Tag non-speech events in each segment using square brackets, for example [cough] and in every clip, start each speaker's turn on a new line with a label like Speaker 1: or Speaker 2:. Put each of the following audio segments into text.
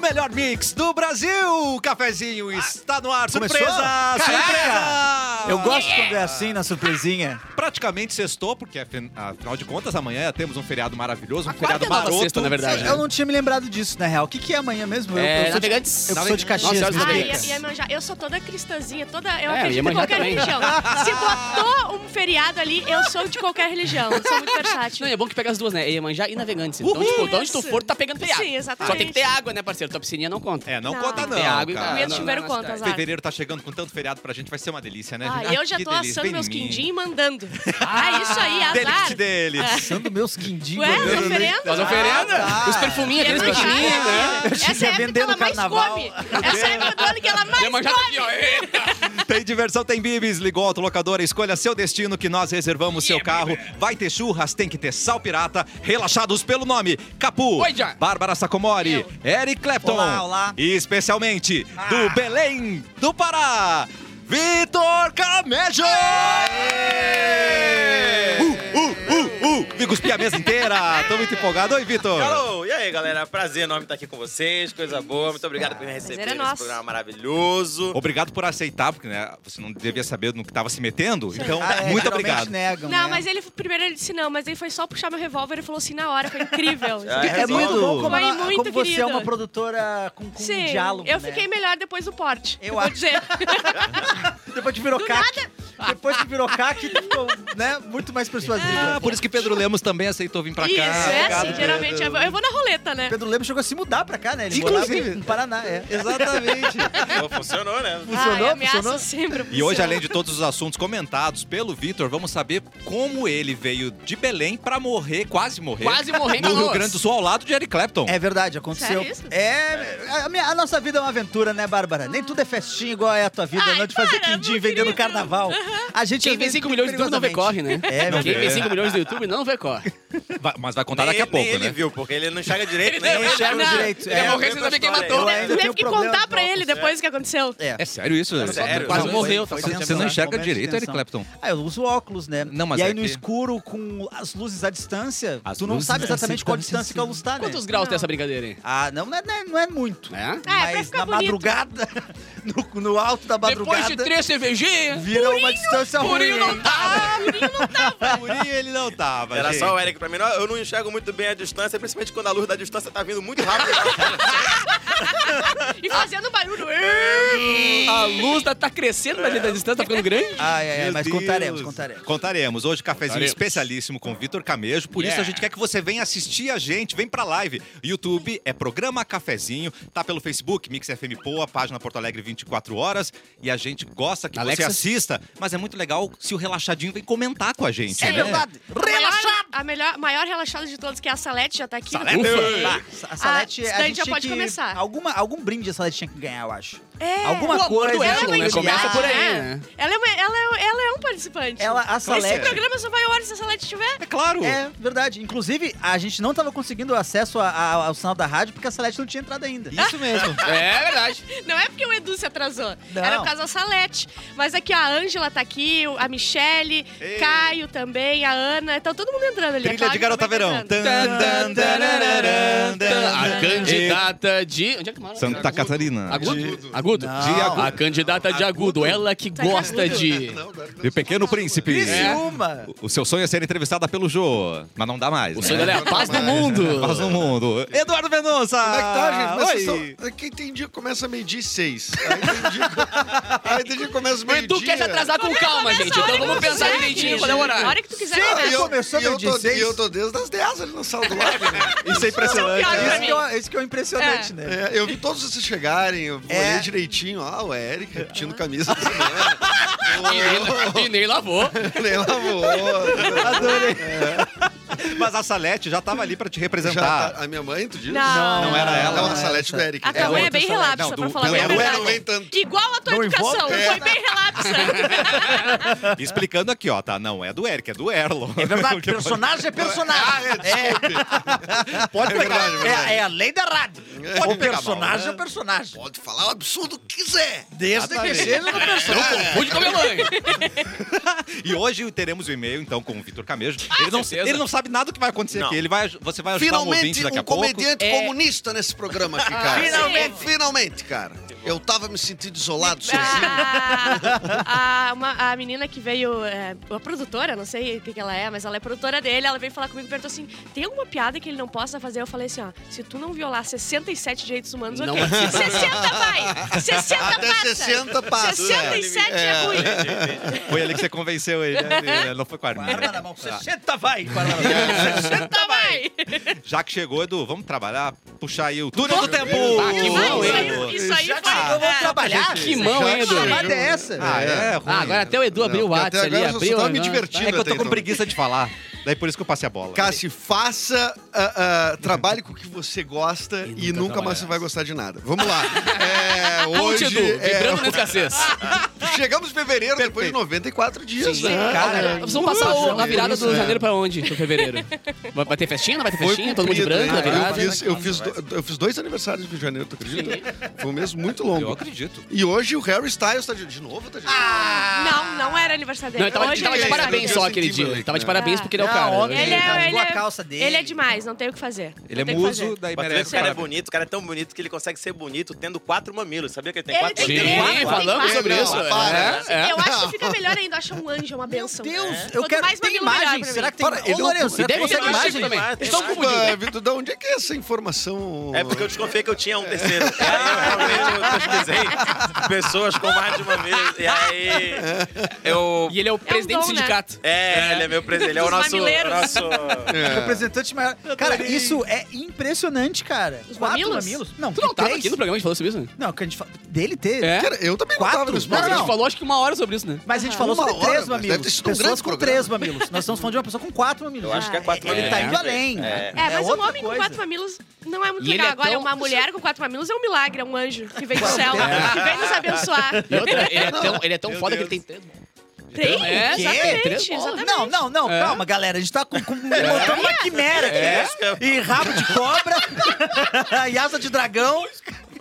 Speaker 1: melhor mix do Brasil. O
Speaker 2: Ah.
Speaker 1: cafezinho está no ar.
Speaker 3: Começou?
Speaker 1: Surpresa! Surpresa!
Speaker 3: Caraca! Eu gosto quando é assim, na surpresinha.
Speaker 1: Praticamente sextou, porque afin- afinal de contas, amanhã temos um feriado maravilhoso, um
Speaker 2: quarta
Speaker 1: feriado
Speaker 2: é nova
Speaker 1: maroto.
Speaker 2: sexta, na verdade. né?
Speaker 3: Eu não tinha me lembrado disso, na real. O que, que é amanhã mesmo? Eu,
Speaker 2: É,
Speaker 1: tá
Speaker 3: eu sou de,
Speaker 2: navegantes.
Speaker 3: eu que sou de Caxias. me
Speaker 2: Nossa, Senhora
Speaker 4: Ah,
Speaker 2: dos
Speaker 4: e a-
Speaker 3: explica.
Speaker 2: Navegantes.
Speaker 4: e a Iemanjá. Eu sou toda cristãzinha, toda. Eu
Speaker 2: É,
Speaker 4: acredito em
Speaker 2: Iemanjá
Speaker 4: qualquer
Speaker 2: também.
Speaker 4: religião. Se botou um feriado ali, eu sou de qualquer religião. Eu Sou muito versátil.
Speaker 2: Não, e é bom que pega as duas, né? Iemanjá e Navegantes. Então, tipo, de onde tu
Speaker 4: Isso.
Speaker 2: for, tu tá pegando feriado.
Speaker 4: Sim, exatamente.
Speaker 2: Só tem que ter água, né, parceiro? Tua piscininha não conta.
Speaker 1: É, não,
Speaker 4: Não.
Speaker 1: conta
Speaker 4: Tem
Speaker 1: não,
Speaker 2: Tem água e
Speaker 1: cara.
Speaker 4: Medo de
Speaker 2: não,
Speaker 4: chuveiro
Speaker 2: não,
Speaker 4: conta,
Speaker 2: não,
Speaker 4: azar.
Speaker 1: Fevereiro tá chegando com tanto feriado pra gente, vai ser uma delícia, né?
Speaker 4: Ah,
Speaker 1: gente?
Speaker 4: eu já
Speaker 1: que
Speaker 4: tô
Speaker 1: delícia,
Speaker 4: assando
Speaker 1: vem
Speaker 4: meus
Speaker 1: em mim.
Speaker 4: quindim Ah. e mandando. Ah, isso aí, azar. é
Speaker 1: Delícia deles.
Speaker 3: Sendo meus quindinhos. né?
Speaker 4: Ué, as oferendas?
Speaker 2: As oferendas? Os perfuminhos,
Speaker 4: Iemanjá,
Speaker 2: aqueles pequenininhos, né?
Speaker 4: né?
Speaker 3: tinha
Speaker 4: Essa é a época que
Speaker 3: vendendo
Speaker 4: ela mais
Speaker 3: carnaval.
Speaker 4: come. Essa é a época do ano que ela mais
Speaker 2: Iemanjá tá aqui, ó. Eita!
Speaker 1: Tem diversão, tem bibis. Ligou a autolocadora, escolha seu destino que nós reservamos seu carro. Vai ter churras, tem que ter sal pirata. Relaxados pelo nome: Capu,
Speaker 2: Oi, já.
Speaker 1: Bárbara Sacomori, Eric Clapton.
Speaker 3: Olá, olá. Ah.
Speaker 1: E especialmente do Belém do Pará, Vitor Camejo! Uh, uh, uh, uh. Vim cuspir a mesa inteira. Tô muito empolgado. Oi, Vitor.
Speaker 5: Alô, e aí galera, prazer enorme estar aqui com vocês, coisa boa, muito obrigado por me receber
Speaker 4: Prazer é
Speaker 5: nesse
Speaker 4: nosso.
Speaker 5: programa maravilhoso.
Speaker 1: Obrigado por aceitar, porque né, você não devia saber no que estava se metendo. Então,
Speaker 3: Ah, é, geralmente
Speaker 1: muito obrigado.
Speaker 3: negam,
Speaker 4: Não,
Speaker 3: né?
Speaker 4: mas ele primeiro ele disse não, mas ele foi só puxar meu revólver e falou assim na hora,
Speaker 2: [laughs]
Speaker 4: foi incrível.
Speaker 5: É,
Speaker 3: É muito
Speaker 5: resolve.
Speaker 3: bom como,
Speaker 4: Foi
Speaker 3: ela-
Speaker 4: assim, muito
Speaker 3: como você é
Speaker 4: querido.
Speaker 3: uma produtora com, com
Speaker 4: Sim,
Speaker 3: um diálogo.
Speaker 4: eu
Speaker 3: né?
Speaker 4: fiquei melhor depois do porte.
Speaker 3: Eu
Speaker 4: Eu vou
Speaker 3: acho.
Speaker 4: dizer.
Speaker 3: Depois de virou cac. Depois que virou cac, ficou né, muito mais persuasiva.
Speaker 1: Ah, por isso que Pedro Lemos também aceitou vir pra cá.
Speaker 4: Isso, é assim,
Speaker 1: Obrigado,
Speaker 4: geralmente. Eu
Speaker 1: Pedro.
Speaker 4: vou, eu vou na roleta, né?
Speaker 3: Pedro Lemos chegou a se mudar pra cá, né? Ele
Speaker 1: Inclusive.
Speaker 3: morava no Paraná, é.
Speaker 1: [laughs] Exatamente.
Speaker 5: [laughs] Pô, Funcionou, né?
Speaker 3: Funcionou?
Speaker 4: Ai, ameaça
Speaker 3: Funcionou?
Speaker 4: sempre
Speaker 1: E hoje,
Speaker 4: funciona.
Speaker 1: além de todos os assuntos comentados pelo Vitor, vamos saber como ele veio de Belém pra morrer, quase morrer,
Speaker 2: Quase morrer em
Speaker 1: no Rio
Speaker 2: Canoas.
Speaker 1: Grande do Sul, ao lado de Eric Clapton.
Speaker 3: É verdade, aconteceu.
Speaker 4: Sério isso?
Speaker 3: É, a, minha- a nossa vida é uma aventura, né, Bárbara? Nem tudo é festinha igual é a tua vida,
Speaker 4: Ai,
Speaker 3: não de fazer
Speaker 4: para,
Speaker 3: quindim
Speaker 4: meu
Speaker 3: vendendo
Speaker 4: querido.
Speaker 3: carnaval. A gente
Speaker 2: Quem
Speaker 3: às
Speaker 2: vê
Speaker 3: vezes,
Speaker 1: um
Speaker 2: 5 milhões do YouTube não vê corre, né?
Speaker 3: É,
Speaker 1: meu
Speaker 2: Quem vê
Speaker 1: Deus.
Speaker 2: 5 milhões do YouTube não vê corre.
Speaker 1: Vai- mas vai contar
Speaker 5: Nem-
Speaker 1: daqui a
Speaker 5: nem
Speaker 1: pouco,
Speaker 5: ele
Speaker 1: né?
Speaker 5: viu, porque ele não
Speaker 4: [laughs]
Speaker 5: enxerga direito,
Speaker 2: Ele não
Speaker 5: nem
Speaker 3: enxerga
Speaker 4: Não.
Speaker 3: direito.
Speaker 5: Ele
Speaker 3: é.
Speaker 2: Ia morrer sem saber quem
Speaker 5: Eu
Speaker 2: matou.
Speaker 3: ainda
Speaker 4: Teve
Speaker 3: tenho
Speaker 4: que
Speaker 3: problema
Speaker 4: contar pra
Speaker 3: com
Speaker 4: ele
Speaker 3: isso.
Speaker 4: depois que aconteceu.
Speaker 3: É.
Speaker 1: É sério isso?
Speaker 5: sério.
Speaker 1: Quase
Speaker 5: Não,
Speaker 1: morreu.
Speaker 2: foi-
Speaker 1: Você
Speaker 2: foi
Speaker 1: você não
Speaker 2: sensacional.
Speaker 1: enxerga
Speaker 3: Momento de
Speaker 1: direito, Eric
Speaker 3: tensão.
Speaker 1: Clapton?
Speaker 3: Ah, eu uso óculos, né?
Speaker 1: Não, mas
Speaker 3: e aí
Speaker 1: é
Speaker 3: no
Speaker 1: que-
Speaker 3: escuro, com as luzes à distância,
Speaker 1: As
Speaker 3: tu não
Speaker 1: luzes
Speaker 3: sabe
Speaker 1: à
Speaker 3: exatamente qual
Speaker 1: distância,
Speaker 3: distância que a luz tá, né?
Speaker 2: Quantos graus tem essa brincadeira aí?
Speaker 3: Ah, não, não é, não é- não é muito.
Speaker 2: É?
Speaker 4: Ah, é pra
Speaker 3: mas
Speaker 4: ficar
Speaker 3: na
Speaker 4: bonito.
Speaker 3: madrugada, [laughs] no, no alto da
Speaker 2: Depois
Speaker 3: madrugada,
Speaker 2: de três cervejinhas,
Speaker 3: vira uma distância ruim.
Speaker 2: Purinho
Speaker 3: hein?
Speaker 2: não tá.
Speaker 1: Purinho ele não tava,
Speaker 5: Era
Speaker 1: gente.
Speaker 5: só o Eric pra mim. Não, eu não enxergo muito bem a distância, principalmente quando a luz da distância tá vindo muito
Speaker 1: [laughs]
Speaker 5: rápido.
Speaker 4: E fazendo barulho.
Speaker 2: A luz tá, tá crescendo na da distância, tá ficando grande.
Speaker 3: Ai, ai, ai,
Speaker 1: Meu
Speaker 3: É, mas
Speaker 1: Deus.
Speaker 3: contaremos, contaremos.
Speaker 1: Contaremos. Hoje, cafezinho
Speaker 2: Contaremos. É.
Speaker 1: especialíssimo com Vitor Camejo. Por isso,
Speaker 2: Yeah.
Speaker 1: a gente quer que você venha assistir a gente. Vem pra live. YouTube é Programa Cafezinho. Tá pelo Facebook, Mix FM Poa, página Porto Alegre 24 horas. E a gente gosta que
Speaker 2: Alexa?
Speaker 1: você assista. Mas é muito legal se o relaxadinho vem comentar com a gente.
Speaker 4: É
Speaker 1: né?
Speaker 3: verdade.
Speaker 4: Relaxado! A melhor, maior relaxada de todos, que é a Salete, já tá aqui.
Speaker 1: Salete.
Speaker 3: Tá, A Salete,
Speaker 4: isso
Speaker 3: a
Speaker 4: daí
Speaker 3: gente
Speaker 4: já
Speaker 3: tinha
Speaker 4: pode
Speaker 3: que-
Speaker 4: começar.
Speaker 3: Alguma, algum brinde a Salete tinha que ganhar, eu acho.
Speaker 4: É.
Speaker 3: Alguma
Speaker 2: O amor
Speaker 3: coisa.
Speaker 2: do
Speaker 4: Ela é uma
Speaker 2: né?
Speaker 4: entidade,
Speaker 2: Começa por aí,
Speaker 4: né?
Speaker 2: né?
Speaker 4: Ela é, uma- ela é- ela é um participante.
Speaker 3: Ela, a
Speaker 4: Esse
Speaker 3: Salete.
Speaker 4: programa só vai a hora se a Salete tiver.
Speaker 1: É claro.
Speaker 3: É, verdade. Inclusive, a gente não tava conseguindo acesso a- a- ao sinal da rádio porque a Salete não tinha entrado ainda. Ah,
Speaker 1: Isso
Speaker 3: [laughs]
Speaker 1: mesmo.
Speaker 2: É verdade.
Speaker 4: [laughs] Não é porque o Edu se atrasou.
Speaker 3: Não.
Speaker 4: Era por causa da Salete. Mas aqui ó, a Ângela tá aqui, a Michele,
Speaker 1: Ei.
Speaker 4: Caio também, a Ana. Tá todo mundo entrando ali.
Speaker 1: Trilha
Speaker 4: A
Speaker 1: de
Speaker 4: Cláudia
Speaker 1: Garota
Speaker 4: também tá
Speaker 1: Verão.
Speaker 4: entrando.
Speaker 1: Tan, tan, tarararã, tan.
Speaker 2: A candidata de. Onde é que mora?
Speaker 1: Santa Catarina.
Speaker 2: Agudo? Agudo?
Speaker 3: Não.
Speaker 2: De agudo. A candidata de agudo, ela que gosta de.
Speaker 1: E o Pequeno Príncipe.
Speaker 3: Criciúma.
Speaker 1: O seu sonho é ser entrevistada pelo Jô, mas não dá mais.
Speaker 2: O
Speaker 1: né?
Speaker 2: sonho dela é a paz do mundo.
Speaker 1: Paz no mundo. Eduardo Mendonça!
Speaker 6: Como é que tá,
Speaker 3: Ah,
Speaker 6: gente? Mas
Speaker 1: Oi.
Speaker 6: vocês são- é que tem dia que começa meio-dia e seis. Aí tem dia que, [laughs] aí tem dia que começa
Speaker 2: O
Speaker 6: meio-dia.
Speaker 2: Edu quer se atrasar com calma, gente. Então vamos pensar
Speaker 4: Consegue,
Speaker 2: direitinho
Speaker 4: gente.
Speaker 2: qual é o
Speaker 4: A
Speaker 2: horário.
Speaker 4: hora que tu quiser,
Speaker 6: Não,
Speaker 3: Sim,
Speaker 6: e
Speaker 4: começa.
Speaker 6: eu-
Speaker 3: Começou
Speaker 6: e eu
Speaker 3: meio-dia e
Speaker 6: tô-
Speaker 3: seis.
Speaker 6: E eu tô desde as 10 ali no salão do lado.
Speaker 1: [laughs]
Speaker 6: né?
Speaker 1: Isso é impressionante.
Speaker 4: Isso é o pior pra
Speaker 3: Isso
Speaker 4: mim.
Speaker 3: que, é, isso que é o impressionante, né?
Speaker 6: É, eu vi todos vocês chegarem, eu
Speaker 3: É.
Speaker 6: olhei direitinho. Ah, o Eric repetindo camisa da semana.
Speaker 2: E nem- E nem lavou.
Speaker 6: [laughs] Nem lavou.
Speaker 3: Adorei.
Speaker 1: Mas a Salete já tava ali pra te
Speaker 6: Já
Speaker 1: representar.
Speaker 6: tá- a minha mãe, tu disse?
Speaker 4: Não.
Speaker 1: Não era ela,
Speaker 6: Não,
Speaker 1: não
Speaker 6: a Salete do
Speaker 3: essa.
Speaker 6: Eric.
Speaker 4: A tua mãe é bem
Speaker 3: outra
Speaker 4: relapsa,
Speaker 1: Não, é
Speaker 4: pra
Speaker 1: do-
Speaker 4: falar
Speaker 1: pelo
Speaker 4: bem a
Speaker 1: menos
Speaker 4: verdade.
Speaker 6: não vem tanto.
Speaker 4: Igual a tua
Speaker 3: Não
Speaker 4: educação,
Speaker 3: envolve-
Speaker 1: É.
Speaker 4: foi bem
Speaker 1: [laughs]
Speaker 4: relapsa.
Speaker 1: Explicando aqui, ó, tá? Não é do Eric, é do Erlon. [laughs]
Speaker 3: É verdade, personagem é personagem.
Speaker 1: Ah, é, Pode
Speaker 6: É
Speaker 1: pegar.
Speaker 6: verdade,
Speaker 3: É,
Speaker 6: verdade.
Speaker 3: é a lei da rádio.
Speaker 1: Pode
Speaker 3: O
Speaker 1: pegar mal,
Speaker 3: personagem é o personagem.
Speaker 6: Pode falar o absurdo que quiser.
Speaker 3: Desde que
Speaker 1: Exatamente.
Speaker 3: seja do personagem.
Speaker 2: Pude comer mãe.
Speaker 1: E hoje teremos o e-mail, então, com o Vitor Camejo. ele, não,
Speaker 2: certeza.
Speaker 1: ele não sabe nada Nada do que vai acontecer
Speaker 5: Não.
Speaker 1: aqui. Ele vai, aj- você vai ajudar um ouvinte
Speaker 6: Finalmente,
Speaker 1: daqui
Speaker 6: um
Speaker 1: a pouco.
Speaker 6: comediante
Speaker 2: É.
Speaker 6: comunista nesse programa aqui, cara.
Speaker 4: Finalmente.
Speaker 6: Finalmente, cara. Eu tava me sentindo isolado,
Speaker 4: Ah.
Speaker 6: sozinho.
Speaker 4: A, a, Ah, uma- a menina que veio, é, a produtora, não sei o que, que ela é, mas ela é produtora dele, ela veio falar comigo e perguntou assim: tem alguma piada que ele não possa fazer? Eu falei assim: ó, se tu não violar 67 direitos humanos,
Speaker 2: Não
Speaker 4: ok. 60 vai! 60
Speaker 6: Até
Speaker 4: passa!
Speaker 6: 60 passa, é.
Speaker 4: 67 é, ruim.
Speaker 1: Foi ali que você convenceu ele. né? Ele Não foi com a
Speaker 3: Guarda na
Speaker 1: arminha.
Speaker 3: mão, 60 vai! Guarda na mão.
Speaker 4: 60 vai!
Speaker 1: Já que chegou, Edu, vamos trabalhar, puxar aí o túnel do tempo.
Speaker 2: Ah, que bom,
Speaker 4: hein? Isso aí
Speaker 3: Já que
Speaker 4: foi-
Speaker 3: eu vou
Speaker 4: é,
Speaker 3: trabalhar.
Speaker 2: Que mão, hein,
Speaker 6: Já
Speaker 2: Edu?
Speaker 3: chamada é essa?
Speaker 1: Ah, é, ruim.
Speaker 2: Ah, agora até o Edu abriu o
Speaker 6: Não, porque
Speaker 2: WhatsApp
Speaker 6: até
Speaker 2: ali,
Speaker 6: agora eu só
Speaker 2: abriu.
Speaker 6: tava me
Speaker 2: né?
Speaker 6: divertindo
Speaker 1: É que eu
Speaker 6: até
Speaker 1: tô com
Speaker 6: então.
Speaker 1: preguiça de falar. Daí por isso que eu passei a bola.
Speaker 6: Cassi, faça, ah, ah, trabalhe com o que você gosta e nunca,
Speaker 2: nunca
Speaker 6: mais
Speaker 2: trabalharás.
Speaker 6: você vai gostar de nada. Vamos lá. É,
Speaker 2: Ponte,
Speaker 6: hoje,
Speaker 2: Ah, Edu, vibrando na escassez.
Speaker 6: é, chegamos em fevereiro, depois de 94 dias.
Speaker 2: Sim,
Speaker 6: né?
Speaker 2: cara. Vocês vão passar o- a virada do
Speaker 6: Isso, é.
Speaker 2: janeiro pra onde? Do fevereiro? Vai, vai ter festinha? Não vai ter
Speaker 6: Foi
Speaker 2: festinha? Todo mundo de
Speaker 6: cumprido,
Speaker 2: branco na
Speaker 6: hein, cara?
Speaker 2: virada?
Speaker 6: Eu fiz, eu, fiz do- eu fiz dois aniversários de janeiro, tu acredita? Foi um mês muito
Speaker 1: Eu
Speaker 6: longo.
Speaker 1: acredito.
Speaker 6: E hoje o Harry Styles tá de, de novo, tá de novo.
Speaker 4: Não, não era aniversário dele.
Speaker 2: Não, ele tava,
Speaker 4: Hoje
Speaker 2: ele tava
Speaker 4: é
Speaker 2: de
Speaker 4: aniversário
Speaker 2: parabéns
Speaker 4: dele.
Speaker 2: só aquele dia. Ele tava de parabéns
Speaker 4: Ah.
Speaker 2: porque ele é o
Speaker 3: Não,
Speaker 2: cara.
Speaker 3: ontem
Speaker 4: Ele é, ele
Speaker 3: Rasgou
Speaker 4: é,
Speaker 3: a calça dele.
Speaker 4: Ele é demais, não tem o que fazer. Não
Speaker 1: Ele é
Speaker 4: tem o que fazer.
Speaker 1: muso, daí
Speaker 5: Pra tu ver que
Speaker 1: merece.
Speaker 5: o cara é
Speaker 1: parabéns.
Speaker 5: bonito, o cara é tão bonito que ele consegue ser bonito tendo quatro mamilos. Sabia que ele tem
Speaker 4: Ele
Speaker 5: quatro?
Speaker 4: tem
Speaker 2: Sim,
Speaker 4: três, tem
Speaker 2: falamos
Speaker 4: quatro.
Speaker 2: sobre
Speaker 6: Não,
Speaker 2: isso.
Speaker 6: para.
Speaker 2: é, é.
Speaker 4: Eu acho que fica melhor ainda, acha um anjo, é uma benção.
Speaker 3: Deus,
Speaker 4: É.
Speaker 3: eu
Speaker 4: Quanto
Speaker 3: quero.
Speaker 4: mais
Speaker 3: Tem
Speaker 4: mamilo, melhor
Speaker 3: imagem?
Speaker 4: pra mim. É,
Speaker 3: Será que tem. Ô, Lourenço, será que
Speaker 2: é Deve
Speaker 3: tu consegue
Speaker 2: ter
Speaker 3: imagem?
Speaker 2: imagem também.
Speaker 5: Tem
Speaker 6: um
Speaker 2: Estão
Speaker 5: imagem.
Speaker 2: confundindo.
Speaker 6: Desculpa, Vitor, de onde é que é essa informação?
Speaker 5: É porque eu desconfiei que eu tinha um terceiro. E aí eu realmente eu pesquisei pessoas com mais de mamilos. E aí eu...
Speaker 2: E ele é o presidente
Speaker 4: dom,
Speaker 2: do sindicato.
Speaker 5: É, ele é meu presente. Ele é o
Speaker 4: Dos
Speaker 5: nosso...
Speaker 4: mamileiros.
Speaker 5: nosso...
Speaker 6: É.
Speaker 3: Representante maior. Cara, isso é impressionante, cara.
Speaker 4: Os
Speaker 3: Quatro
Speaker 4: mamilos?
Speaker 3: Não,
Speaker 2: Tu não tava
Speaker 3: três.
Speaker 2: aqui no programa, a gente falou sobre isso? né?
Speaker 3: Não, que a gente fala. Dele ter.
Speaker 2: É.
Speaker 6: Cara, eu também não tava
Speaker 3: Quatro?
Speaker 6: nesse
Speaker 3: Não,
Speaker 2: Nossa, a
Speaker 6: programa.
Speaker 2: gente falou acho que uma hora sobre isso, né?
Speaker 3: Mas a gente falou
Speaker 6: Uma
Speaker 3: sobre
Speaker 6: hora,
Speaker 3: três
Speaker 6: mas deve ter
Speaker 3: mamilos.
Speaker 6: sido um
Speaker 3: Pessoas
Speaker 6: grande
Speaker 3: com
Speaker 6: programa.
Speaker 3: três mamilos. Nós estamos falando de uma pessoa com quatro mamilos.
Speaker 5: Eu acho que é quatro
Speaker 3: Ele
Speaker 5: mamilos.
Speaker 3: tá indo além.
Speaker 5: É.
Speaker 4: É, mas um
Speaker 3: outra
Speaker 4: homem com
Speaker 3: coisa.
Speaker 4: quatro mamilos não é muito
Speaker 2: E ele
Speaker 4: legal.
Speaker 2: é
Speaker 4: Agora,
Speaker 2: tão-
Speaker 4: uma mulher com quatro mamilos é um milagre, é um anjo que vem do céu, que vem nos abençoar.
Speaker 2: E outra, ele é tão, ele é tão
Speaker 1: Meu
Speaker 2: foda
Speaker 1: Deus.
Speaker 2: que ele tem três.
Speaker 4: Tem?
Speaker 2: É,
Speaker 3: quê?
Speaker 4: Exatamente,
Speaker 2: Três
Speaker 4: exatamente.
Speaker 3: Não, não, não,
Speaker 2: É.
Speaker 3: calma, galera. A gente tá com, com montando uma quimera aqui. né? E rabo de cobra, [laughs] e asa de dragão,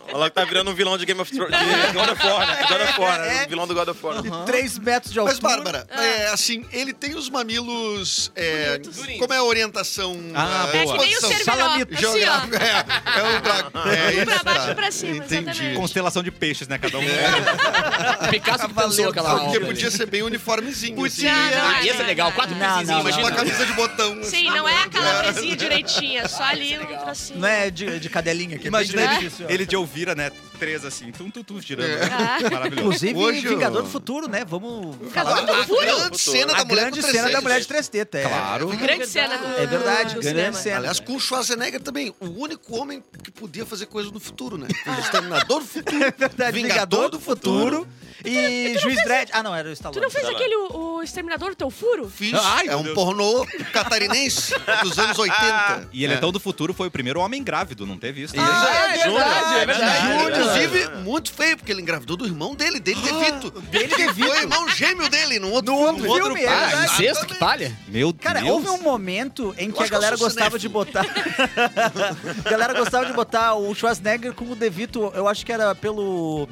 Speaker 5: Olha lá que tá virando um vilão de Game of Thrones. de God of War, né? God of War, né?
Speaker 3: É.
Speaker 5: Um vilão do God of War.
Speaker 3: e três metros de altura.
Speaker 6: Mas, Bárbara,
Speaker 4: Ah.
Speaker 6: é, assim, ele tem os mamilos. é,
Speaker 2: Durinhos.
Speaker 6: como é a orientação?
Speaker 1: Ah, boa.
Speaker 6: é,
Speaker 4: É que nem o
Speaker 6: disposição?
Speaker 4: cerveló.
Speaker 3: Salamito.
Speaker 4: Assim, ó.
Speaker 6: Geográfica, É, é um dragão. É
Speaker 4: Pra
Speaker 6: isso,
Speaker 4: baixo e
Speaker 6: tá.
Speaker 4: pra cima, exatamente.
Speaker 1: Constelação de peixes, né? Cada um.
Speaker 2: Picasso que
Speaker 3: Valeu,
Speaker 2: pensou aquela
Speaker 6: Porque
Speaker 2: obra. né?
Speaker 6: podia ser bem uniformezinho.
Speaker 4: Podia.
Speaker 6: assim,
Speaker 4: Não,
Speaker 2: Ah, ia ser legal, quatro
Speaker 3: Não,
Speaker 2: pezinhos,
Speaker 3: não, não.
Speaker 6: Uma
Speaker 2: imagina.
Speaker 6: camisa de botão. assim.
Speaker 4: Sim, não é aquela coisinha direitinha, só ali um trocinho.
Speaker 3: Não é de, de cadelinha aqui.
Speaker 1: Imagina
Speaker 3: bem
Speaker 1: ele,
Speaker 3: difícil, ó.
Speaker 1: ele de Elvira, né? Três assim, tum, tum, tum, girando. É.
Speaker 4: Ah.
Speaker 1: Maravilhoso.
Speaker 3: Inclusive,
Speaker 6: Hoje eu-
Speaker 3: Vingador do Futuro, né? Vamos falar.
Speaker 6: Agora,
Speaker 3: do-
Speaker 6: a grande cena
Speaker 3: A
Speaker 6: da mulher
Speaker 3: grande
Speaker 6: com
Speaker 3: cena da
Speaker 6: treceiros.
Speaker 3: mulher de três tetas. é.
Speaker 1: Claro.
Speaker 4: Grande cena do
Speaker 3: É verdade,
Speaker 4: do
Speaker 3: grande
Speaker 4: cinema.
Speaker 3: cena.
Speaker 6: Aliás, com o Schwarzenegger também, o único homem que podia fazer coisa no futuro, né? O Exterminador do Futuro.
Speaker 3: [laughs] Verdade, Vingador do Futuro e Juiz Dredd. Ah, não, era o Stallone.
Speaker 4: Tu não fez
Speaker 5: Vai lá.
Speaker 4: aquele o, o Exterminador do Teu Furo?
Speaker 6: Fiz.
Speaker 1: Ai,
Speaker 6: é um
Speaker 1: meu Deus.
Speaker 6: pornô catarinense dos anos 80.
Speaker 1: E ele é tão do futuro, foi o primeiro homem grávido, não teve isso?
Speaker 3: Ah, é verdade,
Speaker 7: Ah,
Speaker 3: é
Speaker 6: Júnior,
Speaker 3: verdade.
Speaker 6: Né? inclusive, muito feio, porque ele engravidou do irmão dele, dele de Vito. Dele de Vito. Foi o irmão gêmeo dele, num outro
Speaker 3: No outro
Speaker 6: num outro
Speaker 3: filme, é
Speaker 6: par.
Speaker 2: Ah, incesto, que palha.
Speaker 1: Meu Deus.
Speaker 3: Cara, houve um momento em que
Speaker 6: acho
Speaker 3: a
Speaker 6: que
Speaker 3: galera
Speaker 6: eu sou
Speaker 3: gostava de botar. [laughs] a galera gostava de botar o Schwarzenegger com o De Vito, eu acho que era pelo.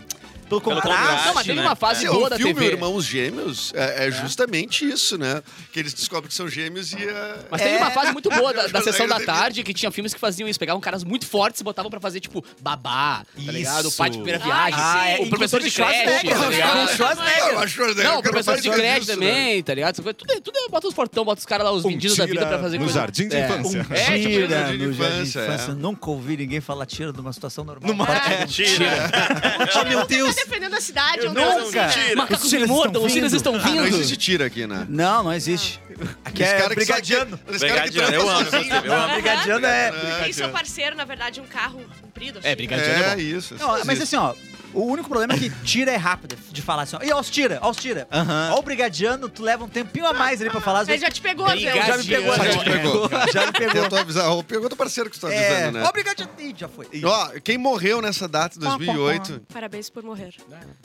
Speaker 3: pelo contraste.
Speaker 5: contraste,
Speaker 2: Não, mas teve uma fase
Speaker 6: Esse é
Speaker 2: boa
Speaker 6: o
Speaker 2: da
Speaker 6: filme
Speaker 2: TV.
Speaker 6: Irmãos Gêmeos é, é justamente isso, né? Que eles descobrem que são gêmeos e é...
Speaker 2: Mas teve uma
Speaker 3: É.
Speaker 2: fase muito boa da, da sessão da
Speaker 6: Schwarzenegger
Speaker 2: tarde que tinha filmes que faziam isso. Pegavam caras muito fortes e botavam pra fazer, tipo, babá, tá ligado? O
Speaker 1: Isso.
Speaker 2: pai de primeira viagem.
Speaker 3: Ah, é,
Speaker 2: o professor de
Speaker 3: inclusive
Speaker 2: creche,
Speaker 3: Schwarzenegger,
Speaker 2: tá
Speaker 3: né?
Speaker 2: ligado?
Speaker 6: Não, mas Schwarzenegger
Speaker 2: Não, o
Speaker 6: não
Speaker 2: professor
Speaker 6: faz né?
Speaker 2: de
Speaker 6: nada
Speaker 2: creche
Speaker 6: disso,
Speaker 2: também, tá ligado? Essas coisas. Tudo, tudo, bota os fortão, bota os caras lá, os vendidos da vida pra fazer
Speaker 1: no
Speaker 2: coisa.
Speaker 1: jardim de
Speaker 2: É.
Speaker 1: infância.
Speaker 2: É, tipo,
Speaker 3: Tira
Speaker 6: jardim de
Speaker 3: um no jardim de
Speaker 6: infância,
Speaker 3: infância.
Speaker 6: é.
Speaker 3: Nunca ouvi ninguém falar tira numa situação normal.
Speaker 1: Numa-
Speaker 3: Agora,
Speaker 1: É.
Speaker 5: Mentira.
Speaker 3: Oh, meu
Speaker 4: Tá
Speaker 3: Deus!
Speaker 4: defendendo a cidade, eu não
Speaker 3: Nunca!
Speaker 5: Mentira.
Speaker 2: Macacos
Speaker 3: Os
Speaker 2: me
Speaker 3: tiras
Speaker 2: mordam,
Speaker 3: estão
Speaker 2: os filhos
Speaker 3: vindo.
Speaker 2: estão
Speaker 6: Ah, não
Speaker 2: vindo.
Speaker 6: existe tira aqui, né?
Speaker 3: Não, não existe. Aqui é
Speaker 6: cara que sai-
Speaker 3: brigadiano.
Speaker 6: esse cara que assim, né?
Speaker 5: Brigadiano,
Speaker 6: tranca
Speaker 5: eu amo,
Speaker 6: sozinho.
Speaker 5: inclusive, eu amo.
Speaker 3: Brigadiano é.
Speaker 4: Tem seu parceiro, na verdade, um carro comprido.
Speaker 2: É,
Speaker 4: assim.
Speaker 2: brigadinho é
Speaker 6: É
Speaker 2: bom.
Speaker 6: isso.
Speaker 3: Não, mas assim, ó. O único problema é que tira é rápido de falar assim, ó. E ó, os tira, ó, os tira. Ó, o brigadiano, tu leva um tempinho a mais ali pra falar. Às
Speaker 4: Ele
Speaker 3: vezes
Speaker 4: já te pegou, Zé.
Speaker 2: Obrigado.
Speaker 3: já me pegou,
Speaker 2: Já
Speaker 3: já
Speaker 2: te
Speaker 3: me pegou.
Speaker 6: pegou.
Speaker 3: [laughs] Já me pegou.
Speaker 6: Tentou avisar. Ô, Pegou teu parceiro que tu tá
Speaker 3: É,
Speaker 6: avisando, né?
Speaker 3: ó, brigadiano. Ih, já foi.
Speaker 6: Ó, quem morreu nessa data, 2008,
Speaker 4: Parabéns por morrer.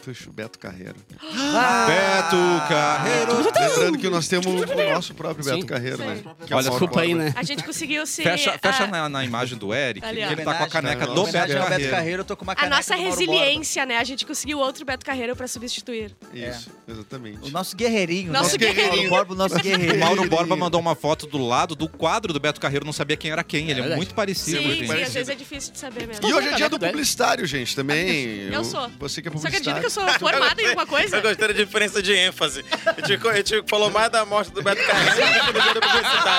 Speaker 6: foi o Beto Carreiro.
Speaker 1: [laughs]
Speaker 3: Ah.
Speaker 1: Beto Carreiro.
Speaker 6: Lembrando que nós temos o nosso próprio Beto
Speaker 2: Sim.
Speaker 6: Carreiro, né?
Speaker 4: Sim.
Speaker 6: Que é o
Speaker 2: Olha,
Speaker 6: Mauro
Speaker 2: desculpa aí,
Speaker 6: Borba.
Speaker 2: né?
Speaker 4: A gente conseguiu se...
Speaker 1: Fecha, fecha
Speaker 4: a,
Speaker 1: na, na imagem do Eric,
Speaker 4: Ali, ó.
Speaker 1: que ele tá com a
Speaker 3: é. Homenagem,
Speaker 1: caneca
Speaker 6: né?
Speaker 1: do
Speaker 3: Homenagem
Speaker 1: Beto
Speaker 3: ao
Speaker 1: Carreiro.
Speaker 3: Beto Carreiro, eu tô com uma
Speaker 4: a
Speaker 3: caneca
Speaker 4: nossa
Speaker 3: do Mauro
Speaker 4: resiliência delícia, né? A gente conseguiu outro Beto Carreiro pra substituir.
Speaker 6: Isso, exatamente.
Speaker 3: O nosso guerreirinho.
Speaker 4: Nosso
Speaker 3: né?
Speaker 4: guerreirinho.
Speaker 3: O Borba, o nosso
Speaker 1: O
Speaker 3: guerreirinho. [laughs]
Speaker 1: Mauro Borba mandou uma foto do lado do quadro do Beto Carreiro, não sabia quem era quem. Ele é,
Speaker 2: verdade.
Speaker 1: muito parecido. assim.
Speaker 4: sim,
Speaker 1: gente.
Speaker 4: sim, às vezes é difícil de saber mesmo.
Speaker 6: E hoje é dia
Speaker 2: Caraca,
Speaker 6: do
Speaker 2: velho.
Speaker 6: publicitário, gente, também.
Speaker 4: Eu sou.
Speaker 6: Você que é
Speaker 4: Só acredito
Speaker 6: publicitário.
Speaker 4: que eu sou formada em alguma coisa?
Speaker 5: Eu gostei da diferença de ênfase. A gente, co- a gente falou mais da morte do Beto Carreiro do que do dia do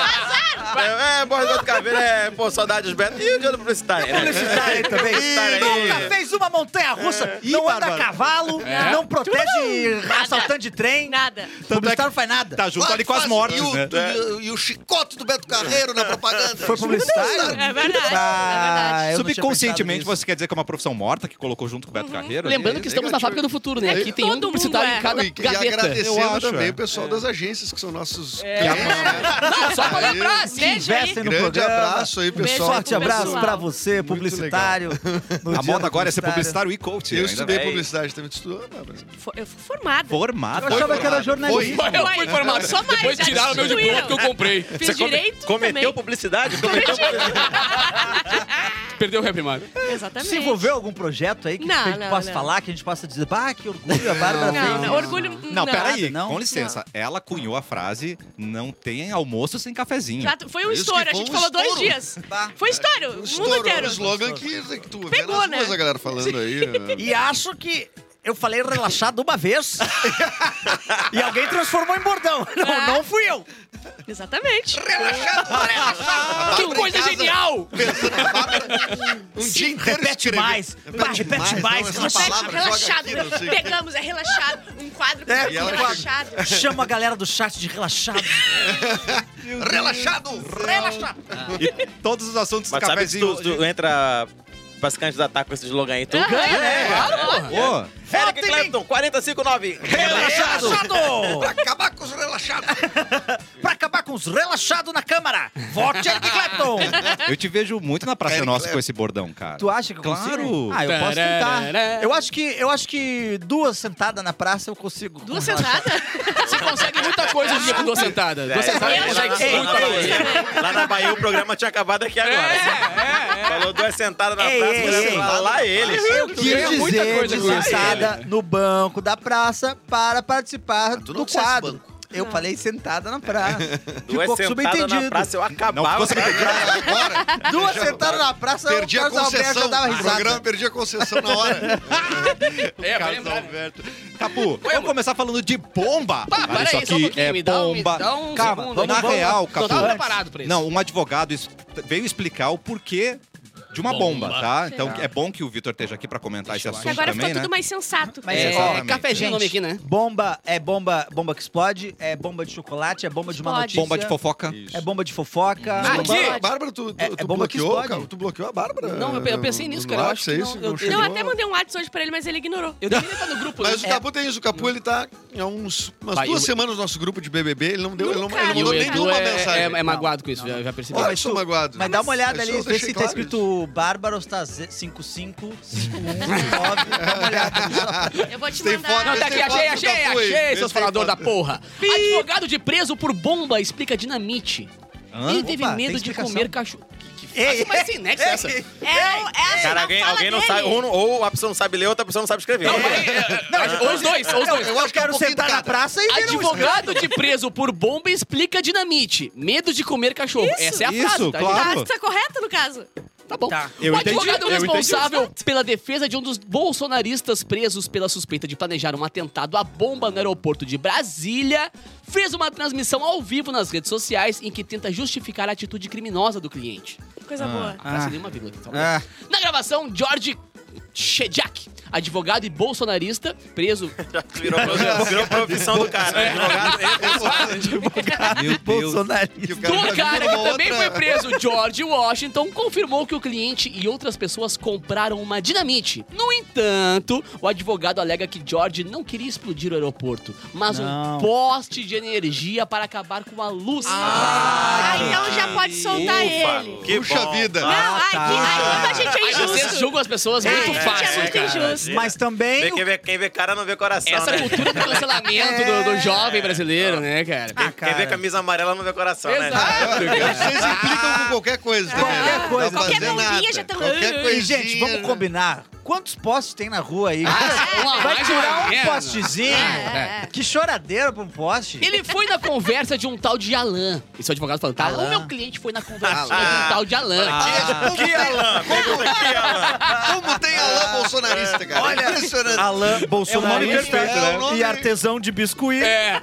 Speaker 5: publicitário. É, é, morte do Beto Carreiro é, pô, saudades do Beto. E o dia do publicitário? né?
Speaker 3: Publicitário também. É.
Speaker 5: Publicitário aí.
Speaker 3: Nunca fez uma montanha russa.
Speaker 6: Ih,
Speaker 3: não anda a
Speaker 6: Bárbara.
Speaker 3: cavalo, não protege assaltante de trem.
Speaker 4: Nada.
Speaker 3: Publicitário não faz nada.
Speaker 1: Tá junto
Speaker 6: Claro
Speaker 1: ali
Speaker 6: que
Speaker 1: com as
Speaker 6: faz.
Speaker 1: mortes,
Speaker 6: e o,
Speaker 1: né?
Speaker 6: e o- e o chicote do Beto Carreiro na propaganda.
Speaker 3: Foi publicitário? Ah,
Speaker 4: É verdade, é verdade.
Speaker 3: eu não tinha
Speaker 1: Subconscientemente,
Speaker 3: pensado nisso.
Speaker 1: você quer dizer que é uma profissão morta que colocou junto com o Beto
Speaker 3: Uhum.
Speaker 1: Carreiro? ali?
Speaker 2: Lembrando que estamos na fábrica do futuro, né? Aqui tem
Speaker 4: Todo
Speaker 2: um
Speaker 4: mundo
Speaker 2: publicitário
Speaker 4: é.
Speaker 2: em cada
Speaker 6: e, e
Speaker 2: gaveta.
Speaker 6: agradecendo
Speaker 1: eu acho,
Speaker 6: também
Speaker 1: é.
Speaker 6: o pessoal das agências, que são nossos
Speaker 1: Que
Speaker 6: clientes. né?
Speaker 2: Não, só pra
Speaker 6: Aí,
Speaker 2: lembrar, assim.
Speaker 4: Beijo aí.
Speaker 3: Investem no
Speaker 6: Grande
Speaker 3: programa. Um
Speaker 6: abraço aí,
Speaker 4: Beijo
Speaker 6: pessoal.
Speaker 3: Forte
Speaker 4: Pessoal.
Speaker 3: abraço pra você,
Speaker 6: Muito
Speaker 3: publicitário. no
Speaker 1: A
Speaker 3: dia
Speaker 1: moda
Speaker 3: do
Speaker 1: agora é ser publicitário e coach.
Speaker 6: Eu
Speaker 1: ainda
Speaker 6: estudei
Speaker 1: bem.
Speaker 6: publicidade também, tu Ah, estudou, Bárbara?
Speaker 4: Fo- Eu fui formada.
Speaker 1: Formado.
Speaker 3: Eu achava que era jornalista.
Speaker 2: Eu fui formado.
Speaker 4: Só mais,
Speaker 2: Depois
Speaker 4: já
Speaker 2: tiraram meu
Speaker 4: destruíram.
Speaker 2: diploma que eu comprei.
Speaker 4: Fiz direito
Speaker 5: Cometeu
Speaker 4: também.
Speaker 5: publicidade? Cometeu publicidade.
Speaker 2: Perdeu o Happy Mario.
Speaker 4: Exatamente.
Speaker 3: Se envolveu algum projeto aí que
Speaker 4: Não,
Speaker 3: a gente
Speaker 4: não,
Speaker 3: possa
Speaker 4: não.
Speaker 3: falar, que a gente possa dizer, bah, que orgulho, a é Bárbara fez.
Speaker 4: Não, não, orgulho...
Speaker 1: Não, peraí,
Speaker 3: Não.
Speaker 1: com licença. Ela cunhou a frase: não tem almoço sem cafezinho.
Speaker 4: Já t- foi um
Speaker 6: Isso
Speaker 4: estouro,
Speaker 6: que
Speaker 4: a
Speaker 6: foi
Speaker 4: gente
Speaker 6: um
Speaker 4: falou dois
Speaker 6: estouro. um
Speaker 4: dias.
Speaker 3: Tá.
Speaker 4: Foi um estouro, o mundo
Speaker 6: Estourou
Speaker 4: inteiro.
Speaker 6: O slogan que, que tu
Speaker 4: Pegou,
Speaker 6: vê nas
Speaker 4: né?
Speaker 6: ruas a galera falando aí. né? ó.
Speaker 3: E acho que eu falei relaxado uma vez e alguém transformou em bordão.
Speaker 4: É?
Speaker 3: Não, não fui eu.
Speaker 4: Exatamente.
Speaker 6: A
Speaker 2: Que
Speaker 6: Bárbara em
Speaker 2: coisa
Speaker 6: casa
Speaker 2: genial!
Speaker 6: pensando na Bárbara, Um dia inteiro
Speaker 3: Repete
Speaker 6: escrevendo.
Speaker 3: mais. Bah, repete
Speaker 6: não,
Speaker 3: mais.
Speaker 6: essa
Speaker 3: relaxa-
Speaker 4: Relaxado,
Speaker 6: palavra,
Speaker 4: relaxado.
Speaker 6: joga aqui, não sei o quê.
Speaker 4: Pegamos, é relaxado. Um quadro com
Speaker 3: É,
Speaker 4: tudo
Speaker 6: e ela-
Speaker 4: relaxado.
Speaker 3: Chama a galera do chat de relaxado.
Speaker 6: Relaxado! Relaxado!
Speaker 1: E todos os assuntos
Speaker 5: Mas
Speaker 1: do
Speaker 5: sabe que
Speaker 1: cafezinho.
Speaker 5: tu, tu entra pra se candidatar com esse slogan aí, tu
Speaker 4: Ah,
Speaker 5: ganha.
Speaker 4: é.
Speaker 1: Ô,
Speaker 5: Eric Clapton, 459.
Speaker 3: Relaxado!
Speaker 6: Pra acabar com os relaxados!
Speaker 3: Pra acabar com os relaxados na Câmara. Vote Eric Clapton.
Speaker 1: eu te vejo muito na Praça
Speaker 6: Eric
Speaker 1: Nossa
Speaker 6: Clapton.
Speaker 1: com esse bordão, cara.
Speaker 3: Tu acha que eu
Speaker 1: Claro.
Speaker 3: consigo? Ah, eu posso tentar. Eu acho que, eu acho que duas sentadas na praça eu consigo.
Speaker 4: Duas sentadas?
Speaker 2: Você consegue muita coisa hoje em dia com duas sentadas. Duas
Speaker 5: É,
Speaker 2: sentadas
Speaker 4: eu
Speaker 2: você
Speaker 5: lá,
Speaker 4: já
Speaker 5: na-
Speaker 2: consegue
Speaker 3: sei.
Speaker 5: lá na
Speaker 2: muita coisa.
Speaker 5: Bahia. Lá na Bahia o programa tinha acabado
Speaker 7: é,
Speaker 5: aqui agora. Falou duas sentadas na
Speaker 3: Ei,
Speaker 5: praça,
Speaker 3: ei,
Speaker 5: mulher,
Speaker 3: ei.
Speaker 5: lá, lá eles.
Speaker 3: Eu
Speaker 2: Tu
Speaker 3: quis
Speaker 2: ganha muita
Speaker 3: dizer
Speaker 2: coisa
Speaker 3: de
Speaker 2: com isso.
Speaker 3: sentada no banco da praça para participar
Speaker 6: Mas né? Ah, tu não
Speaker 3: do
Speaker 6: dissesse
Speaker 3: quadro.
Speaker 6: banco. É.
Speaker 3: Eu
Speaker 4: Não.
Speaker 3: falei sentada na praça.
Speaker 5: Duas
Speaker 3: Ficou
Speaker 5: sentadas
Speaker 3: subentendido.
Speaker 5: é na praça, eu
Speaker 1: Não,
Speaker 5: acabava.
Speaker 1: ficou sem
Speaker 6: Agora,
Speaker 3: Duas sentadas na praça,
Speaker 6: perdi
Speaker 3: o
Speaker 6: a
Speaker 3: Carlos Alberto já
Speaker 6: concessão.
Speaker 3: dava
Speaker 6: O programa
Speaker 3: risada.
Speaker 6: perdi a concessão na hora.
Speaker 2: É, vai
Speaker 6: Carlos
Speaker 2: lembrar.
Speaker 6: Alberto.
Speaker 1: Tapu, vamos começar falando de bomba.
Speaker 2: Pá,
Speaker 1: Cara,
Speaker 2: pera
Speaker 1: isso
Speaker 2: aí, só um
Speaker 1: aqui
Speaker 2: pouquinho,
Speaker 1: é
Speaker 2: me dá um- me
Speaker 1: bomba.
Speaker 2: dá um
Speaker 1: Calma,
Speaker 2: segundo,
Speaker 1: na
Speaker 2: vamos- vamos-
Speaker 1: real,
Speaker 2: Não tava
Speaker 1: Capu,
Speaker 2: preparado pra isso.
Speaker 1: Não, um advogado es- veio explicar o porquê de uma bomba,
Speaker 2: Bomba.
Speaker 1: tá? Então é bom que o Vitor esteja aqui pra comentar
Speaker 2: Deixa
Speaker 1: esse
Speaker 2: eu
Speaker 1: assunto
Speaker 4: Que agora
Speaker 1: também,
Speaker 4: ficou
Speaker 1: né?
Speaker 4: tudo mais sensato.
Speaker 3: Mas
Speaker 2: É,
Speaker 3: é só-
Speaker 1: exatamente.
Speaker 2: cafezinho o nome aqui, né?
Speaker 3: Bomba é bomba, bomba que explode, é bomba de chocolate, é bomba de uma
Speaker 4: Explode.
Speaker 3: notícia.
Speaker 1: Bomba de fofoca.
Speaker 3: É bomba de fofoca.
Speaker 2: Ah,
Speaker 3: bomba-
Speaker 2: aqui.
Speaker 6: Bárbara, Bárbara, tu, tu,
Speaker 3: É- é
Speaker 6: tu
Speaker 3: bomba que
Speaker 6: bloqueou,
Speaker 3: explode.
Speaker 6: cara? Tu bloqueou a Bárbara?
Speaker 2: Não, eu pe- eu
Speaker 6: no-
Speaker 2: pensei nisso,
Speaker 6: no
Speaker 2: cara, eu
Speaker 6: WhatsApp,
Speaker 2: acho
Speaker 6: é
Speaker 2: que
Speaker 6: isso?
Speaker 2: não, eu-
Speaker 6: chegou?
Speaker 4: Não, até mandei um WhatsApp hoje pra ele, mas ele ignorou.
Speaker 2: Eu devia estar no grupo, né?
Speaker 6: Mas o Capu tem isso. O Capu, ele tá há uns, umas
Speaker 2: Vai,
Speaker 6: duas
Speaker 2: eu-
Speaker 6: semanas no nosso grupo de BBB. Ele não, deu, ele não,
Speaker 4: Nunca
Speaker 6: ele não
Speaker 4: vi
Speaker 2: E o
Speaker 6: mandou nem
Speaker 2: Edu
Speaker 6: nenhuma
Speaker 2: é, é,
Speaker 6: mensagem.
Speaker 2: é magoado com isso, já, já percebi.
Speaker 6: Olha,
Speaker 3: mas
Speaker 6: sou
Speaker 3: tu-
Speaker 6: magoado.
Speaker 3: Mas dá uma olhada
Speaker 6: Mas
Speaker 3: ali, vê
Speaker 6: eu
Speaker 3: se
Speaker 6: deixei
Speaker 3: tá
Speaker 6: claro
Speaker 3: escrito Bárbaros tá 55, 5119. Dá uma olhada ali.
Speaker 4: Eu vou te
Speaker 6: Tem
Speaker 4: mandar.
Speaker 6: foto,
Speaker 2: Não, tá aqui,
Speaker 6: Esse
Speaker 2: achei,
Speaker 6: quadro
Speaker 2: achei,
Speaker 6: nunca foi.
Speaker 2: achei,
Speaker 6: Esse
Speaker 2: seus falador da
Speaker 6: quadro.
Speaker 2: porra. Advogado de preso por bomba explica dinamite.
Speaker 1: Hã?
Speaker 2: Ele teve
Speaker 3: Opa, tem
Speaker 2: medo de
Speaker 3: explicação.
Speaker 2: comer cachorro. Que, que
Speaker 3: Ei,
Speaker 2: frase mais sem nexo é essa?
Speaker 4: É, o- é assim,
Speaker 5: Cara,
Speaker 4: a
Speaker 5: alguém,
Speaker 4: fala
Speaker 5: alguém não
Speaker 4: dele. Tá
Speaker 5: sabe. um Ou, não- ou a pessoa não sabe ler, outra pessoa não sabe escrever.
Speaker 2: Não, mas, é, é, ou os dois, ou os dois.
Speaker 6: Eu acho que é um
Speaker 3: quero
Speaker 6: pouquinho
Speaker 3: sentar
Speaker 6: de
Speaker 3: na
Speaker 6: cada.
Speaker 3: praça e ver um
Speaker 2: Advogado de preso por bomba explica dinamite. Medo de comer cachorro.
Speaker 4: Isso.
Speaker 2: Essa é a
Speaker 1: Isso,
Speaker 2: frase, tá, gente?
Speaker 1: claro.
Speaker 4: Tá, tá correto, no caso.
Speaker 2: Tá bom.
Speaker 3: Tá.
Speaker 1: Eu
Speaker 2: o
Speaker 1: entendi,
Speaker 2: advogado
Speaker 1: eu
Speaker 2: responsável pela defesa de um dos bolsonaristas presos pela suspeita de planejar um atentado à bomba no aeroporto de Brasília fez uma transmissão ao vivo nas redes sociais em que tenta justificar a atitude criminosa do cliente.
Speaker 4: Coisa boa.
Speaker 2: Ah, frase
Speaker 3: Ah.
Speaker 2: nenhuma vírgula. Então,
Speaker 3: Ah.
Speaker 2: Na gravação, George Shedjak, advogado e bolsonarista, preso.
Speaker 5: Virou, virou profissão do cara.
Speaker 3: É.
Speaker 5: né?
Speaker 3: [laughs]
Speaker 5: Advogado, ele-
Speaker 1: Meu Deus.
Speaker 3: bolsonarista.
Speaker 6: o
Speaker 2: do
Speaker 6: tá
Speaker 2: cara
Speaker 6: vindo
Speaker 2: que
Speaker 6: uma
Speaker 2: também foi
Speaker 6: outra-
Speaker 2: preso, George Washington, confirmou que o cliente e outras pessoas compraram uma dinamite. No entanto, o advogado alega que George não queria explodir o aeroporto, mas
Speaker 3: Não.
Speaker 2: um poste de energia para acabar com a luz.
Speaker 4: Ah, então já pode soltar
Speaker 5: Ufa,
Speaker 4: ele.
Speaker 5: que
Speaker 6: Puxa
Speaker 5: bom.
Speaker 6: vida. Ah,
Speaker 4: Não, ai,
Speaker 3: tá.
Speaker 4: que, ai, como a gente é
Speaker 2: Aí vocês
Speaker 4: injusto.
Speaker 2: julgam as pessoas
Speaker 4: Ai,
Speaker 2: muito
Speaker 4: gente,
Speaker 2: fácil, né,
Speaker 4: é muito
Speaker 2: cara.
Speaker 4: injusto.
Speaker 3: Mas também
Speaker 5: Vê
Speaker 3: o
Speaker 5: Quem vê, quem vê cara não vê coração,
Speaker 2: Essa
Speaker 5: né?
Speaker 2: cultura do cancelamento do, do jovem brasileiro, né, cara?
Speaker 3: Ah,
Speaker 5: Quem vê camisa amarela não vê coração, né?
Speaker 2: Exato, cara.
Speaker 6: Vocês implicam com qualquer coisa também.
Speaker 3: Qualquer
Speaker 6: né?
Speaker 3: coisa.
Speaker 6: Não
Speaker 4: Qualquer
Speaker 6: fazer
Speaker 4: bombinha
Speaker 6: nada.
Speaker 4: já tá-
Speaker 6: Qualquer
Speaker 4: Ih,
Speaker 3: E,
Speaker 6: coisinha,
Speaker 3: gente, vamos
Speaker 6: né?
Speaker 3: combinar. Quantos postes tem na rua aí?
Speaker 2: uma
Speaker 3: Vai
Speaker 2: mais
Speaker 3: tirar
Speaker 2: ou
Speaker 3: um
Speaker 2: menos.
Speaker 3: postezinho?
Speaker 4: É.
Speaker 3: Que choradeira pra um poste.
Speaker 2: Ele foi na conversa de um tal de Alan. Esse é o advogado falando, tá?
Speaker 4: Ah.
Speaker 3: Alan.
Speaker 2: O meu cliente foi na conversa de um tal de Alan.
Speaker 6: Ah,
Speaker 5: Que Alan? Pergunta aqui, Alan.
Speaker 6: Como tem Alain bolsonarista, cara?
Speaker 3: Olha,
Speaker 6: Impressionante.
Speaker 3: Alain
Speaker 7: Bolsonaro
Speaker 3: Bolsonaro É um
Speaker 6: perfeito, né?
Speaker 7: E artesão de biscuit.
Speaker 2: É.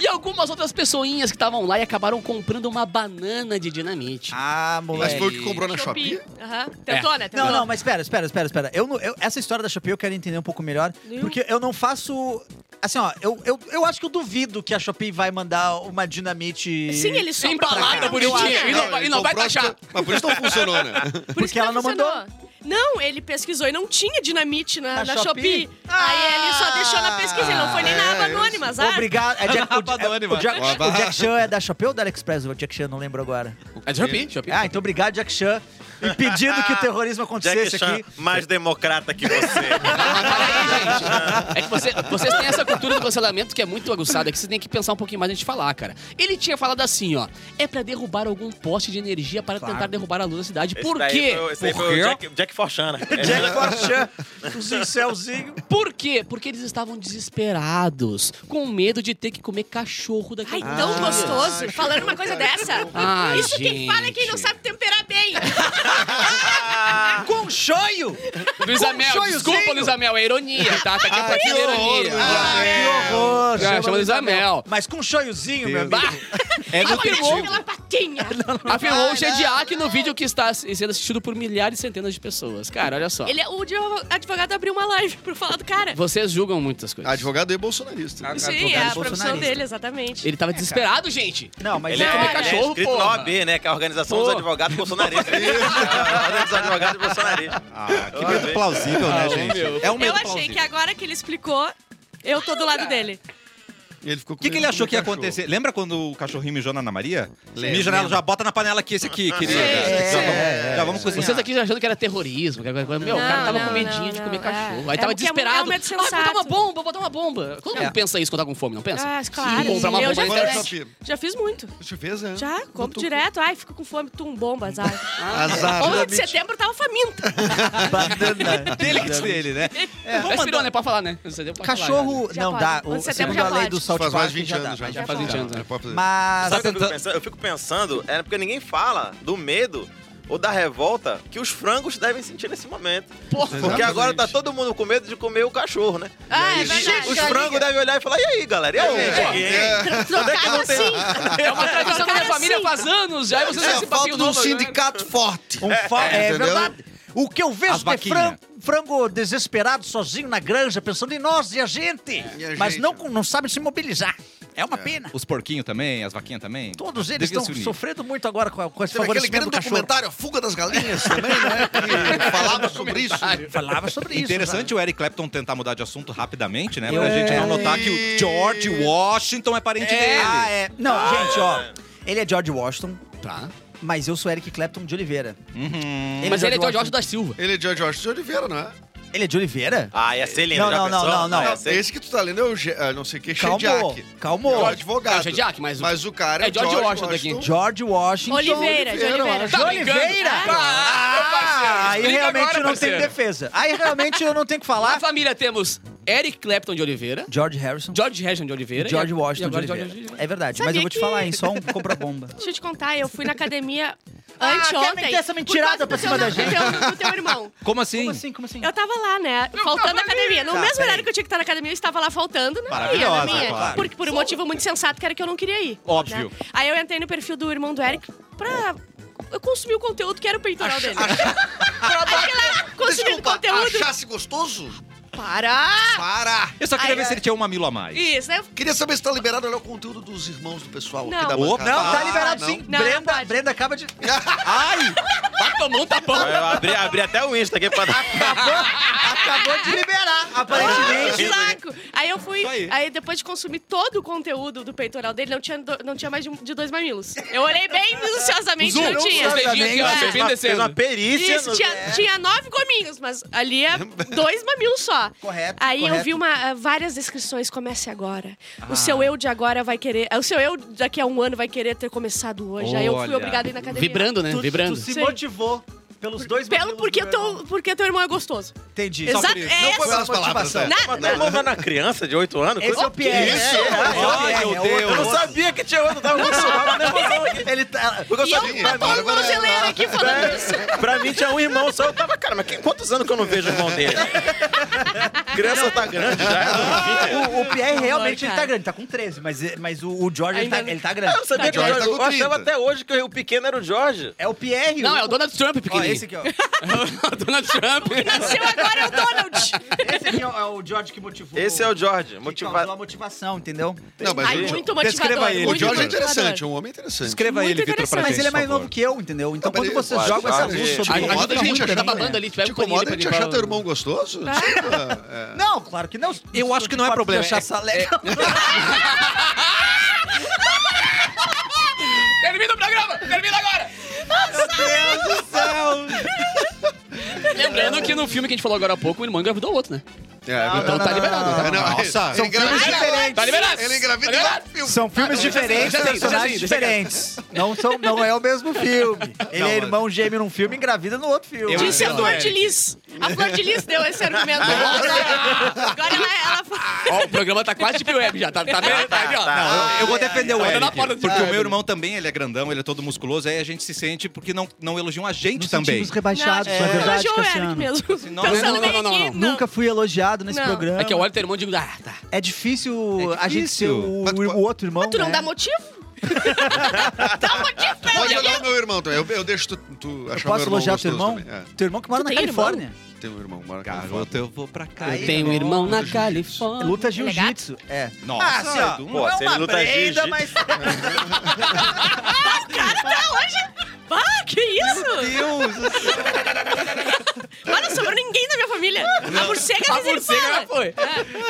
Speaker 2: e algumas outras pessoinhas que estavam lá e acabaram comprando uma banana de dinamite.
Speaker 3: Ah,
Speaker 6: Mas
Speaker 3: moleque.
Speaker 6: foi o que comprou na Shopee?
Speaker 4: Aham. Tentou, né? Tentou.
Speaker 3: Não, não, mas espera, espera, espera, espera. Eu, não- eu- essa história da Shopee eu quero entender um pouco melhor,
Speaker 4: Meu.
Speaker 3: porque eu não faço... Assim, ó, eu, eu, eu acho que eu duvido que a Shopee vai mandar uma dinamite...
Speaker 4: Sim, ele só
Speaker 2: Embalada bonitinha. E não, vai- e não vai
Speaker 6: comprou,
Speaker 2: taxar.
Speaker 6: Mas por isso não funcionou, né?
Speaker 3: Porque ela não
Speaker 4: mandou. Não, ele pesquisou e não tinha dinamite na,
Speaker 3: Na
Speaker 4: na
Speaker 3: Shopee?
Speaker 4: Shopee. Aí ele só deixou na pesquisa, ele não foi nem na aba
Speaker 6: é,
Speaker 4: anônima, azar.
Speaker 3: Obrigado. É Jack, o, é,
Speaker 1: Rapadone,
Speaker 3: o, Jack,
Speaker 6: mano.
Speaker 3: o Jack Chan é da Shopee ou da AliExpress? O Jack Chan, eu não lembro agora.
Speaker 2: É de Shopee, Shopee.
Speaker 3: Ah, então obrigado, Jack Chan. E pedindo que o terrorismo acontecesse
Speaker 5: Jack Chan,
Speaker 3: aqui.
Speaker 5: mais democrata que você.
Speaker 2: [laughs] Mas peraí, então tá gente. É que você- vocês têm essa cultura do cancelamento que é muito aguçada, que vocês têm que pensar um pouquinho mais antes de falar, cara. Ele tinha falado assim, ó. É pra derrubar algum poste de energia para tentar derrubar a luz da cidade.
Speaker 5: Esse
Speaker 2: Por
Speaker 5: daí
Speaker 2: quê?
Speaker 5: foi- Esse daí
Speaker 2: Por
Speaker 5: foi
Speaker 2: quê?
Speaker 5: o Jack, Jack né? Forchana.
Speaker 3: Jack Chan, os incelzinhos.
Speaker 2: Por quê? Porque eles estavam desesperados, com medo de ter que comer cachorro
Speaker 4: Ai,
Speaker 2: daquele
Speaker 4: tão
Speaker 3: Ah,
Speaker 2: dia.
Speaker 4: gostoso. Falando uma
Speaker 3: é.
Speaker 4: coisa dessa.
Speaker 2: Ai,
Speaker 4: Isso quem
Speaker 2: gente.
Speaker 4: fala é quem não sabe temperar bem.
Speaker 3: Com um choio!
Speaker 2: Luiz
Speaker 4: um
Speaker 2: Amel,
Speaker 3: joiozinho.
Speaker 2: desculpa, Luiz Amel, é ironia, tá? Tá
Speaker 5: Ah,
Speaker 2: aqui pra
Speaker 6: que horror,
Speaker 2: ironia.
Speaker 6: Luiz
Speaker 2: Ah,
Speaker 6: Amel.
Speaker 3: Que horror!
Speaker 2: É, chama de Isabel.
Speaker 3: Mas com choiozinho, meu
Speaker 2: bah.
Speaker 3: amigo.
Speaker 1: É
Speaker 4: Ela
Speaker 1: no
Speaker 4: mexe pela
Speaker 3: [laughs]
Speaker 4: patinha.
Speaker 2: Afirmou o
Speaker 4: né?
Speaker 2: Shediak no vídeo que está sendo assistido por milhares e centenas de pessoas. Cara, olha só.
Speaker 4: Ele, é- o advogado abriu uma live pra falar do cara.
Speaker 2: Vocês julgam muitas coisas.
Speaker 6: Advogado e bolsonarista.
Speaker 4: Sim, é a profissão
Speaker 3: bolsonarista.
Speaker 4: dele, exatamente.
Speaker 2: Ele tava desesperado, gente.
Speaker 3: Não, mas
Speaker 5: Ele,
Speaker 2: Não,
Speaker 5: é,
Speaker 2: comer
Speaker 5: ele é
Speaker 2: cachorro,
Speaker 5: inscrito
Speaker 2: porra.
Speaker 5: na OAB, né? Que é a Organização
Speaker 2: Porra.
Speaker 5: dos Advogados
Speaker 2: [laughs]
Speaker 5: Bolsonaristas. [laughs] É a Ordem dos Advogados Bolsonaristas.
Speaker 1: Ah, que medo plausível, né, gente? É um
Speaker 4: Eu
Speaker 1: medo
Speaker 4: achei que
Speaker 1: plausível.
Speaker 4: agora que ele explicou, eu tô do lado dele.
Speaker 6: E ele ficou
Speaker 1: O que, que ele achou que ia acontecer? Lembra quando o cachorrinho mijou na Ana Maria? Mija nela, já bota na panela aqui esse aqui, querida.
Speaker 4: É,
Speaker 1: já, vamos, já vamos cozinhar.
Speaker 2: Vocês aqui já achando que era terrorismo. Que agora, meu, o cara
Speaker 4: Não,
Speaker 2: tava com
Speaker 4: não,
Speaker 2: medinho
Speaker 4: não,
Speaker 2: de comer
Speaker 4: não,
Speaker 2: cachorro.
Speaker 4: é.
Speaker 2: Aí tava
Speaker 4: É porque é um- é
Speaker 2: desesperado.
Speaker 4: um medo
Speaker 2: ah, vou botar uma
Speaker 4: sensato. É.
Speaker 2: bomba, vou botar uma bomba. Todo mundo pensa isso quando tá com fome, não pensa?
Speaker 4: Ah, claro.
Speaker 2: Vou comprar uma
Speaker 4: eu
Speaker 2: bomba né,
Speaker 4: já,
Speaker 2: na
Speaker 6: Agora
Speaker 2: internet.
Speaker 6: só
Speaker 4: fiz,
Speaker 6: pira.
Speaker 4: já fiz muito.
Speaker 6: Você fez, é?
Speaker 4: Já, como direto. Ai, fico com fome, tum, bomba, azar.
Speaker 2: Ah,
Speaker 6: Azar. né?
Speaker 4: 11 de setembro eu tava faminta.
Speaker 3: Banana.
Speaker 1: Dele que dele, né?
Speaker 2: Já expirou, né? Pode falar, né? Você deu pra falar, já, né?
Speaker 3: Cachorro.
Speaker 4: Já
Speaker 3: não,
Speaker 4: pode.
Speaker 3: dá.
Speaker 4: Quando
Speaker 3: O,
Speaker 4: você tem,
Speaker 3: segundo
Speaker 4: já
Speaker 3: a lei
Speaker 4: pode.
Speaker 3: do
Speaker 6: Isso
Speaker 3: Salt
Speaker 6: faz
Speaker 3: Park,
Speaker 6: mais de 20
Speaker 3: tipo, ah, já dá.
Speaker 6: anos já.
Speaker 2: Já faz 20 anos, né?
Speaker 3: Mas.
Speaker 5: Sabe o que eu fico pensando? Eu fico pensando, é porque ninguém fala do medo ou da revolta que os frangos devem sentir nesse momento.
Speaker 2: Porra.
Speaker 5: Porque agora
Speaker 6: Exatamente.
Speaker 5: tá todo mundo com medo de comer o cachorro, né?
Speaker 4: Ah, é
Speaker 5: E
Speaker 4: verdade.
Speaker 5: Os frangos devem olhar e falar, e aí, galera? E aí, gente?
Speaker 2: né?
Speaker 5: Onde é que não tem...
Speaker 2: É uma
Speaker 4: Ah,
Speaker 2: tradição da minha família faz anos já. E vocês
Speaker 6: Isso
Speaker 2: nesse
Speaker 6: é falta
Speaker 2: papinho
Speaker 6: de um
Speaker 2: novo. né?
Speaker 6: sindicato
Speaker 3: [laughs]
Speaker 6: forte.
Speaker 3: Um fa- é,
Speaker 6: entendeu?
Speaker 3: verdade. O que eu
Speaker 1: As
Speaker 3: vejo é
Speaker 1: vaquinha.
Speaker 3: frango, frango desesperado, sozinho na granja, pensando em nós e a gente.
Speaker 6: E a
Speaker 3: mas
Speaker 6: gente,
Speaker 3: não,
Speaker 6: né?
Speaker 3: com- não sabe se mobilizar. É uma pena.
Speaker 1: Os porquinhos também, as vaquinhas também.
Speaker 3: Todos eles
Speaker 1: Deviam
Speaker 3: estão
Speaker 1: se unir.
Speaker 3: sofrendo muito agora com, a- com esse
Speaker 6: Teve aquele
Speaker 3: favorecimento
Speaker 6: é grande
Speaker 3: do cachorro.
Speaker 6: documentário, A Fuga das Galinhas, também, né? Que falava sobre isso.
Speaker 3: Falava sobre isso.
Speaker 1: Interessante o Eric Clapton tentar mudar de assunto rapidamente, né? Pra
Speaker 3: Eu-
Speaker 1: gente não notar que o George Washington é parente
Speaker 3: É,
Speaker 1: dele.
Speaker 3: ah, é. Não, gente, ó. Ele é George Washington,
Speaker 2: Tá.
Speaker 3: mas eu sou Eric Clapton de Oliveira.
Speaker 1: Uhum.
Speaker 2: Mas ele é George Washington da Silva.
Speaker 6: Ele é George Washington de Oliveira, não é?
Speaker 3: Ele é de Oliveira?
Speaker 5: Ah, ia ser lindo,
Speaker 3: Não,
Speaker 5: já
Speaker 3: não, não,
Speaker 5: pensou?
Speaker 3: não, não.
Speaker 5: Ah, ia ser-
Speaker 6: Esse que tu tá lendo é o... Ge- ah, não sei o que,
Speaker 3: Calmou,
Speaker 6: Shediak.
Speaker 3: calmou.
Speaker 6: É o advogado.
Speaker 2: É o Shediak, mas o-
Speaker 6: Mas o cara é,
Speaker 2: É George Washington daqui.
Speaker 3: George Washington.
Speaker 4: Oliveira, de
Speaker 6: Oliveira, eu
Speaker 4: Oliveira.
Speaker 6: acho.
Speaker 2: Tá
Speaker 3: Oliveira?
Speaker 2: brincando? Ah,
Speaker 3: Ah, aí
Speaker 2: explica
Speaker 3: realmente
Speaker 2: agora,
Speaker 3: eu não tenho
Speaker 2: parceiro.
Speaker 3: defesa. Aí realmente eu não tenho o que
Speaker 2: Na
Speaker 3: falar.
Speaker 2: família temos Eric Clapton de Oliveira,
Speaker 3: George Harrison.
Speaker 2: George Harrison de Oliveira.
Speaker 3: George
Speaker 2: e- e
Speaker 3: Washington de
Speaker 2: agora
Speaker 3: Oliveira.
Speaker 2: George
Speaker 3: É verdade, mas
Speaker 4: Sabia
Speaker 3: eu vou te
Speaker 4: que-
Speaker 3: falar, hein? Só um compra-bomba.
Speaker 4: Deixa eu te contar, eu fui na academia
Speaker 3: Ah, quer
Speaker 4: anteontem.
Speaker 3: meter essa mentirada
Speaker 4: por causa
Speaker 3: pra
Speaker 4: do
Speaker 3: cima
Speaker 4: teu-
Speaker 3: da gente?
Speaker 4: Do teu, do teu irmão.
Speaker 1: Como assim?
Speaker 3: Como assim?
Speaker 4: Eu tava lá, né? faltando na academia. No
Speaker 3: Tá,
Speaker 4: mesmo
Speaker 3: peraí.
Speaker 4: horário que eu tinha que estar na academia, eu estava lá faltando. Não ia
Speaker 1: Maravilhosa,
Speaker 4: na minha.
Speaker 1: claro.
Speaker 4: Porque por um motivo muito sensato, que era que eu não queria ir.
Speaker 1: Óbvio.
Speaker 4: né? Aí eu entrei no perfil do irmão do Eric pra. Eu consumi o conteúdo que era o peitoral dele. Aí fui lá, consumi o
Speaker 6: Desculpa,
Speaker 4: conteúdo.
Speaker 6: achasse gostoso?
Speaker 4: Para!
Speaker 6: Para!
Speaker 1: Eu só queria
Speaker 4: Ai,
Speaker 1: ver
Speaker 4: ai.
Speaker 1: se ele tinha um mamilo a mais.
Speaker 4: Isso, né?
Speaker 6: Queria saber se tá liberado olhar o conteúdo dos irmãos do pessoal
Speaker 4: Não.
Speaker 6: aqui da
Speaker 1: Opa,
Speaker 6: bancada.
Speaker 3: Não, tá
Speaker 6: Ah,
Speaker 3: liberado
Speaker 6: não.
Speaker 3: sim.
Speaker 4: Não,
Speaker 3: Brenda,
Speaker 4: pode.
Speaker 3: Brenda acaba de.
Speaker 1: Ai!
Speaker 2: Vai tomar um tapão.
Speaker 5: Eu abri, abri até o Insta aqui pra dar...
Speaker 3: Acabou de liberar, aparentemente.
Speaker 4: Que "Ah, saco! Aí eu fui.
Speaker 1: Isso aí.
Speaker 4: Aí. depois de consumir todo o conteúdo do peitoral dele, não tinha, do- não tinha mais de, um- de dois mamilos. Eu olhei bem minuciosamente,
Speaker 2: Zoom,
Speaker 4: não tinha.
Speaker 2: os né? dedinhos aqui, ó,
Speaker 4: É.
Speaker 2: vocês vêm
Speaker 5: Fez uma
Speaker 2: descendo.
Speaker 5: perícia
Speaker 4: Isso,
Speaker 5: no-
Speaker 4: tinha, tinha nove gominhos, mas ali é dois mamilos só.
Speaker 3: Correto,
Speaker 4: Aí
Speaker 3: correto.
Speaker 4: eu vi uma, ah, várias descrições, comece agora. O seu eu de agora vai querer... O seu eu daqui a um ano vai querer ter começado hoje. Aí eu fui
Speaker 1: Olha.
Speaker 4: obrigada a ir na academia.
Speaker 2: Vibrando, né?
Speaker 3: Tu, tu
Speaker 2: Vibrando.
Speaker 3: se
Speaker 4: Sim.
Speaker 3: motivou. Pelos dois
Speaker 4: Pelo porque teu, porque teu irmão é gostoso.
Speaker 3: Entendi.
Speaker 1: Só
Speaker 4: Exato.
Speaker 1: por
Speaker 4: É
Speaker 1: isso.
Speaker 6: Não
Speaker 4: essa.
Speaker 6: foi pelas palavras,
Speaker 3: motivação.
Speaker 6: é.
Speaker 4: Nada.
Speaker 5: Mas não manda na criança de 8 anos?
Speaker 3: Esse é o Pierre.
Speaker 5: Isso.
Speaker 3: É, é, é,
Speaker 1: Ai,
Speaker 3: é,
Speaker 1: meu
Speaker 3: é, é,
Speaker 1: Deus.
Speaker 3: é outro
Speaker 5: Eu não
Speaker 3: moço.
Speaker 5: sabia que tinha outro. Tava emocionado, né, mano?
Speaker 3: Ele tá...
Speaker 4: E eu, eu tô
Speaker 6: Agora,
Speaker 4: um
Speaker 6: agora,
Speaker 4: brasileiro aqui
Speaker 7: É.
Speaker 4: falando isso.
Speaker 5: Pra mim tinha um irmão só. Eu tava, cara, mas que- quantos anos que eu não vejo o irmão dele? criança tá grande já. é novinha.
Speaker 3: O, o Pierre realmente
Speaker 4: Ai,
Speaker 3: ele
Speaker 4: cara.
Speaker 3: tá grande, tá com 13, mas, mas o, o George ele
Speaker 4: Ainda
Speaker 3: tá,
Speaker 4: não-
Speaker 3: ele tá
Speaker 5: Eu
Speaker 3: grande.
Speaker 5: não sabia que o
Speaker 6: Jorge
Speaker 5: Jorge.
Speaker 6: tá com
Speaker 5: eu achava
Speaker 6: 30.
Speaker 5: até hoje que o pequeno era o Jorge.
Speaker 3: É o Pierre.
Speaker 2: Não,
Speaker 3: o-
Speaker 2: é o Donald Trump,
Speaker 3: Ó,
Speaker 2: pequenininho.
Speaker 3: esse
Speaker 2: [laughs]
Speaker 3: aqui, ó.
Speaker 2: o Donald Trump.
Speaker 4: Nasceu agora é o Donald.
Speaker 3: Esse aqui é o, é o George que motivou.
Speaker 5: Esse é o Jorge.
Speaker 3: que
Speaker 5: motivado.
Speaker 3: causou a motivação, entendeu?
Speaker 6: Não, mas
Speaker 4: Ai,
Speaker 6: o,
Speaker 4: muito
Speaker 1: descreva
Speaker 4: motivador.
Speaker 1: ele,
Speaker 6: o
Speaker 4: muito
Speaker 6: George é
Speaker 1: motivador.
Speaker 6: interessante, é um homem interessante.
Speaker 1: Escreva
Speaker 4: Muito
Speaker 1: ele, Vitor, pra
Speaker 4: interessante.
Speaker 1: gente.
Speaker 3: Mas ele é mais
Speaker 1: por favor.
Speaker 3: novo que eu, entendeu? Então
Speaker 6: Ah, mas
Speaker 3: quando
Speaker 6: ele-
Speaker 3: vocês
Speaker 5: Olha,
Speaker 3: jogam
Speaker 5: olha,
Speaker 3: essas músicas
Speaker 5: gente,
Speaker 3: sobre é
Speaker 2: a
Speaker 3: ele,
Speaker 2: gente
Speaker 6: incomoda
Speaker 2: tá
Speaker 6: a gente
Speaker 2: muito
Speaker 6: achar-
Speaker 2: tá babando ali. Tiver
Speaker 6: Te
Speaker 2: um paninho ali
Speaker 6: incomoda a
Speaker 2: pra
Speaker 6: gente
Speaker 2: ele
Speaker 6: achar
Speaker 2: falar.
Speaker 6: teu irmão gostoso?
Speaker 4: Ah.
Speaker 6: Desculpa, é.
Speaker 3: Não, claro que não.
Speaker 1: Eu acho que não é problema,
Speaker 3: Achar
Speaker 1: é-
Speaker 3: salé- [laughs]
Speaker 2: Termina o programa! Termina agora! [laughs] Lembrando que no filme que a gente falou agora há pouco, o irmão engravidou o outro, né?
Speaker 6: É,
Speaker 3: Não,
Speaker 6: verdade.
Speaker 2: Então
Speaker 3: não,
Speaker 2: tá
Speaker 3: não,
Speaker 2: liberado.
Speaker 3: não,
Speaker 2: tá?
Speaker 3: não,
Speaker 6: É, não,
Speaker 1: nossa.
Speaker 6: Ele engravida,
Speaker 2: Tá liberado!
Speaker 6: ele engravida
Speaker 2: Tá
Speaker 6: igual
Speaker 2: liberado?
Speaker 6: filme.
Speaker 7: São filmes diferentes,
Speaker 2: já sei, já sei,
Speaker 3: personagens
Speaker 2: já sei.
Speaker 3: diferentes. Não, são, não é o mesmo filme. Ele
Speaker 1: Não,
Speaker 3: é irmão gêmeo num filme e engravida no outro filme.
Speaker 1: Eu-
Speaker 4: Disse a
Speaker 1: Entendo,
Speaker 4: Flor
Speaker 1: Eric.
Speaker 4: de Lis. A Flor de Lis deu esse argumento. Agora ela, ela fala.
Speaker 2: Ó, o programa tá quase tipo web já. Tá, tá, tá, tá ali, ó.
Speaker 1: Não, eu, eu vou defender o
Speaker 2: Tá
Speaker 1: Eric,
Speaker 2: na porta do
Speaker 1: porque
Speaker 2: Thiago.
Speaker 1: o meu irmão também, ele é grandão, ele é todo musculoso, aí a gente se sente porque não, não elogiam a gente
Speaker 3: Nos
Speaker 1: também.
Speaker 3: sentimos rebaixados,
Speaker 4: Não,
Speaker 3: na verdade,
Speaker 4: elogiou o Eric
Speaker 3: Cassiano.
Speaker 4: mesmo. é
Speaker 1: não,
Speaker 4: Pensando
Speaker 2: Tipo assim, não,
Speaker 4: bem
Speaker 2: não, não,
Speaker 4: aqui,
Speaker 2: não.
Speaker 3: Nunca fui elogiado nesse
Speaker 4: Não.
Speaker 3: programa.
Speaker 2: É que eu olho o teu irmão e digo, ah, tá.
Speaker 3: É difícil,
Speaker 1: É
Speaker 3: a gente ser o,
Speaker 6: Mas tu-
Speaker 3: o outro irmão.
Speaker 4: Tu não
Speaker 3: né? [laughs]
Speaker 4: dá motivo? dá um motivo pra
Speaker 6: Pode
Speaker 4: ela.
Speaker 6: olhar o meu irmão também. Eu, eu deixo tu, tu
Speaker 3: Eu posso
Speaker 6: achar meu irmão
Speaker 3: elogiar teu
Speaker 6: gostoso
Speaker 3: irmão? é.
Speaker 6: também.
Speaker 3: Teu irmão que mora
Speaker 4: Tu
Speaker 3: na
Speaker 4: tem irmão?
Speaker 3: Califórnia.
Speaker 6: É, tem um irmão, mora cá.
Speaker 1: Garoto, eu vou pra cá.
Speaker 3: Aí,
Speaker 2: Tem um
Speaker 3: tá
Speaker 2: irmão
Speaker 3: bom.
Speaker 2: na Califórnia.
Speaker 3: Luta
Speaker 4: legal.
Speaker 3: jiu-jitsu. É.
Speaker 1: Nossa,
Speaker 3: Ah, assim, ó,
Speaker 1: Edu.
Speaker 2: É
Speaker 5: Pô, se ele luta
Speaker 3: prenda,
Speaker 5: jiu-jitsu- [laughs]
Speaker 3: mas...
Speaker 4: Ah, que isso?
Speaker 1: Meu Deus!
Speaker 4: Mas não sobrou ninguém da minha família. A morcega
Speaker 2: A
Speaker 4: às vezes ele
Speaker 2: morcega já
Speaker 4: fala.
Speaker 2: foi.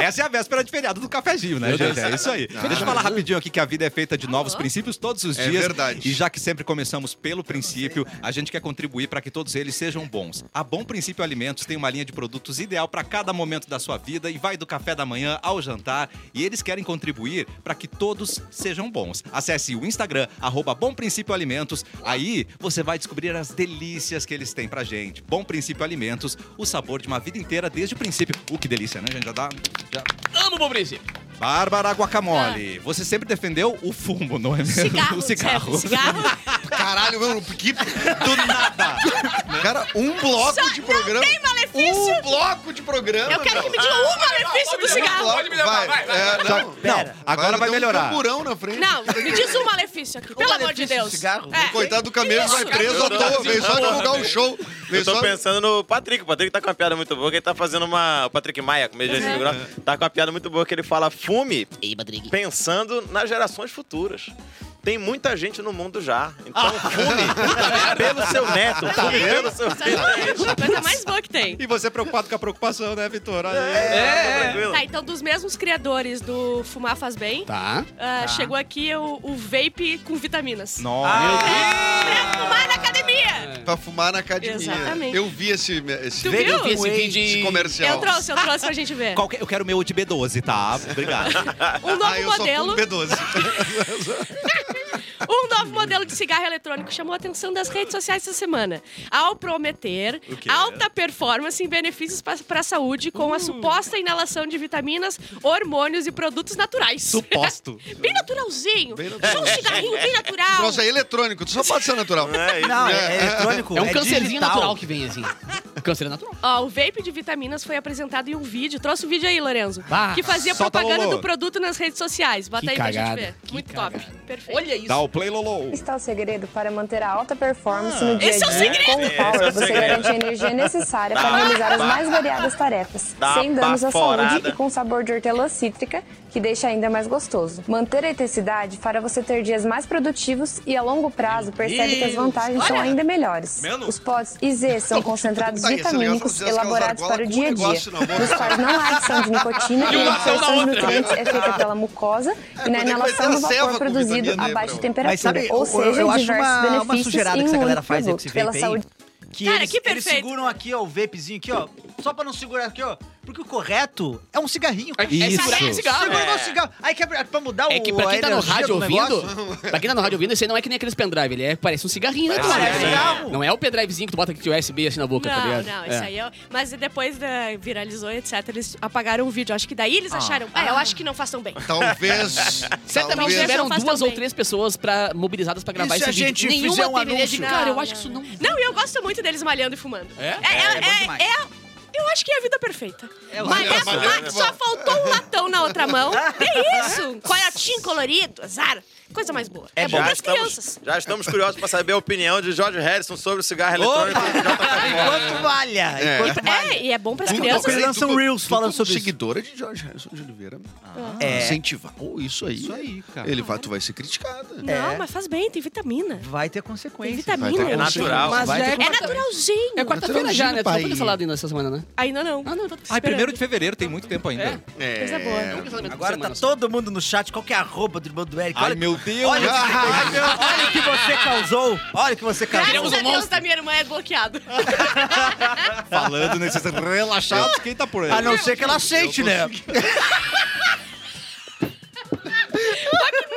Speaker 1: Essa é a véspera de feriado do cafezinho, né, gente? É isso aí. Deixa eu falar rapidinho aqui que a vida é feita de novos
Speaker 4: Alô?
Speaker 1: princípios todos os
Speaker 6: Ah. É
Speaker 1: dias.
Speaker 6: verdade.
Speaker 1: E já que sempre começamos pelo princípio, a gente quer contribuir para que todos eles sejam bons. A Bom Princípio Alimentos tem uma linha de produtos ideal para cada momento da sua vida e vai do café da manhã ao jantar. E eles querem contribuir para que todos sejam bons. Acesse o Instagram, arroba Bom Princípio Alimentos. Aí você vai descobrir as delícias que eles têm pra gente. Bom Princípio Alimentos, o sabor de uma vida inteira desde o princípio. Uh, que delícia, né? gente já dá... Já...
Speaker 2: Amo o bom princípio.
Speaker 1: Bárbara Guacamole, você sempre defendeu o fumo, não é mesmo? [laughs]
Speaker 4: Cigarro.
Speaker 1: o Ah. cigarro.
Speaker 4: Zé, cigarro.
Speaker 6: Caralho, meu, que...
Speaker 1: Do nada.
Speaker 6: [laughs]
Speaker 1: [laughs]
Speaker 6: Cara, um bloco de programa...
Speaker 4: Tem malefício.
Speaker 6: um bloco de programa,
Speaker 4: Eu quero que me
Speaker 6: meu.
Speaker 4: diga um malefício do cigarro.
Speaker 2: Pode me levar, vai, vai,
Speaker 6: É, não.
Speaker 3: Pera.
Speaker 1: Não, agora vai
Speaker 6: ter Um
Speaker 1: melhorar.
Speaker 6: tamborão na frente.
Speaker 4: Não, me diz um malefício aqui, pelo amor de
Speaker 3: malefício do
Speaker 4: Deus.
Speaker 3: cigarro?
Speaker 4: É.
Speaker 6: Coitado do Camelo vai preso à toa, veio só divulgar o show.
Speaker 5: Eu
Speaker 6: Veio
Speaker 5: tô
Speaker 6: só...
Speaker 5: pensando no Patrick. O Patrick tá com uma piada muito boa, que ele tá fazendo uma. O Patrick Maia, comediante do gráfico, tá com uma piada muito boa que ele fala: fume
Speaker 2: Ei, Patrick.
Speaker 5: pensando nas gerações futuras. Tem muita gente no mundo já. Então fume pelo seu neto, fume pelo seu filho.
Speaker 4: Exatamente, a coisa mais boa que tem.
Speaker 1: E você é preocupado com a preocupação, né, Vitor? Olha aí.
Speaker 5: É, tranquilo.
Speaker 4: Tá, então dos mesmos criadores do Fumar Faz Bem,
Speaker 2: Tá.
Speaker 4: ah, chegou aqui o, o vape com vitaminas.
Speaker 1: Nossa.
Speaker 4: Pra fumar na academia!
Speaker 6: Pra fumar na academia.
Speaker 4: Exatamente.
Speaker 6: É, tipo Eu vi esse, esse,
Speaker 4: Tu viu?
Speaker 2: Eu vi esse
Speaker 6: esse
Speaker 2: vídeo de...
Speaker 6: comercial.
Speaker 4: Eu trouxe, eu trouxe pra gente
Speaker 6: [laughs]
Speaker 4: ver.
Speaker 1: Qual que- Eu quero o meu de B12, tá? Obrigado. [laughs]
Speaker 4: Um novo
Speaker 6: ah, eu
Speaker 4: modelo,
Speaker 6: só fumo B12.
Speaker 4: um novo modelo de cigarro eletrônico chamou a atenção das redes sociais essa semana. Ao prometer alta performance em benefícios para a saúde com
Speaker 6: Hum.
Speaker 4: a suposta inalação de vitaminas, hormônios e produtos naturais.
Speaker 1: Suposto.
Speaker 4: [laughs] Bem naturalzinho.
Speaker 6: Bem
Speaker 4: Só um cigarrinho bem natural.
Speaker 6: Nossa, é eletrônico. Tu só pode ser natural.
Speaker 5: É isso.
Speaker 3: Não,
Speaker 5: [laughs]
Speaker 3: é, é eletrônico.
Speaker 2: É um cancerzinho
Speaker 3: digital.
Speaker 2: natural que vem assim. Câncer é natural.
Speaker 4: Ó, o vape de vitaminas foi apresentado em um vídeo. Trouxe o vídeo aí, Lorenzo.
Speaker 2: Bah,
Speaker 4: que fazia
Speaker 1: solta,
Speaker 4: propaganda
Speaker 1: Lolo.
Speaker 4: do produto nas redes sociais. Bota
Speaker 2: Que
Speaker 4: aí
Speaker 2: cagada,
Speaker 4: pra gente ver.
Speaker 2: que
Speaker 4: Muito
Speaker 2: cagada.
Speaker 4: top. Perfeito.
Speaker 2: Olha isso.
Speaker 1: Dá o play, Lolo.
Speaker 8: está o segredo para manter a alta performance no dia a
Speaker 4: esse é o
Speaker 8: dia.
Speaker 4: segredo!
Speaker 8: Com o Power,
Speaker 5: Esse é o
Speaker 8: você
Speaker 5: segredo.
Speaker 8: garante a energia necessária
Speaker 5: Dá
Speaker 8: para
Speaker 5: uma
Speaker 8: realizar as
Speaker 5: ba-
Speaker 8: mais variadas tarefas,
Speaker 5: dá
Speaker 8: sem
Speaker 5: uma
Speaker 8: danos à
Speaker 5: baforada.
Speaker 8: saúde e com sabor de hortelã cítrica, que deixa ainda mais gostoso. Manter a intensidade fará você ter dias mais produtivos e a longo prazo percebe que as vantagens são ainda melhores. Os pods IZ são concentrados
Speaker 6: Aí, esse negócio
Speaker 8: vitamínicos
Speaker 6: não precisa
Speaker 8: helaborados
Speaker 6: causar
Speaker 8: para o
Speaker 6: gola
Speaker 8: dia a
Speaker 6: com um
Speaker 8: dia,
Speaker 6: negócio na boca.
Speaker 8: nos quais não há adição de nicotina e
Speaker 2: E uma
Speaker 8: a
Speaker 2: ação na
Speaker 8: absorção de
Speaker 2: outra.
Speaker 8: nutrientes é feita pela mucosa e na
Speaker 6: quando é que vai ter
Speaker 8: inalação do
Speaker 6: a ceva
Speaker 8: vapor
Speaker 6: com
Speaker 8: produzido
Speaker 6: vitamina D,
Speaker 8: abaixo de
Speaker 6: Bruno?
Speaker 8: temperatura.
Speaker 3: Mas sabe,
Speaker 8: ou
Speaker 3: eu,
Speaker 8: seja,
Speaker 3: eu acho
Speaker 8: diversos
Speaker 3: uma, uma
Speaker 8: benefícios
Speaker 3: sugerada
Speaker 8: em
Speaker 3: que essa
Speaker 8: um
Speaker 3: galera
Speaker 8: único
Speaker 3: faz aí com
Speaker 8: produto,
Speaker 3: esse
Speaker 8: pela
Speaker 3: vape aí.
Speaker 8: saúde
Speaker 3: Que
Speaker 4: Cara,
Speaker 3: eles,
Speaker 4: que
Speaker 3: eles
Speaker 4: perfeito.
Speaker 3: seguram aqui, ó, o vapezinho aqui, ó. Só pra não segurar aqui, ó. Porque o correto é um cigarrinho. cara.
Speaker 1: Isso.
Speaker 2: segurar esse cigarro.
Speaker 3: Segura no cigarro. Aí que é pra- pra mudar
Speaker 2: É
Speaker 3: o
Speaker 2: que pra quem
Speaker 3: a
Speaker 2: tá no
Speaker 3: energia
Speaker 2: rádio
Speaker 3: do
Speaker 2: ouvindo,
Speaker 3: negócio.
Speaker 2: pra quem tá no rádio ouvindo, esse aí não é que nem aqueles pendrive, ele é, parece um cigarrinho, né?
Speaker 3: Parece
Speaker 2: cara?
Speaker 3: um cigarro.
Speaker 2: Não é o pendrivezinho que tu bota aqui o USB assim na boca, tá
Speaker 4: Não,
Speaker 2: ligado?
Speaker 4: não,
Speaker 2: É.
Speaker 4: isso aí é. Mas depois da, viralizou, etc., eles apagaram o vídeo. Acho que daí
Speaker 2: Ah.
Speaker 4: eles acharam. É, eu acho que não
Speaker 2: [laughs]
Speaker 4: faz tão bem. [laughs]
Speaker 6: Talvez.
Speaker 2: Certamente
Speaker 6: talvez-
Speaker 4: tiveram
Speaker 2: tiveram
Speaker 4: não faz
Speaker 2: duas
Speaker 4: tão
Speaker 2: ou
Speaker 4: bem.
Speaker 2: três pessoas pra, mobilizadas pra gravar
Speaker 9: E se
Speaker 2: esse
Speaker 9: a gente
Speaker 2: vídeo.
Speaker 9: fizer
Speaker 2: Nenhuma
Speaker 9: um
Speaker 2: teve ideia de,
Speaker 9: anúncio?
Speaker 2: cara, eu acho que isso não...
Speaker 4: Não, e eu gosto muito deles malhando e fumando.
Speaker 2: É?
Speaker 3: É, é bom demais.
Speaker 4: é- eu acho que é a vida perfeita.
Speaker 3: É, o-
Speaker 4: Malhar,
Speaker 6: Malhar,
Speaker 4: fumar, que só faltou um latão na outra mão. É isso! Coiotinho colorido, azar. Coisa mais boa. É, bom
Speaker 7: Já
Speaker 4: pras
Speaker 7: estamos,
Speaker 4: crianças.
Speaker 7: já estamos curiosos para saber a opinião de Jorge Harrison sobre o cigarro eletrônico.
Speaker 3: [laughs] Enquanto malha. Enquanto malha.
Speaker 4: É, e é bom pras
Speaker 6: Tu-
Speaker 4: crianças.
Speaker 3: Eles lançam
Speaker 6: tu-
Speaker 3: reels
Speaker 6: tu
Speaker 3: falando
Speaker 6: como
Speaker 3: sobre isso.
Speaker 6: seguidora é de Jorge Harrison de Oliveira. Ah,
Speaker 3: É.
Speaker 6: Incentivar Pô, isso aí.
Speaker 1: Isso aí, cara.
Speaker 6: Ele vai, tu vai ser criticada.
Speaker 4: Não, mas faz bem, tem vitamina.
Speaker 3: Vai ter
Speaker 4: Tem
Speaker 3: consequência.
Speaker 4: vitamina.
Speaker 6: É
Speaker 7: natural.
Speaker 2: Mas
Speaker 3: Vai
Speaker 2: já é,
Speaker 4: É naturalzinho.
Speaker 2: é quarta-feira já, né? Tu não
Speaker 6: pai.
Speaker 2: foi cancelado ainda essa semana, né?
Speaker 4: Ainda não.
Speaker 2: Ah, não, tô
Speaker 1: Ai,
Speaker 2: esperando.
Speaker 1: primeiro de fevereiro, tem muito tempo ainda.
Speaker 2: É.
Speaker 6: É.
Speaker 4: Coisa boa.
Speaker 2: Não, cancelamento
Speaker 3: Agora
Speaker 2: de
Speaker 3: tá
Speaker 2: semana só.
Speaker 3: todo mundo no chat. Qual que é a roupa do irmão do Eric?
Speaker 1: Ai,
Speaker 3: Olha,
Speaker 1: meu Deus.
Speaker 3: olha, olha o que você causou. Olha o que você causou.
Speaker 4: Graças a Deus da minha irmã é bloqueado.
Speaker 1: [laughs]
Speaker 4: [laughs]
Speaker 1: Falando nesses relaxados, quem tá por aí?
Speaker 3: A não ser que ela aceite, né?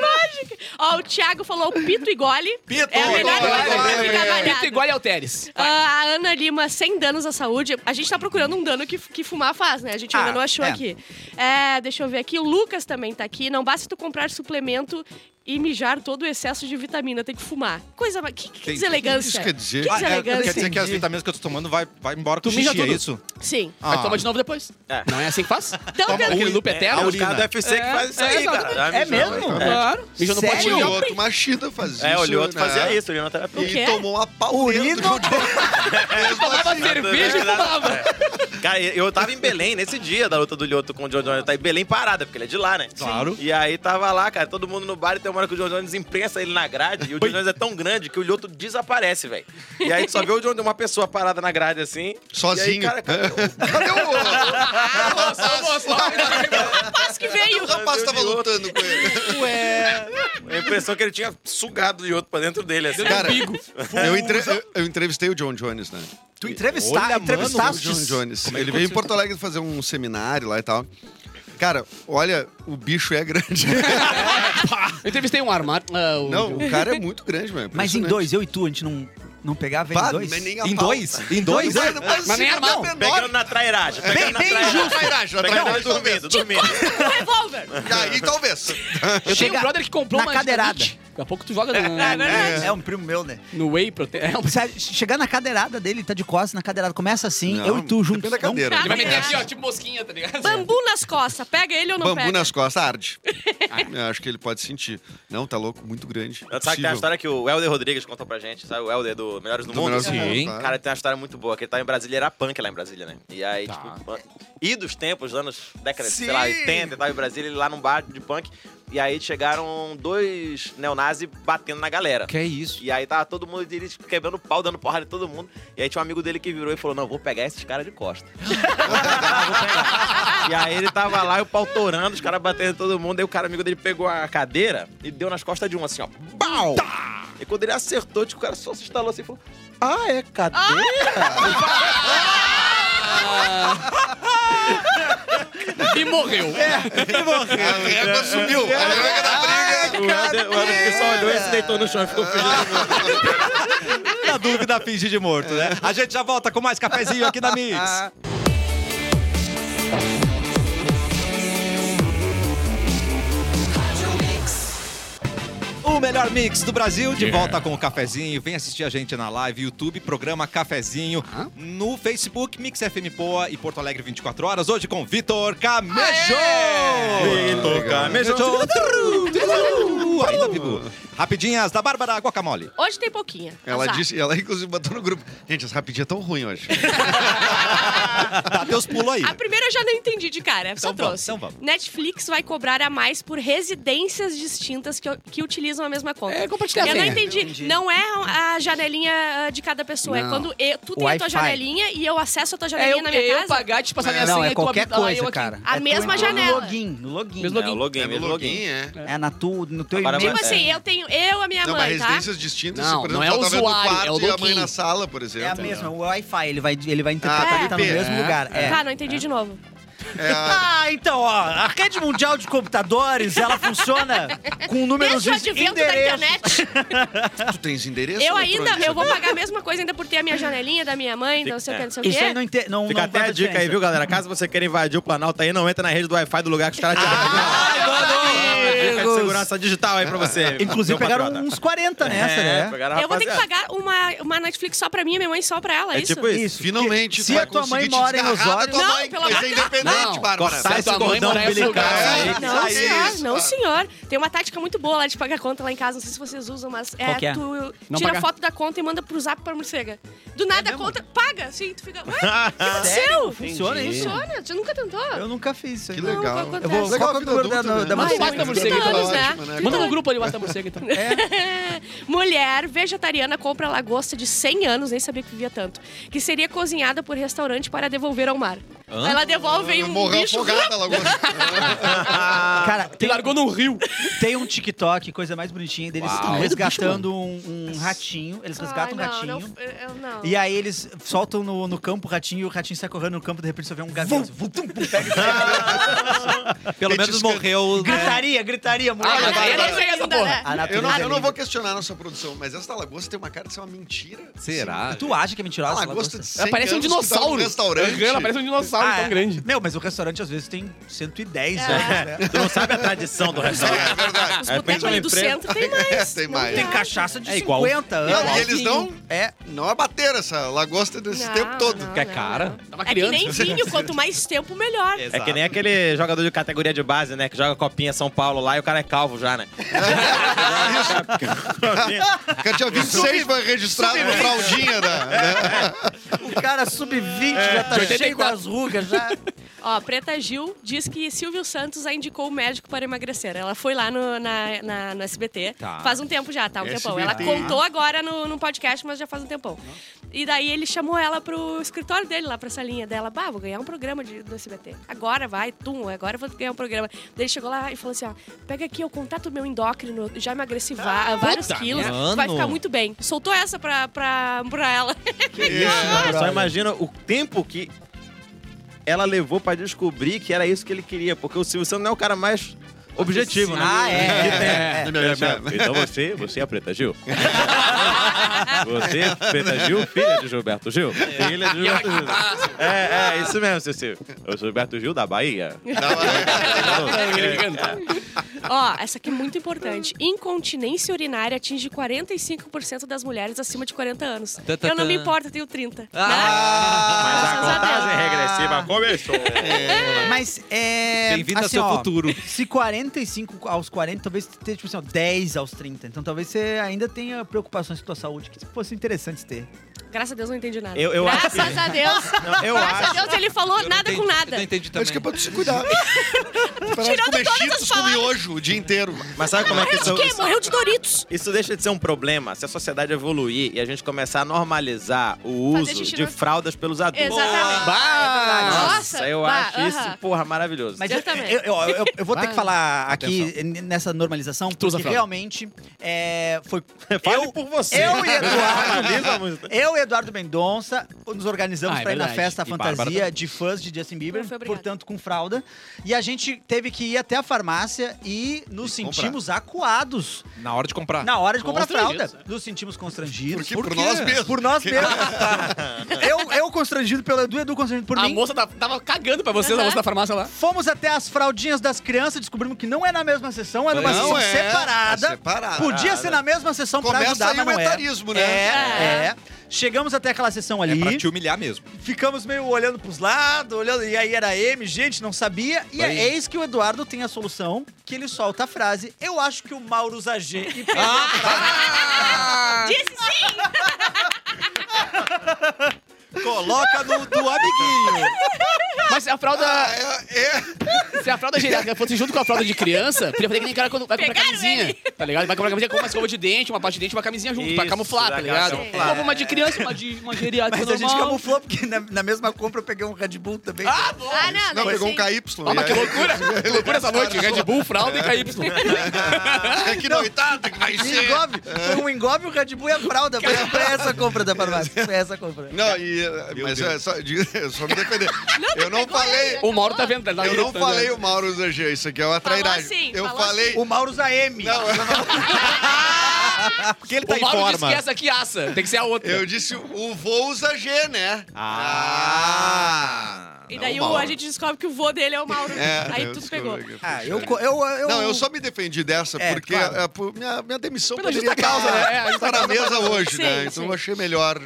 Speaker 4: Mágica. Ó, o Thiago falou pito e gole.
Speaker 6: Pito
Speaker 4: é a
Speaker 6: e
Speaker 4: melhor
Speaker 6: gole.
Speaker 4: coisa pra ficar
Speaker 2: Pito
Speaker 4: malhado.
Speaker 2: igual e Alteres.
Speaker 4: Ah, a Ana Lima, sem danos à saúde. A gente tá procurando um dano que, que fumar faz, né? A gente ainda
Speaker 3: Ah,
Speaker 4: não achou
Speaker 3: é.
Speaker 4: aqui. É, deixa eu ver aqui. O Lucas também tá aqui. Não basta tu comprar suplemento e mijar todo o excesso de vitamina. Tem que fumar. Coisa... ma- Que, que
Speaker 1: Tem-
Speaker 4: deselegância.
Speaker 6: isso quer dizer?
Speaker 4: Que
Speaker 1: Ah, é,
Speaker 4: deselegância.
Speaker 1: quer dizer que as vitaminas que eu tô tomando vai, vai embora com
Speaker 2: Tu mija
Speaker 1: xixi, é
Speaker 2: tudo.
Speaker 1: isso?
Speaker 4: Sim.
Speaker 2: Aí toma de novo depois. Não é assim que faz?
Speaker 4: Então,
Speaker 2: Toma
Speaker 4: pelo-
Speaker 2: aquele loop
Speaker 7: É
Speaker 2: eterno.
Speaker 7: os caras do UFC que fazem isso
Speaker 2: É,
Speaker 7: aí,
Speaker 2: exatamente.
Speaker 7: cara.
Speaker 3: É mesmo?
Speaker 2: Claro. Mijou no
Speaker 4: É,
Speaker 3: Sério?
Speaker 6: O
Speaker 2: potinho.
Speaker 6: Lioto Machida fazia
Speaker 7: É,
Speaker 6: isso.
Speaker 7: o Lioto
Speaker 6: né?
Speaker 7: fazia isso, o Lioto era
Speaker 4: O quê?
Speaker 6: E tomou uma
Speaker 3: Urino?
Speaker 6: pauleira do
Speaker 7: É,
Speaker 2: Tomava cerveja e fumava.
Speaker 7: Cara, eu eu tava em Belém nesse dia da luta do Lioto com o John Jones. Eu tava em Belém parada, porque ele é de lá, né?
Speaker 1: Claro.
Speaker 7: E aí tava lá, cara, todo mundo no bar e tem uma hora que o John Jones imprensa ele na grade. E o John Jones é tão grande que o Lioto desaparece, velho. E aí tu só vê o John uma pessoa parada na grade assim. E aí,
Speaker 6: Sozinho.
Speaker 7: cara, cadê o-
Speaker 6: Cadê o...
Speaker 4: Rapaz que veio.
Speaker 6: O rapaz tava lutando com ele.
Speaker 7: A impressão é que ele tinha sugado o Lioto pra dentro dele,
Speaker 3: é
Speaker 7: assim.
Speaker 6: Cara, eu, entre- eu- eu entrevistei o John Jones, né?
Speaker 3: Tu entrevistar,
Speaker 1: Olha,
Speaker 6: O
Speaker 3: entrevistaste.
Speaker 6: John Jones. ele veio em Porto Alegre fazer um seminário lá e tal. Cara, olha, o bicho
Speaker 3: [laughs]
Speaker 6: é grande.
Speaker 2: Eu entrevistei um armário. ah, o-
Speaker 6: Não, o cara é muito grande, mano.
Speaker 3: Mas em dois, eu e tu, a gente não, não pegava ele em
Speaker 6: Pá,
Speaker 3: dois?
Speaker 6: mas nem a
Speaker 1: Em
Speaker 6: pau.
Speaker 1: dois? Em dois?
Speaker 6: Não, não pode
Speaker 2: Mas nem
Speaker 6: ser,
Speaker 2: a mão.
Speaker 6: não, menor.
Speaker 7: Pegando na trairagem. Pegando
Speaker 3: Bem-
Speaker 7: na
Speaker 3: bem
Speaker 7: trairagem.
Speaker 3: justo.
Speaker 6: Trairagem, na
Speaker 7: Pegando
Speaker 6: trairagem,
Speaker 7: dormindo, dormindo.
Speaker 4: Um revólver.
Speaker 6: E aí, talvez.
Speaker 2: Eu tenho
Speaker 3: Chega
Speaker 2: um brother que comprou
Speaker 3: na
Speaker 2: uma
Speaker 3: cadeirada.
Speaker 2: Daqui a pouco tu joga no,
Speaker 4: É verdade.
Speaker 3: É um primo meu, né?
Speaker 2: no Whey Protein. É um-
Speaker 3: Se a- chegar na cadeirada dele, tá de costas na cadeirada, começa assim,
Speaker 6: Não,
Speaker 3: eu e tu juntos.
Speaker 6: depende da
Speaker 3: não-
Speaker 6: cadeira.
Speaker 2: Ele vai meter aqui, ó, tipo mosquinha, tá ligado?
Speaker 4: Bambu nas costas. Pega ele ou não
Speaker 6: Bambu
Speaker 4: pega?
Speaker 6: nas costas, arde. Eu acho que ele pode sentir. Não, tá louco, muito grande.
Speaker 7: É Sabe que tem
Speaker 6: Impossível.
Speaker 7: uma história que o Helder Rodrigues contou pra gente, sabe? O Helder do Melhores do,
Speaker 6: Do
Speaker 7: Mundo.
Speaker 6: Melhores do
Speaker 1: Sim.
Speaker 6: mundo,
Speaker 7: Cara,
Speaker 6: claro.
Speaker 7: Cara, tem uma história muito boa, que ele tava em Brasília, ele era punk lá em Brasília, né? E aí,
Speaker 6: Tá.
Speaker 7: tipo, punk- e dos tempos, anos, décadas, sei lá, 80, ele tava em Brasília, ele lá num bar de punk. E aí chegaram dois neonazis batendo na galera.
Speaker 1: Que é isso?
Speaker 7: E aí tava todo mundo ele quebrando pau, dando porrada em todo mundo. E aí tinha um amigo dele que virou e falou: Não, vou pegar esses caras de costa. Vou pegar, vou pegar. E aí ele tava lá, eu pau torando, os caras batendo em todo mundo. Aí o cara amigo dele pegou a cadeira e deu nas costas de um, assim, ó. Bau! E quando ele acertou, tipo, o cara só se instalou assim e falou: Ah, é cadeira?
Speaker 2: [laughs] E morreu.
Speaker 3: É,
Speaker 6: A régua subiu. A régua da briga.
Speaker 7: o André o André só olhou e se deitou no chão e ficou feliz.
Speaker 1: Na dúvida, finge de morto, né? A gente já volta com mais cafezinho aqui na Mix. O melhor mix do Brasil, de volta com o cafezinho. Vem assistir a gente na live, YouTube, programa Cafezinho,
Speaker 2: Ah.
Speaker 1: no Facebook, Mix FM Poa e Porto Alegre 24 horas, hoje com Vitor Camejo! Vitor Camejo! Aí, Davibu. Rapidinhas da Bárbara Guacamole.
Speaker 4: Hoje tem pouquinha.
Speaker 6: Ela
Speaker 4: Azar.
Speaker 6: disse, ela inclusive botou no grupo. Gente, essa rapidinha é tão ruim hoje.
Speaker 5: [laughs] Tá,
Speaker 1: Dá teus pulos aí.
Speaker 4: A primeira eu já não entendi de cara, só
Speaker 1: Então vamos,
Speaker 4: trouxe.
Speaker 1: então vamos.
Speaker 4: Netflix vai cobrar a mais por residências distintas que, que utilizam a mesma conta.
Speaker 2: É, compartilhar a
Speaker 4: Eu não
Speaker 2: senha.
Speaker 4: entendi.
Speaker 3: Entendi.
Speaker 4: Não é a janelinha ah, de cada pessoa.
Speaker 2: Não.
Speaker 4: É quando eu, tu tem a tua
Speaker 3: Wi-Fi.
Speaker 4: janelinha e eu acesso a tua
Speaker 2: É
Speaker 4: janelinha
Speaker 2: eu,
Speaker 4: na minha
Speaker 2: eu
Speaker 4: casa.
Speaker 2: pagar e te passar minha
Speaker 3: Não,
Speaker 2: senha
Speaker 3: é
Speaker 2: e tu
Speaker 3: qualquer
Speaker 2: habita lá,
Speaker 3: coisa,
Speaker 2: eu aqui.
Speaker 3: cara.
Speaker 4: A
Speaker 3: É tu
Speaker 4: mesma
Speaker 3: entrar
Speaker 4: janela.
Speaker 3: No login, no login. né?
Speaker 2: Mesmo
Speaker 7: É, o login,
Speaker 6: É no
Speaker 7: mesmo
Speaker 6: login,
Speaker 7: login.
Speaker 6: é.
Speaker 3: É na tu, no teu
Speaker 7: Agora
Speaker 3: e-mail.
Speaker 4: Tipo assim, eu tenho eu, a minha
Speaker 6: Não, mas
Speaker 4: mãe, tá?
Speaker 6: residências distintas.
Speaker 2: Não,
Speaker 6: por
Speaker 2: não é
Speaker 6: ela tava no
Speaker 2: usuário, é o
Speaker 6: quarto e a mãe
Speaker 2: login.
Speaker 6: na sala, por exemplo.
Speaker 3: É a assim, mesma, o Wi-Fi, ele vai, ele vai
Speaker 6: Ah,
Speaker 3: interpretar
Speaker 4: tá,
Speaker 3: que tá no
Speaker 6: IP,
Speaker 3: mesmo
Speaker 6: é.
Speaker 3: lugar. É.
Speaker 4: Tá, não entendi de novo.
Speaker 5: É
Speaker 3: Ah, então, ó, a rede mundial de computadores, ela funciona com números
Speaker 4: Desde o
Speaker 3: de
Speaker 4: advento da
Speaker 3: endereços.
Speaker 4: internet,
Speaker 6: Tu tens endereço?
Speaker 4: eu
Speaker 6: eletrônico?
Speaker 4: ainda eu vou pagar a mesma coisa ainda por ter a minha janelinha da minha mãe, não sei o que, não sei o que.
Speaker 3: Isso aí não, inte... não
Speaker 5: Fica
Speaker 3: não
Speaker 5: até
Speaker 3: faz
Speaker 5: a dica aí,
Speaker 3: diferença.
Speaker 5: viu, galera? Caso você queira invadir o Planalto aí, não entra na rede do Wi-Fi do lugar que os caras te
Speaker 3: Ah,
Speaker 5: arrancam. Dica de segurança digital aí pra você.
Speaker 3: Ah, Inclusive
Speaker 5: meu
Speaker 3: pegaram
Speaker 5: patriota.
Speaker 3: uns 40 nessa,
Speaker 5: É,
Speaker 3: né?
Speaker 5: pegaram a
Speaker 4: Eu vou ter que
Speaker 5: rapaziada.
Speaker 4: pagar uma, uma Netflix só pra mim e minha mãe só pra ela,
Speaker 5: É
Speaker 4: isso?
Speaker 5: tipo isso.
Speaker 6: Finalmente,
Speaker 3: Se
Speaker 6: tu vai
Speaker 3: a tua mãe
Speaker 6: conseguir te
Speaker 3: mora em
Speaker 6: desgarrar da
Speaker 3: Osório-
Speaker 6: tua
Speaker 4: Não,
Speaker 6: mãe,
Speaker 4: pelo
Speaker 6: vai
Speaker 4: amor
Speaker 6: ser
Speaker 4: de Deus.
Speaker 6: independente,
Speaker 2: Não,
Speaker 6: Bárbara.
Speaker 5: Sai
Speaker 2: Se a
Speaker 5: esse
Speaker 2: Tá, tua mãe
Speaker 5: cordão
Speaker 2: morar em outro
Speaker 5: umbilical
Speaker 2: lugar,
Speaker 5: aí.
Speaker 6: É.
Speaker 4: Não,
Speaker 6: Sai
Speaker 4: senhor,
Speaker 6: isso,
Speaker 4: não,
Speaker 6: cara.
Speaker 4: senhor. Tem uma tática muito boa lá de pagar conta lá em casa, não sei se vocês usam, mas é
Speaker 3: Qual que é?
Speaker 4: tu
Speaker 2: Não
Speaker 4: tira
Speaker 2: pagar.
Speaker 4: foto da conta e manda pro zap pra morcega. Do nada a conta paga, sim, tu fica. Ué, o que aconteceu?
Speaker 3: Funciona isso?
Speaker 4: Funciona, tu nunca tentou?
Speaker 3: Eu nunca fiz isso aí.
Speaker 6: Que
Speaker 4: Não,
Speaker 6: legal.
Speaker 4: acontece.
Speaker 3: Eu vou-
Speaker 6: Legal
Speaker 3: qual
Speaker 6: a
Speaker 3: que é o
Speaker 6: vida
Speaker 3: número da-
Speaker 6: adulta, né?
Speaker 3: da
Speaker 6: Mas
Speaker 2: Mata
Speaker 3: Manda
Speaker 2: a morcega
Speaker 4: Manda
Speaker 2: então.
Speaker 4: todos, né?
Speaker 6: Ótimo, né,
Speaker 2: Manda
Speaker 6: cara?
Speaker 2: no grupo ali, mata a morcega então.
Speaker 3: É.
Speaker 2: [laughs]
Speaker 4: Mulher vegetariana compra lagosta de 100 anos, nem sabia que vivia tanto, que seria cozinhada por restaurante para devolver ao mar. Ela devolve em um
Speaker 6: Morreu
Speaker 4: bicho.
Speaker 6: afogada, Lagosta.
Speaker 3: Cara,
Speaker 2: Te
Speaker 3: tem,
Speaker 2: Ah, largou num rio.
Speaker 3: tem um TikTok, coisa mais bonitinha, deles
Speaker 2: Uau.
Speaker 3: resgatando um, um ratinho. Eles resgatam
Speaker 4: Ai,
Speaker 3: um ratinho.
Speaker 4: não, não, eu não.
Speaker 3: E aí eles soltam no, no campo o ratinho e o ratinho sai correndo no campo de repente só vê um gavião.
Speaker 1: Pelo menos
Speaker 6: Petiscando.
Speaker 1: morreu. né?
Speaker 3: Gritaria, gritaria, mulher.
Speaker 2: Ah, mas aí
Speaker 4: Ainda,
Speaker 2: não sei essa
Speaker 4: ainda,
Speaker 2: porra.
Speaker 4: né?
Speaker 3: A
Speaker 6: Eu
Speaker 3: natureza
Speaker 6: não, eu
Speaker 3: é
Speaker 6: não
Speaker 3: linda.
Speaker 6: vou questionar a nossa produção, mas essa lagosta tem uma cara de ser uma mentira.
Speaker 1: Será?
Speaker 3: Tu acha que é mentirosa?
Speaker 6: Uma
Speaker 3: essa
Speaker 6: lagosta Ah, de 100
Speaker 2: Ela parece um
Speaker 6: anos que tá num
Speaker 2: dinossauro.
Speaker 6: restaurante.
Speaker 4: Uhum.
Speaker 2: Ela parece um dinossauro
Speaker 3: Ah,
Speaker 2: tão grande.
Speaker 3: Meu, mas o restaurante às vezes tem 110
Speaker 4: É.
Speaker 3: anos, né?
Speaker 6: [laughs]
Speaker 5: Tu não sabe a tradição do restaurante.
Speaker 6: É verdade.
Speaker 4: Os
Speaker 5: É,
Speaker 4: botecos
Speaker 5: pensa
Speaker 4: ali
Speaker 5: no
Speaker 4: do
Speaker 5: emprego.
Speaker 4: centro tem mais.
Speaker 6: É, tem
Speaker 4: Não
Speaker 6: mais.
Speaker 4: dá.
Speaker 3: Tem cachaça de
Speaker 5: É igual.
Speaker 3: 50
Speaker 6: Não,
Speaker 3: anos.
Speaker 6: e eles não,
Speaker 3: É.
Speaker 6: não abateram essa lagosta desse
Speaker 4: Não,
Speaker 6: tempo todo.
Speaker 4: não,
Speaker 1: Que é
Speaker 4: não,
Speaker 1: cara.
Speaker 4: não.
Speaker 2: Tava
Speaker 4: É que
Speaker 2: criança.
Speaker 4: nem vinho, quanto mais tempo, melhor.
Speaker 1: Exato.
Speaker 5: É que nem aquele jogador de categoria de base, né? Que joga copinha São Paulo lá e o cara é calvo já, né?
Speaker 6: O cara tinha 26 foi registrado no fraldinha da. né?
Speaker 3: O cara sub-20
Speaker 6: É.
Speaker 3: já tá cheio das rugas, já.
Speaker 6: [laughs]
Speaker 4: Ó, Preta Gil diz que Silvio Santos a indicou o médico para emagrecer. Ela foi lá no, na, na- no SBT.
Speaker 1: Tá.
Speaker 4: Faz um tempo já, tá? Um tempão. Ela
Speaker 6: SBT.
Speaker 4: contou agora no, num podcast, mas já faz um tempão. E daí ele chamou ela pro escritório dele, lá pra salinha dela. Bah, vou ganhar um programa de, do SBT. Agora vai, tum, agora eu vou ganhar um programa. Daí ele chegou lá e falou assim: ó, pega aqui, eu contato meu endócrino, já emagreci va- vários quilos, tu vai ficar muito bem. Soltou essa pra, pra, pra ela.
Speaker 6: Ah,
Speaker 5: Só imagina o tempo que ela levou pra descobrir que era isso que ele queria. Porque o Silvio Santos não é o cara mais objetivo, né?
Speaker 3: Ah, é,
Speaker 7: [laughs]
Speaker 5: Que tem.
Speaker 3: é,
Speaker 5: Então você, você é a Preta Gil? você, Preta Gil, filha de Gilberto Gil? Filha de Gilberto Gil. É, é, isso mesmo, seu Silvio. Eu sou Gilberto Gil da Bahia.
Speaker 6: é,
Speaker 4: Ó, essa aqui é muito importante. Incontinência urinária atinge 45% das mulheres acima de 40 anos.
Speaker 2: Tá, tá,
Speaker 4: eu não me
Speaker 2: tá.
Speaker 4: importo, eu tenho 30.
Speaker 5: Mas a
Speaker 4: Graças Tá a
Speaker 5: contagem
Speaker 4: Deus.
Speaker 5: regressiva começou.
Speaker 3: Mas é.
Speaker 1: Bem-vindo ao
Speaker 3: assim,
Speaker 1: seu
Speaker 3: ó,
Speaker 1: futuro.
Speaker 3: Se 45 aos 40, talvez você tenha, tipo assim, ó, 10 aos 30. Então talvez você ainda tenha preocupações com a tua saúde que fosse interessante ter.
Speaker 4: Graças a Deus não entendi nada.
Speaker 5: Eu- eu acho
Speaker 4: Graças a Deus.
Speaker 5: Eu
Speaker 4: Graças a
Speaker 5: acho.
Speaker 4: Deus ele falou
Speaker 1: Eu não
Speaker 4: nada com
Speaker 1: entendi- eu Não
Speaker 4: nada.
Speaker 1: entendi
Speaker 6: Acho que
Speaker 1: também.
Speaker 6: é pra tu
Speaker 4: [laughs]
Speaker 6: se cuidar. Parar de
Speaker 4: Tirando
Speaker 6: comer
Speaker 4: todas
Speaker 6: cheetos
Speaker 4: as
Speaker 6: com
Speaker 4: palavras.
Speaker 6: miojo o dia inteiro.
Speaker 5: Mas sabe como é que
Speaker 7: Então
Speaker 5: isso,
Speaker 4: Que? Morreu de Doritos.
Speaker 5: isso deixa de ser um problema se a sociedade evoluir e a gente começar a normalizar o
Speaker 4: Fazer
Speaker 5: uso
Speaker 4: xixi
Speaker 5: de
Speaker 4: no-
Speaker 5: fraldas pelos adultos?
Speaker 4: Exatamente.
Speaker 7: é
Speaker 5: Bah!
Speaker 4: Nossa,
Speaker 5: Nossa, eu
Speaker 4: bah,
Speaker 5: acho isso,
Speaker 4: aham.
Speaker 5: porra, maravilhoso.
Speaker 3: Mas
Speaker 4: Eu
Speaker 3: eu,
Speaker 4: também.
Speaker 3: eu, eu- eu- eu vou ter que falar aqui n- nessa normalização,
Speaker 2: usa
Speaker 3: porque
Speaker 2: fralda.
Speaker 3: realmente é,
Speaker 1: [laughs]
Speaker 3: foi.
Speaker 5: Fale
Speaker 3: eu,
Speaker 5: por você.
Speaker 3: eu e Eduardo.
Speaker 5: Analisa a música.
Speaker 3: Eu e Eduardo Mendonça nos organizamos
Speaker 2: Ah, é
Speaker 3: pra ir na
Speaker 2: verdade.
Speaker 3: festa
Speaker 1: E Bárbara
Speaker 3: fantasia de fãs de Justin Bieber,
Speaker 4: Não foi obrigada.
Speaker 3: portanto com fralda. E a gente teve que ir até a farmácia e nos
Speaker 1: E comprar.
Speaker 3: sentimos acuados
Speaker 1: Na hora de comprar.
Speaker 3: na hora de comprar fralda.
Speaker 2: Constrangidos,
Speaker 3: Nos sentimos constrangidos.
Speaker 6: Porque por, nós mesmos.
Speaker 3: Por nós mesmos. [laughs] eu, eu constrangido pelo Edu, Edu constrangido por
Speaker 2: a
Speaker 3: mim.
Speaker 2: moça tá- tava cagando pra vocês, a
Speaker 4: Aham.
Speaker 2: moça da farmácia lá.
Speaker 3: Fomos até as fraldinhas das crianças, descobrimos que não é na mesma sessão, é numa
Speaker 6: Não
Speaker 3: sessão
Speaker 6: é,
Speaker 3: separada.
Speaker 6: é
Speaker 5: Tá
Speaker 6: separada.
Speaker 3: Podia ser na mesma sessão pra
Speaker 6: Começa
Speaker 3: ajudar,
Speaker 6: aí
Speaker 3: mas
Speaker 6: o
Speaker 3: não é.
Speaker 6: etarismo, né?
Speaker 3: É, é. Chegamos até aquela
Speaker 1: É
Speaker 3: sessão ali,
Speaker 1: pra te humilhar mesmo.
Speaker 3: ficamos meio olhando pros lados, olhando, e aí era M, gente, não sabia. E é
Speaker 1: Aí.
Speaker 3: eis que o Eduardo tem a solução, que ele solta a frase, eu acho que o Mauro usa G e tá.
Speaker 4: Disse sim.
Speaker 3: [laughs] coloca no do amiguinho.
Speaker 2: Mas é a fralda.
Speaker 6: É, é.
Speaker 2: Se a fralda geriátrica fosse junto com a fralda de criança, podia fazer que nem cara quando vai comprar
Speaker 4: Pegaram
Speaker 2: camisinha.
Speaker 4: ele.
Speaker 2: Tá ligado? Vai comprar camisinha com uma escova de dente, uma parte de dente e uma camisinha junto, pra
Speaker 5: Isso,
Speaker 2: camuflar, tá
Speaker 5: pra
Speaker 2: ligado?
Speaker 5: camuflar.
Speaker 2: Compra uma de criança, uma de uma geriátrica
Speaker 3: Mas a gente
Speaker 2: normal.
Speaker 3: camuflou, porque na, na mesma compra eu peguei um Red Bull também.
Speaker 2: Ah, bom!
Speaker 4: Ah, não,
Speaker 6: Não,
Speaker 4: daí
Speaker 6: pegou
Speaker 4: sim.
Speaker 6: um KY.
Speaker 2: Ah, mas que
Speaker 6: e aí- tá
Speaker 2: loucura! Que loucura essa noite. Red Bull, fralda e KY.
Speaker 6: É que noitada que vai
Speaker 3: E
Speaker 6: ser.
Speaker 3: Engove, foi um engove, o Red Bull e a fralda. Foi foi essa a compra da farmácia. Foi essa a compra.
Speaker 6: Não, e, mas é só, de- [laughs] só me defender. eu não
Speaker 4: pegou é.
Speaker 6: falei.
Speaker 4: ele.
Speaker 2: O Mauro tá vendo, tá
Speaker 6: Eu não
Speaker 2: gritando,
Speaker 6: falei
Speaker 2: né?
Speaker 6: o Mauro Zagê, isso aqui é uma
Speaker 4: Falou
Speaker 6: trairagem.
Speaker 4: assim,
Speaker 6: eu
Speaker 4: falou
Speaker 6: falei.
Speaker 3: O Mauro usa M.
Speaker 6: Não, eu,
Speaker 7: Porque ele tá
Speaker 2: O
Speaker 7: em
Speaker 2: Mauro disse
Speaker 7: forma.
Speaker 2: que essa aqui assa. Tem que ser a outra.
Speaker 6: eu disse o voo Zagê, né?
Speaker 7: Ah,
Speaker 5: Ah!
Speaker 4: E daí
Speaker 6: Não,
Speaker 4: o-
Speaker 6: Mauro.
Speaker 4: a gente descobre que o vô dele é o Mauro.
Speaker 6: É,
Speaker 4: Aí
Speaker 6: eu
Speaker 4: tu
Speaker 6: descobri
Speaker 4: pegou.
Speaker 6: que-
Speaker 3: Ah, eu, co- eu, eu,
Speaker 6: Não, eu só me defendi dessa
Speaker 3: É,
Speaker 6: porque
Speaker 3: claro.
Speaker 6: é, por- minha, minha demissão
Speaker 2: Pela
Speaker 6: poderia
Speaker 2: justa causa,
Speaker 6: estar,
Speaker 2: né? É, a justa
Speaker 6: estar na mesa hoje,
Speaker 4: Sim,
Speaker 6: né? Então
Speaker 4: sim.
Speaker 6: eu achei melhor.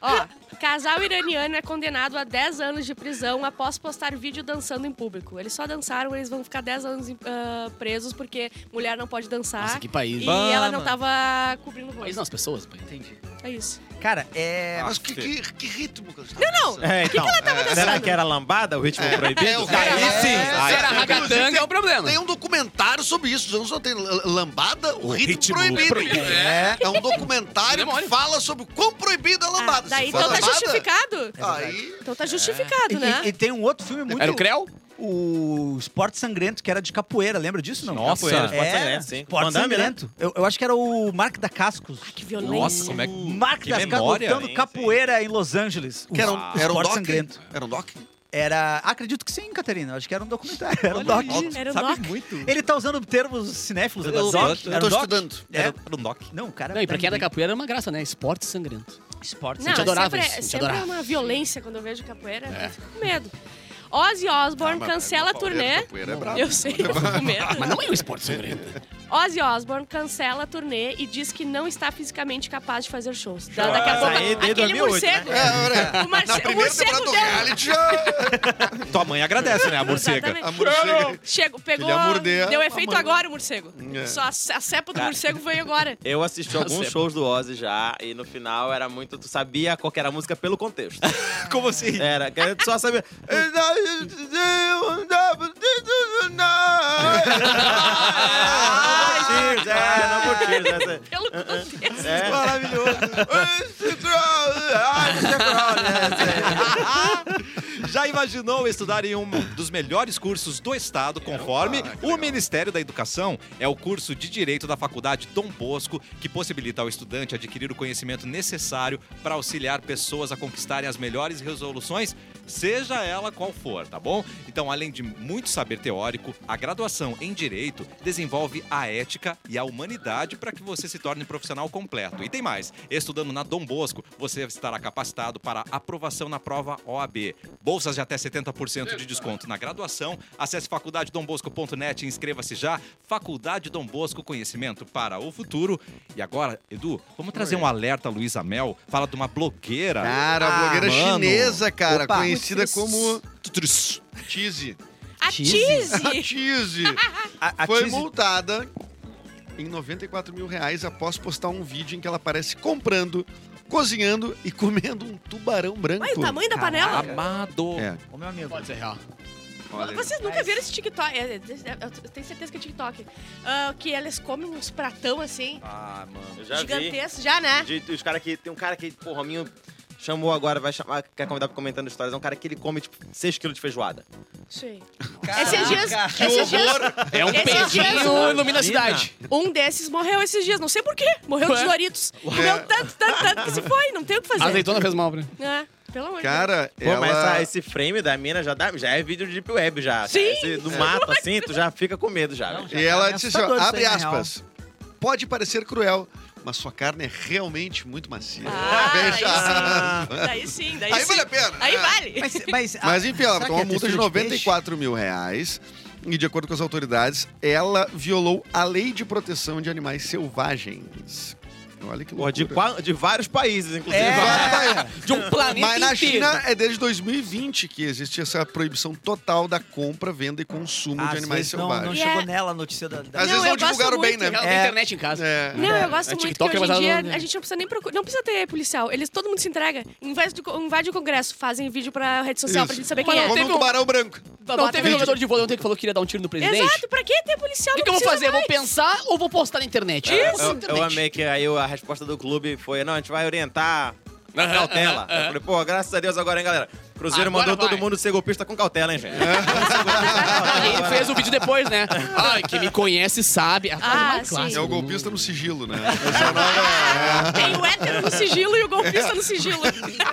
Speaker 4: Ó, casal iraniano é condenado a 10 anos de prisão após postar vídeo dançando em público. Eles só dançaram, eles vão ficar 10 anos ah, presos porque mulher não pode dançar.
Speaker 2: Nossa, que país.
Speaker 4: E
Speaker 2: Bah,
Speaker 4: ela não
Speaker 3: mano.
Speaker 4: tava cobrindo o
Speaker 2: País
Speaker 4: rosto.
Speaker 2: não, as pessoas. país.
Speaker 4: É isso.
Speaker 3: Cara, é.
Speaker 6: Mas que, que, que ritmo que eu estava Não,
Speaker 7: É, então. Será que era lambada, o ritmo proibido?
Speaker 6: É, o cara-
Speaker 7: Aí sim.
Speaker 6: É,
Speaker 7: Aí-
Speaker 2: Se era ragatanga, é o problema.
Speaker 6: Tem um documentário sobre isso. Os anos só tem l- lambada, o, ritmo,
Speaker 7: ritmo
Speaker 6: proibido.
Speaker 7: proibido.
Speaker 6: É. é um documentário que
Speaker 2: Demônio.
Speaker 6: fala sobre o quão proibido é a
Speaker 4: Ah,
Speaker 6: lambada.
Speaker 4: daí
Speaker 6: Se for
Speaker 4: então tá
Speaker 6: lambada,
Speaker 4: justificado.
Speaker 6: É. Aí,
Speaker 4: Então tá justificado,
Speaker 3: E,
Speaker 4: né?
Speaker 3: e- e tem um outro filme muito.
Speaker 2: Era o Creu?
Speaker 3: o Esporte Sangrento, que era de capoeira, lembra disso? Não?
Speaker 7: Nossa.
Speaker 3: Capoeira,
Speaker 7: Esporte
Speaker 3: é,
Speaker 7: Sangrento, sim.
Speaker 3: Esporte
Speaker 7: Van Damme, né?
Speaker 3: Sangrento. Eu, eu acho que era o Mark da Cascos.
Speaker 4: Que violência.
Speaker 1: Nossa, como é que.
Speaker 3: Mark
Speaker 1: que
Speaker 3: da Cascos
Speaker 1: memória,
Speaker 3: lutando
Speaker 5: hein?
Speaker 3: capoeira em Los Angeles.
Speaker 6: que era um,
Speaker 3: Uau.
Speaker 6: era um
Speaker 3: Esporte
Speaker 6: doc?
Speaker 3: Sangrento.
Speaker 6: Era um doc?
Speaker 3: Era. Acredito que sim, Caterina. Eu Acho que era um documentário. [laughs] Era um doc.
Speaker 4: Era um
Speaker 1: Sabe
Speaker 4: doc.
Speaker 1: muito.
Speaker 3: Ele tá usando termos cinéfilos agora.
Speaker 1: Eu-
Speaker 3: Doc?
Speaker 1: eu
Speaker 3: Era
Speaker 6: tô
Speaker 3: um doc?
Speaker 6: estudando.
Speaker 3: É.
Speaker 1: Era um doc.
Speaker 3: Não, o cara.
Speaker 2: Não, e pra quem é da
Speaker 3: Esporte
Speaker 2: capoeira era uma graça, né? Esporte sangrento.
Speaker 3: Esporte
Speaker 4: Não,
Speaker 2: Eu te
Speaker 3: Sangrento.
Speaker 2: adorava
Speaker 4: sempre,
Speaker 2: isso, eu te
Speaker 4: sempre
Speaker 2: adorava.
Speaker 4: é uma violência quando eu vejo capoeira. Eu fico com medo. Ozzy Osbourne
Speaker 6: mas-
Speaker 4: cancela a
Speaker 6: mas capoeira,
Speaker 4: turnê.
Speaker 6: capoeira é brabo.
Speaker 4: eu sei, eu fico com medo.
Speaker 2: Mas não é um esporte sangrento.
Speaker 4: Ozzy Osbourne cancela a turnê e diz que não está fisicamente capaz de fazer shows. Da- daqui a
Speaker 7: Mas
Speaker 4: pouco,
Speaker 7: aí, desde
Speaker 4: aquele
Speaker 7: 2008,
Speaker 4: morcego...
Speaker 6: É, era.
Speaker 4: O, marce-
Speaker 6: Na
Speaker 4: o
Speaker 6: primeira
Speaker 4: morcego
Speaker 6: temporada do
Speaker 4: deu...
Speaker 6: reality, já-
Speaker 1: Tua mãe agradece, né? A morcega.
Speaker 4: Exatamente.
Speaker 6: a morcega.
Speaker 4: Chegou, pegou,
Speaker 6: ia morder
Speaker 4: deu
Speaker 6: a
Speaker 4: efeito
Speaker 6: mão.
Speaker 4: agora o morcego.
Speaker 6: É.
Speaker 4: Só a, ce- a cepa do morcego veio agora.
Speaker 5: Eu assisti alguns
Speaker 2: Nossa, é-
Speaker 5: shows do Ozzy já, e no final era muito. Tu sabia qual que era a música pelo contexto.
Speaker 1: Como assim?
Speaker 5: Era, que tu só sabia. [laughs]
Speaker 7: Ah, Cheers, é, não curti, né? Essa-
Speaker 4: Pelo contexto.
Speaker 7: É.
Speaker 6: Maravilhoso.
Speaker 1: Já imaginou estudar em um dos melhores cursos do estado, conforme o Ministério da Educação? É o curso de Direito da Faculdade Dom Bosco, que possibilita ao estudante adquirir o conhecimento necessário para auxiliar pessoas a conquistarem as melhores resoluções, seja ela qual for, tá bom? Então, além de muito saber teórico, a graduação em Direito desenvolve a ética e a humanidade para que você se torne um profissional completo. E tem mais, estudando na Dom Bosco, você estará capacitado para aprovação na prova OAB. Bolsas de até 70% de desconto na graduação. Acesse faculdadedombosco.net e inscreva-se já. Faculdade Dom Bosco, conhecimento para o futuro. E agora, Edu, vamos trazer um alerta, Luísa Mel. Fala de uma blogueira.
Speaker 6: Cara,
Speaker 3: Ah,
Speaker 6: a blogueira
Speaker 1: mano.
Speaker 6: chinesa, cara,
Speaker 3: Opa.
Speaker 6: conhecida
Speaker 3: Muito
Speaker 6: como
Speaker 4: [laughs]
Speaker 6: Tizi.
Speaker 4: A
Speaker 6: A
Speaker 4: Tizzy.
Speaker 6: Tizi
Speaker 3: A, a
Speaker 6: foi
Speaker 3: Tizi-
Speaker 6: multada em 94 mil reais após postar um vídeo em que ela aparece comprando, cozinhando e comendo um tubarão branco.
Speaker 4: Olha o tamanho da
Speaker 1: É.
Speaker 4: panela.
Speaker 1: Ah, Amado.
Speaker 6: É.
Speaker 3: Ô, meu amigo.
Speaker 2: Pode ser real.
Speaker 6: Olha.
Speaker 4: Vocês nunca viram esse TikTok? É, é, é, Eu tenho certeza que é TikTok. Ah, que eles comem uns pratão assim,
Speaker 1: Ah, mano.
Speaker 5: Eu já vi.
Speaker 4: gigantesco, já, né?
Speaker 5: De- os cara que, tem um cara que, pô, o Rominho chamou agora, vai chamar, quer convidar pro comentando histórias. É um cara que ele come, tipo, 6 quilos de feijoada.
Speaker 4: Isso aí. Esses dias,
Speaker 6: Que
Speaker 4: esses dias,
Speaker 6: horror!
Speaker 2: É um
Speaker 4: Esse
Speaker 2: pezinho
Speaker 4: Jesus.
Speaker 2: ilumina a cidade.
Speaker 4: um desses morreu esses dias, não sei porquê. Morreu dos
Speaker 2: Ué?
Speaker 4: Doritos. Comeu tanto, tanto, tanto que se foi, não tem o que [laughs]
Speaker 2: A
Speaker 4: fazer.
Speaker 2: azeitona fez mal pra mim.
Speaker 4: É, pelo amor de Deus.
Speaker 6: Cara,
Speaker 5: Pô,
Speaker 6: ela...
Speaker 5: mas essa- esse frame da mina já, dá, já é vídeo de Deep Web, já. cara.
Speaker 4: Sim.
Speaker 5: Esse do mato, assim, tu já fica com medo já. né? velho.
Speaker 6: E ela disse assim, ó,
Speaker 3: Assustador tá isso
Speaker 6: abre
Speaker 3: aí, na real.
Speaker 6: aspas. Pode parecer cruel, mas sua carne é realmente muito macia.
Speaker 4: Ah,
Speaker 6: [laughs] Veja.
Speaker 4: Daí sim, daí,
Speaker 6: Aí
Speaker 4: sim.
Speaker 6: vale a pena.
Speaker 4: Aí
Speaker 6: é.
Speaker 4: vale.
Speaker 3: Mas, mas,
Speaker 6: Mas
Speaker 3: ah,
Speaker 6: enfim, ela
Speaker 3: será
Speaker 6: tomou
Speaker 3: que é
Speaker 6: uma multa de
Speaker 3: textura peixe?
Speaker 6: 94 mil reais. E de acordo com as autoridades, ela violou a lei de proteção de animais selvagens. Olha que
Speaker 5: Pô, de,
Speaker 6: loucura.
Speaker 5: qua- de vários países, inclusive.
Speaker 4: [laughs]
Speaker 3: É,
Speaker 2: De um planeta
Speaker 6: Mas na
Speaker 2: inteiro.
Speaker 6: China é desde 2020 que existe essa proibição total da compra, venda e consumo
Speaker 3: Às
Speaker 6: de animais
Speaker 3: vezes não,
Speaker 6: selvagens.
Speaker 3: não
Speaker 4: selvagens.
Speaker 3: chegou
Speaker 4: É.
Speaker 3: nela a notícia da... da-
Speaker 6: Às
Speaker 4: Não,
Speaker 6: vezes não
Speaker 4: eu gosto
Speaker 6: divulgaram bem,
Speaker 4: muito.
Speaker 6: né?
Speaker 2: Ela tem
Speaker 3: É.
Speaker 2: internet em casa.
Speaker 6: É.
Speaker 4: Não, eu gosto
Speaker 2: É
Speaker 4: muito que
Speaker 2: TikTok,
Speaker 4: hoje
Speaker 2: mas
Speaker 4: em dia
Speaker 2: ela não-
Speaker 4: a gente não precisa nem procurar, não precisa ter policial. Eles todo mundo se entrega. Invade, do, invade o congresso, fazem vídeo pra rede social pra
Speaker 6: Isso.
Speaker 4: gente saber
Speaker 2: Mas
Speaker 4: quem é.
Speaker 2: não
Speaker 6: Como
Speaker 2: teve
Speaker 6: um
Speaker 2: um-
Speaker 6: tubarão branco.
Speaker 2: Não teve jogador de vôlei ontem que falou que queria dar um tiro no presidente?
Speaker 4: Exato, pra que ter policial
Speaker 2: O que, que eu
Speaker 4: Não
Speaker 2: vou fazer?
Speaker 4: precisa
Speaker 2: Eu Vou
Speaker 4: mais.
Speaker 2: pensar ou vou postar na internet? Isso!
Speaker 7: É, Eu, eu amei que aí a resposta do clube foi: não, a gente vai orientar com cautela. Eu falei, pô, graças a Deus agora, É. hein, galera. Cruzeiro
Speaker 2: Agora
Speaker 7: mandou
Speaker 2: vai.
Speaker 7: todo mundo ser golpista com cautela, hein, gente.
Speaker 2: Ah, Ele fez o vídeo depois, né? Ai, quem me conhece sabe. A frase
Speaker 4: Ah,
Speaker 2: mais
Speaker 4: sim.
Speaker 6: É
Speaker 3: Assim.
Speaker 2: clássica.
Speaker 6: o golpista no
Speaker 3: [laughs]
Speaker 6: sigilo, né?
Speaker 4: [laughs] Tem o hétero no sigilo e o golpista no sigilo.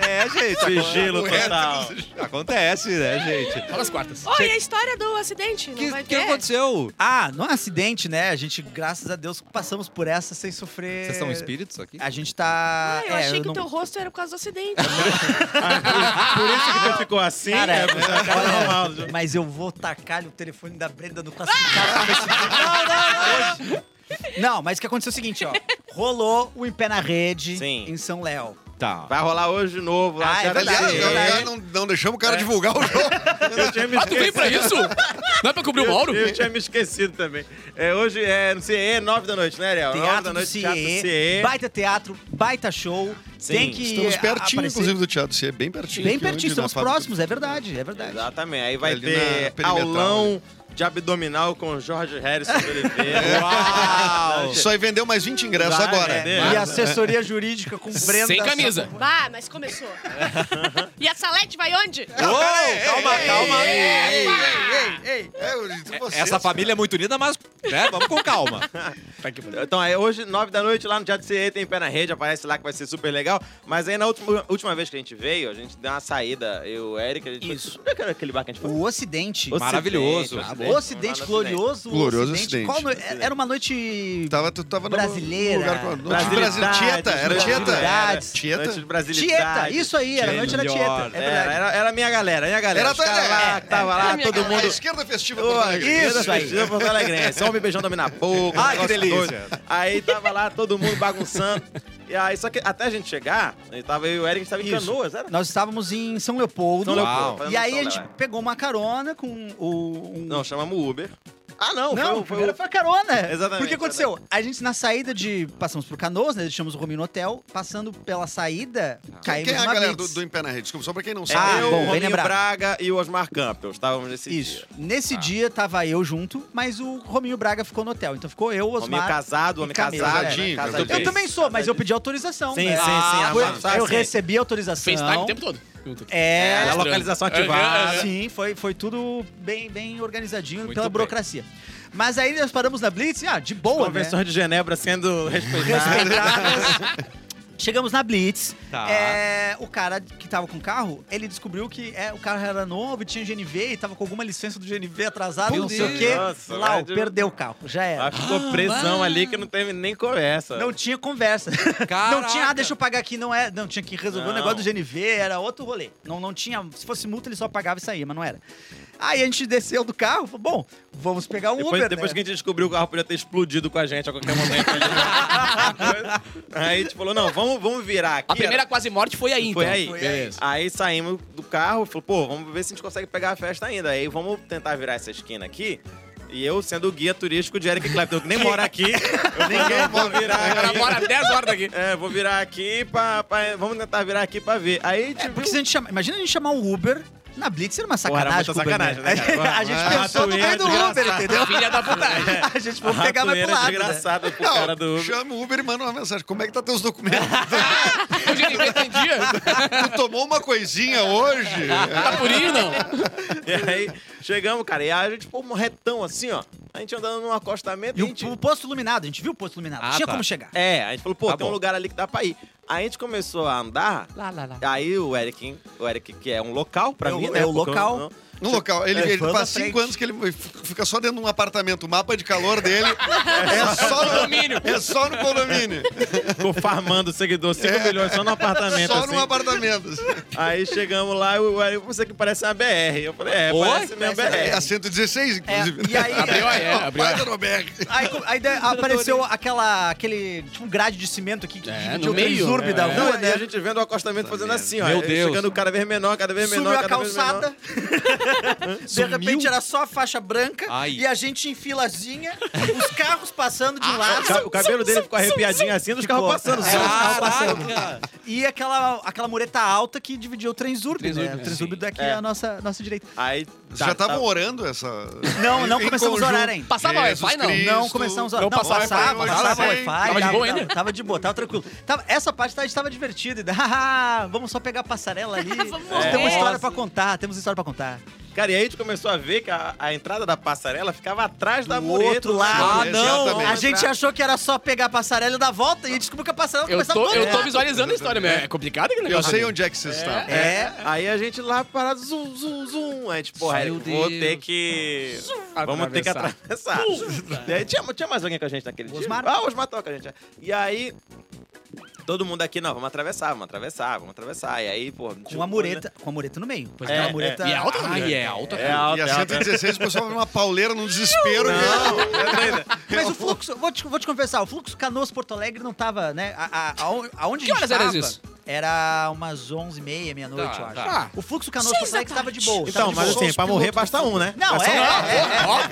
Speaker 7: É, gente. Sigilo total.
Speaker 1: tá Acontece, né, gente?
Speaker 2: Fala as quartas.
Speaker 4: Olha a história do acidente. Não vai
Speaker 3: que, que
Speaker 4: ter.
Speaker 3: aconteceu? Ah, não é acidente, né? A gente, graças a Deus, passamos por essa sem sofrer.
Speaker 1: Vocês são espíritos aqui?
Speaker 3: A gente tá.
Speaker 4: Ah, eu
Speaker 3: é,
Speaker 4: achei que
Speaker 3: não-
Speaker 4: o teu rosto era por causa do acidente.
Speaker 7: Por isso que tu ficou assim,
Speaker 3: Cara, é,
Speaker 7: né? Tá normal.
Speaker 3: Mas eu vou tacar o telefone da Brenda no
Speaker 4: Ah!
Speaker 3: classificado do Facebook. Não, não, não. Não, mas o que aconteceu é o seguinte, ó. Rolou o Em Pé na Rede
Speaker 7: Sim.
Speaker 3: em São Léo.
Speaker 1: Tá.
Speaker 7: Vai rolar hoje de novo. lá,
Speaker 3: Ah, é
Speaker 7: quero
Speaker 3: verdade,
Speaker 6: Aliás,
Speaker 7: ver.
Speaker 3: é verdade.
Speaker 6: já não, não deixamos o cara divulgar
Speaker 3: [laughs]
Speaker 6: o jogo.
Speaker 7: Eu tinha me
Speaker 2: Tu veio pra isso? Não é pra cobrir o
Speaker 7: Eu-
Speaker 2: Mauro?
Speaker 7: Eu, tinha me esquecido também. É, hoje é, não sei, é nove da noite, né, Ariel? nove da
Speaker 3: Teatro do
Speaker 7: noite, Teatro
Speaker 3: CIE,
Speaker 7: CIE.
Speaker 3: baita teatro, baita show.
Speaker 7: Sim,
Speaker 3: Tem que
Speaker 6: Estamos
Speaker 3: eh,
Speaker 6: pertinho,
Speaker 3: aparecer.
Speaker 6: inclusive, do Teatro C, bem pertinho.
Speaker 3: Bem
Speaker 6: aqui, onde,
Speaker 3: pertinho,
Speaker 6: na
Speaker 3: estamos
Speaker 6: fábrica-
Speaker 3: próximos, é verdade, é verdade.
Speaker 7: Exatamente. Aí vai
Speaker 6: Ali na
Speaker 7: ter
Speaker 6: perimetral,
Speaker 7: aulão de abdominal com Jorge Harrison do Oliveira.
Speaker 1: [laughs]
Speaker 7: Uau!
Speaker 6: Só e vendeu mais 20 ingressos
Speaker 7: Vai,
Speaker 6: agora.
Speaker 7: né?
Speaker 3: E assessoria jurídica com Brenda.
Speaker 2: Sem camisa.
Speaker 4: Bah,
Speaker 2: [laughs]
Speaker 4: mas começou. E a Salete vai onde?
Speaker 7: calma, calma.
Speaker 6: É, eu disse, vocês,
Speaker 1: Essa família é muito unida, mas né, vamos com [laughs] calma. Tá
Speaker 7: Então, aí hoje, nove da noite, lá no Teatro CE, tem Pé na Rede, aparece lá que vai ser super legal. Mas aí, na última, última vez que a gente veio, a gente deu uma saída, eu e o Eric, a gente
Speaker 2: Isso.
Speaker 7: Foi... Onde é que era aquele bar que a gente foi?
Speaker 3: O Ocidente.
Speaker 7: Ocidente,
Speaker 1: Maravilhoso. né?
Speaker 3: O Ocidente,
Speaker 7: Ocidente.
Speaker 3: glorioso.
Speaker 6: Glorioso Ocidente.
Speaker 3: Qual no- Era uma noite.
Speaker 6: [laughs] Tava, tu tava num
Speaker 3: Brasileira.
Speaker 6: lugar com a noite
Speaker 7: Brasilidade,
Speaker 6: brasileira. Tieta, era Tieta.
Speaker 3: Brasilidade.
Speaker 7: Antes
Speaker 6: Tieta?
Speaker 7: de Brasilidade.
Speaker 3: Tieta, isso aí, era a noite da
Speaker 1: Melhor.
Speaker 3: Tieta. É
Speaker 7: Era,
Speaker 3: verdade.
Speaker 7: era, era a minha galera, a minha galera.
Speaker 6: Era
Speaker 7: Os caras
Speaker 6: tua-
Speaker 7: lá,
Speaker 6: é,
Speaker 7: que tava lá,
Speaker 4: minha
Speaker 7: todo
Speaker 6: A
Speaker 7: mundo...
Speaker 6: esquerda festiva do
Speaker 7: Pô,
Speaker 6: Brasil.
Speaker 7: Isso
Speaker 3: é, aí.
Speaker 7: aí. Porto Alegrense. Só um me beijando homem na boca.
Speaker 1: Ai,
Speaker 7: negócio tá
Speaker 1: que delícia.
Speaker 7: doido. Aí tava lá todo mundo bagunçando. E aí, só que até a gente chegar, a gente tava eu e o Eric, a gente tava em
Speaker 3: Isso.
Speaker 7: canoas, era?
Speaker 3: Nós estávamos em São Leopoldo.
Speaker 7: é. São Leopoldo,
Speaker 1: Uau.
Speaker 7: fazendo
Speaker 3: E aí
Speaker 7: São
Speaker 3: a gente
Speaker 7: Leopoldo. é.
Speaker 3: pegou uma carona com o. um-
Speaker 7: Não, chamamos o Uber. Ah,
Speaker 3: Não,
Speaker 7: não, foi, o-
Speaker 3: foi,
Speaker 7: foi
Speaker 3: primeiro
Speaker 7: o...
Speaker 3: foi a carona.
Speaker 7: Exatamente,
Speaker 3: Porque aconteceu, a gente na saída de. Passamos por Canoas, né? Deixamos o Romino no hotel. Passando pela saída,
Speaker 7: Ah,
Speaker 3: caímos
Speaker 6: Quem é a
Speaker 3: numa
Speaker 6: galera do,
Speaker 3: blitz.
Speaker 6: do Em Pé na Rede? Desculpa, só pra quem não
Speaker 7: É,
Speaker 3: Ah,
Speaker 7: eu,
Speaker 6: sabe.
Speaker 3: bom,
Speaker 7: o
Speaker 3: bem
Speaker 7: Rominho
Speaker 3: lembrado.
Speaker 7: Braga e o Osmar Campbell. Estávamos nesse
Speaker 3: Isso.
Speaker 7: dia. Ah.
Speaker 3: Nesse dia tava eu junto, mas o Rominho Braga ficou no hotel. Então ficou eu,
Speaker 7: Homem
Speaker 3: Osmar.
Speaker 7: casado, homem
Speaker 3: e Camila,
Speaker 7: casado.
Speaker 6: é, né?
Speaker 7: né? Casadinho.
Speaker 3: Eu também sou, mas eu pedi autorização.
Speaker 7: Sim,
Speaker 3: né?
Speaker 7: sim, sim.
Speaker 3: Ah,
Speaker 7: a
Speaker 3: foi-
Speaker 7: Marta,
Speaker 3: eu
Speaker 7: sim.
Speaker 3: recebi autorização.
Speaker 2: FaceTime o tempo todo. Junto.
Speaker 3: É,
Speaker 7: É, a localização ativada.
Speaker 3: Sim, foi, foi tudo bem, bem organizadinho
Speaker 1: Muito
Speaker 3: pela
Speaker 1: bem.
Speaker 3: burocracia. Mas aí nós paramos na Blitz, e, ah, de boa, né?
Speaker 7: Convenções de Genebra sendo respeitadas.
Speaker 3: Chegamos na Blitz.
Speaker 1: Tá.
Speaker 3: É, o cara que tava com o carro, ele descobriu que é, o carro era novo, tinha GNV e tava com alguma licença do GNV atrasada, não sei o quê.
Speaker 7: Nossa,
Speaker 3: Lau,
Speaker 7: vai de-
Speaker 3: perdeu o carro. Já era.
Speaker 7: Ela ficou presão ali que não teve nem conversa.
Speaker 3: Não tinha conversa. [laughs] Não tinha, ah, deixa eu pagar aqui. Não, é, não tinha que resolver o
Speaker 7: Não.
Speaker 3: negócio do GNV, era outro rolê. Não, não tinha. Se fosse multa, ele só pagava e saía, mas não era. Aí a gente desceu do carro, falou, bom, vamos pegar um
Speaker 7: Depois,
Speaker 3: Uber.
Speaker 7: depois que
Speaker 3: né?
Speaker 7: a gente descobriu que o carro podia ter explodido com a gente a qualquer momento.
Speaker 3: [laughs]
Speaker 7: aí a gente falou, não, vamos, vamos virar aqui.
Speaker 2: A primeira quase morte foi aí,
Speaker 7: Foi
Speaker 2: então.
Speaker 7: aí.
Speaker 2: Beleza.
Speaker 7: Aí saímos do carro, falou, pô, vamos ver se a gente consegue pegar a festa ainda. Aí vamos tentar virar essa esquina aqui. E eu, sendo o guia turístico de Eric Clapton, que nem mora aqui, eu ninguém vou virar
Speaker 2: Ela
Speaker 7: aqui.
Speaker 2: mora 10 horas daqui.
Speaker 7: É, vou virar aqui pra, pra- Vamos tentar virar aqui pra ver. Aí tipo, a gente
Speaker 3: É, porque se
Speaker 7: viu-
Speaker 3: a gente chama, imagina a gente chamar o Uber na Blitz, era uma
Speaker 7: Porra, era
Speaker 3: sacanagem.
Speaker 7: muita
Speaker 3: com o Uber,
Speaker 7: sacanagem, né,
Speaker 3: [laughs]
Speaker 7: cara?
Speaker 3: a gente
Speaker 7: Ah,
Speaker 3: pensou no meio do
Speaker 7: atueira,
Speaker 3: Uber, entendeu?
Speaker 2: Filha da puta.
Speaker 3: [laughs] A gente vamos pegar mais
Speaker 7: Ratoeira
Speaker 3: pro lado. né?
Speaker 7: desgraçada pro
Speaker 6: Não,
Speaker 7: cara do Uber.
Speaker 6: chama o Uber e manda uma mensagem. Como é que tá teus documentos? [laughs]
Speaker 2: Eu já nem entendi.
Speaker 6: tu tomou uma
Speaker 3: [laughs]
Speaker 6: coisinha hoje?
Speaker 2: Tá purinho, não?
Speaker 7: E aí, chegamos, cara, e aí a gente, pô, um retão assim, ó. A gente andando num acostamento.
Speaker 3: E um
Speaker 7: a
Speaker 3: o,
Speaker 7: gente...
Speaker 3: o posto iluminado, a gente viu o posto iluminado.
Speaker 1: Ah,
Speaker 3: tinha
Speaker 1: tá.
Speaker 3: como chegar.
Speaker 7: É, a gente falou, pô,
Speaker 1: Tá
Speaker 7: tem
Speaker 1: bom.
Speaker 7: um lugar ali que dá pra ir. Aí a gente começou a andar.
Speaker 2: Lá, lá, lá.
Speaker 7: Aí o Eric, o Eric que é um local pra
Speaker 3: É o-
Speaker 7: mim, né?
Speaker 3: é o
Speaker 7: porque eu
Speaker 3: local.
Speaker 7: não-
Speaker 6: No local. Ele,
Speaker 3: É,
Speaker 6: ele
Speaker 3: fã da
Speaker 6: faz cinco
Speaker 3: frente.
Speaker 6: anos que ele f- fica só dentro de um apartamento. O mapa de calor
Speaker 3: [laughs]
Speaker 6: dele é só no
Speaker 2: condomínio.
Speaker 6: É só no condomínio.
Speaker 7: Ficou farmando seguidor, 5 milhões É. só no apartamento.
Speaker 6: só
Speaker 7: assim.
Speaker 6: num apartamento. assim.
Speaker 7: Aí chegamos lá e o Eric, você que parece uma BR. Eu falei, é,
Speaker 2: Oi?
Speaker 7: parece minha BR.
Speaker 6: É a 116,
Speaker 3: É,
Speaker 6: inclusive. né?
Speaker 3: e
Speaker 7: [laughs]
Speaker 3: aí,
Speaker 2: Abriu aí, é, abriu aí.
Speaker 6: Vai, Norberg.
Speaker 3: aí, aí de- apareceu aquela, aquele tipo um grade de cimento aqui que
Speaker 2: É,
Speaker 3: dividia
Speaker 2: no
Speaker 3: o
Speaker 2: meio,
Speaker 3: transurbe
Speaker 2: é.
Speaker 3: da
Speaker 7: Não,
Speaker 3: rua,
Speaker 7: e a
Speaker 3: né?
Speaker 7: gente vendo o acostamento fazendo assim, ó.
Speaker 1: Meu
Speaker 7: Aí
Speaker 1: Deus.
Speaker 7: Chegando cada vez menor, cada vez menor.
Speaker 3: Subiu a
Speaker 7: cada vez menor.
Speaker 3: calçada. De repente era só a faixa branca
Speaker 1: Ai.
Speaker 3: e a gente em filazinha, os carros passando
Speaker 2: Ah,
Speaker 3: de um lado.
Speaker 7: O cabelo dele ficou arrepiadinho assim dos carros passando.
Speaker 3: É, E aquela, aquela mureta alta que dividia o Transurb,
Speaker 1: Transurb,
Speaker 3: né? O
Speaker 1: sim.
Speaker 3: Transurb daqui
Speaker 7: É.
Speaker 3: à nossa, nossa direita.
Speaker 7: Aí.
Speaker 6: Vocês
Speaker 7: tá-
Speaker 6: já estavam
Speaker 7: tá-
Speaker 6: orando essa.
Speaker 3: Não,
Speaker 6: em-
Speaker 3: não
Speaker 6: em
Speaker 3: começamos a
Speaker 6: conjunto?
Speaker 3: orar ainda.
Speaker 2: Passava
Speaker 6: Jesus
Speaker 2: Wi-Fi, não?
Speaker 6: Cristo.
Speaker 3: Não começamos a
Speaker 2: Não,
Speaker 3: Não,
Speaker 2: passava,
Speaker 3: passava,
Speaker 6: passava
Speaker 3: passava
Speaker 6: wi-fi,
Speaker 3: Wi-Fi.
Speaker 2: Tava de
Speaker 3: dava-
Speaker 2: boa ainda?
Speaker 3: Tava de boa, tava tranquilo. Tava, essa parte tava, tava divertida. [laughs] e da- haha, Vamos só pegar a passarela ali.
Speaker 4: [laughs]
Speaker 3: Temos
Speaker 4: Vamos morrer.
Speaker 3: história pra contar, temos história pra contar.
Speaker 7: um- Cara, e aí a gente começou a ver que a, a entrada da passarela ficava atrás da
Speaker 3: Do
Speaker 7: mureta.
Speaker 3: outro
Speaker 7: do
Speaker 3: lado.
Speaker 7: lado.
Speaker 6: Ah, não.
Speaker 7: Exatamente.
Speaker 3: A gente achou que era só pegar a passarela e dar a volta e descobriu que a passarela
Speaker 2: Eu
Speaker 3: começava
Speaker 2: tô,
Speaker 3: todo
Speaker 2: eu tô
Speaker 3: lado.
Speaker 2: visualizando a história, mas é complicado aquele
Speaker 6: Eu
Speaker 2: negócio.
Speaker 6: sei
Speaker 2: né?
Speaker 6: onde é que vocês estavam.
Speaker 3: É.
Speaker 7: Aí a gente lá parado, zum, zum, zum. Aí, tipo, porra,
Speaker 2: Meu
Speaker 7: Eric, vou
Speaker 2: Deus.
Speaker 7: ter que. Vamos ter que atravessar. E aí, tinha, tinha mais alguém com a gente naquele
Speaker 3: Osmar.
Speaker 7: dia? Ah, Osmar toca a gente. E aí. Todo mundo aqui, não, vamos atravessar, vamos atravessar, vamos atravessar. E aí, pô. um
Speaker 3: Com a mureta, com a mureta no meio. Pois
Speaker 7: É,
Speaker 3: aquela
Speaker 7: é.
Speaker 3: mureta.
Speaker 2: E é alta,
Speaker 3: Ai,
Speaker 2: né? E é alta.
Speaker 7: É
Speaker 6: E
Speaker 7: alta,
Speaker 6: a
Speaker 7: é alta.
Speaker 6: 116, o pessoal vai uma pauleira num desespero.
Speaker 7: Não,
Speaker 6: que-
Speaker 7: é doida.
Speaker 3: [laughs] Mas o fluxo, vou te, vou te confessar, o fluxo Canoas Porto Alegre não tava, né? A, a, aon- aonde
Speaker 2: Que
Speaker 3: a gente
Speaker 2: horas era
Speaker 3: tava,
Speaker 2: isso?
Speaker 3: Era umas 11h30, meia-noite,
Speaker 2: Tá,
Speaker 3: eu acho.
Speaker 2: tá.
Speaker 3: O fluxo Canoas Porto Alegre tava de boa. tava
Speaker 7: Então,
Speaker 3: de
Speaker 7: mas
Speaker 3: boa.
Speaker 7: assim, pra morrer basta um, né?
Speaker 3: Não, é,
Speaker 7: Basta um.
Speaker 3: é,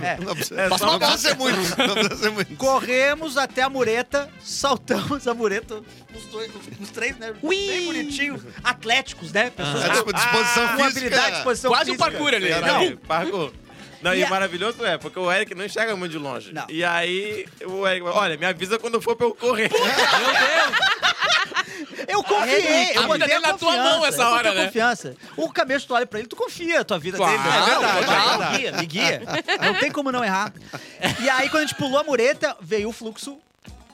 Speaker 3: é, é, é.
Speaker 6: Não precisa,
Speaker 7: Passa
Speaker 6: não
Speaker 7: uma
Speaker 6: precisa ser muito. Não precisa ser muito.
Speaker 3: Corremos até a mureta, saltamos a mureta,
Speaker 7: um.
Speaker 3: os, dois, os três, né? Bem bonitinho. Atléticos, né? Pessoas
Speaker 6: A
Speaker 7: Ah.
Speaker 6: dispo- É tipo, disposição
Speaker 3: com
Speaker 6: física.
Speaker 3: Ah, habilidade, disposição
Speaker 2: Quase um
Speaker 3: física.
Speaker 2: parkour ali.
Speaker 7: Caralho, parkour. Não, e,
Speaker 3: E
Speaker 7: o
Speaker 3: a-
Speaker 7: maravilhoso é, porque o Eric não enxerga muito de longe.
Speaker 3: Não.
Speaker 7: E aí, o Eric, fala, olha, me avisa quando for pra eu correr.
Speaker 3: Eu confiei,
Speaker 2: A
Speaker 3: eu
Speaker 2: vida
Speaker 3: botei
Speaker 2: dele
Speaker 3: a
Speaker 2: na tua
Speaker 3: confiança,
Speaker 2: mão essa
Speaker 3: eu botei
Speaker 2: hora,
Speaker 3: a
Speaker 2: né?
Speaker 3: confiança. O cabeço, tu olha pra ele, tu confia a tua vida
Speaker 2: Claro,
Speaker 3: dele.
Speaker 2: é
Speaker 3: né?
Speaker 2: verdade,
Speaker 3: Me guia, me guia. Não tem como não errar. E aí, quando a gente pulou a mureta, veio o fluxo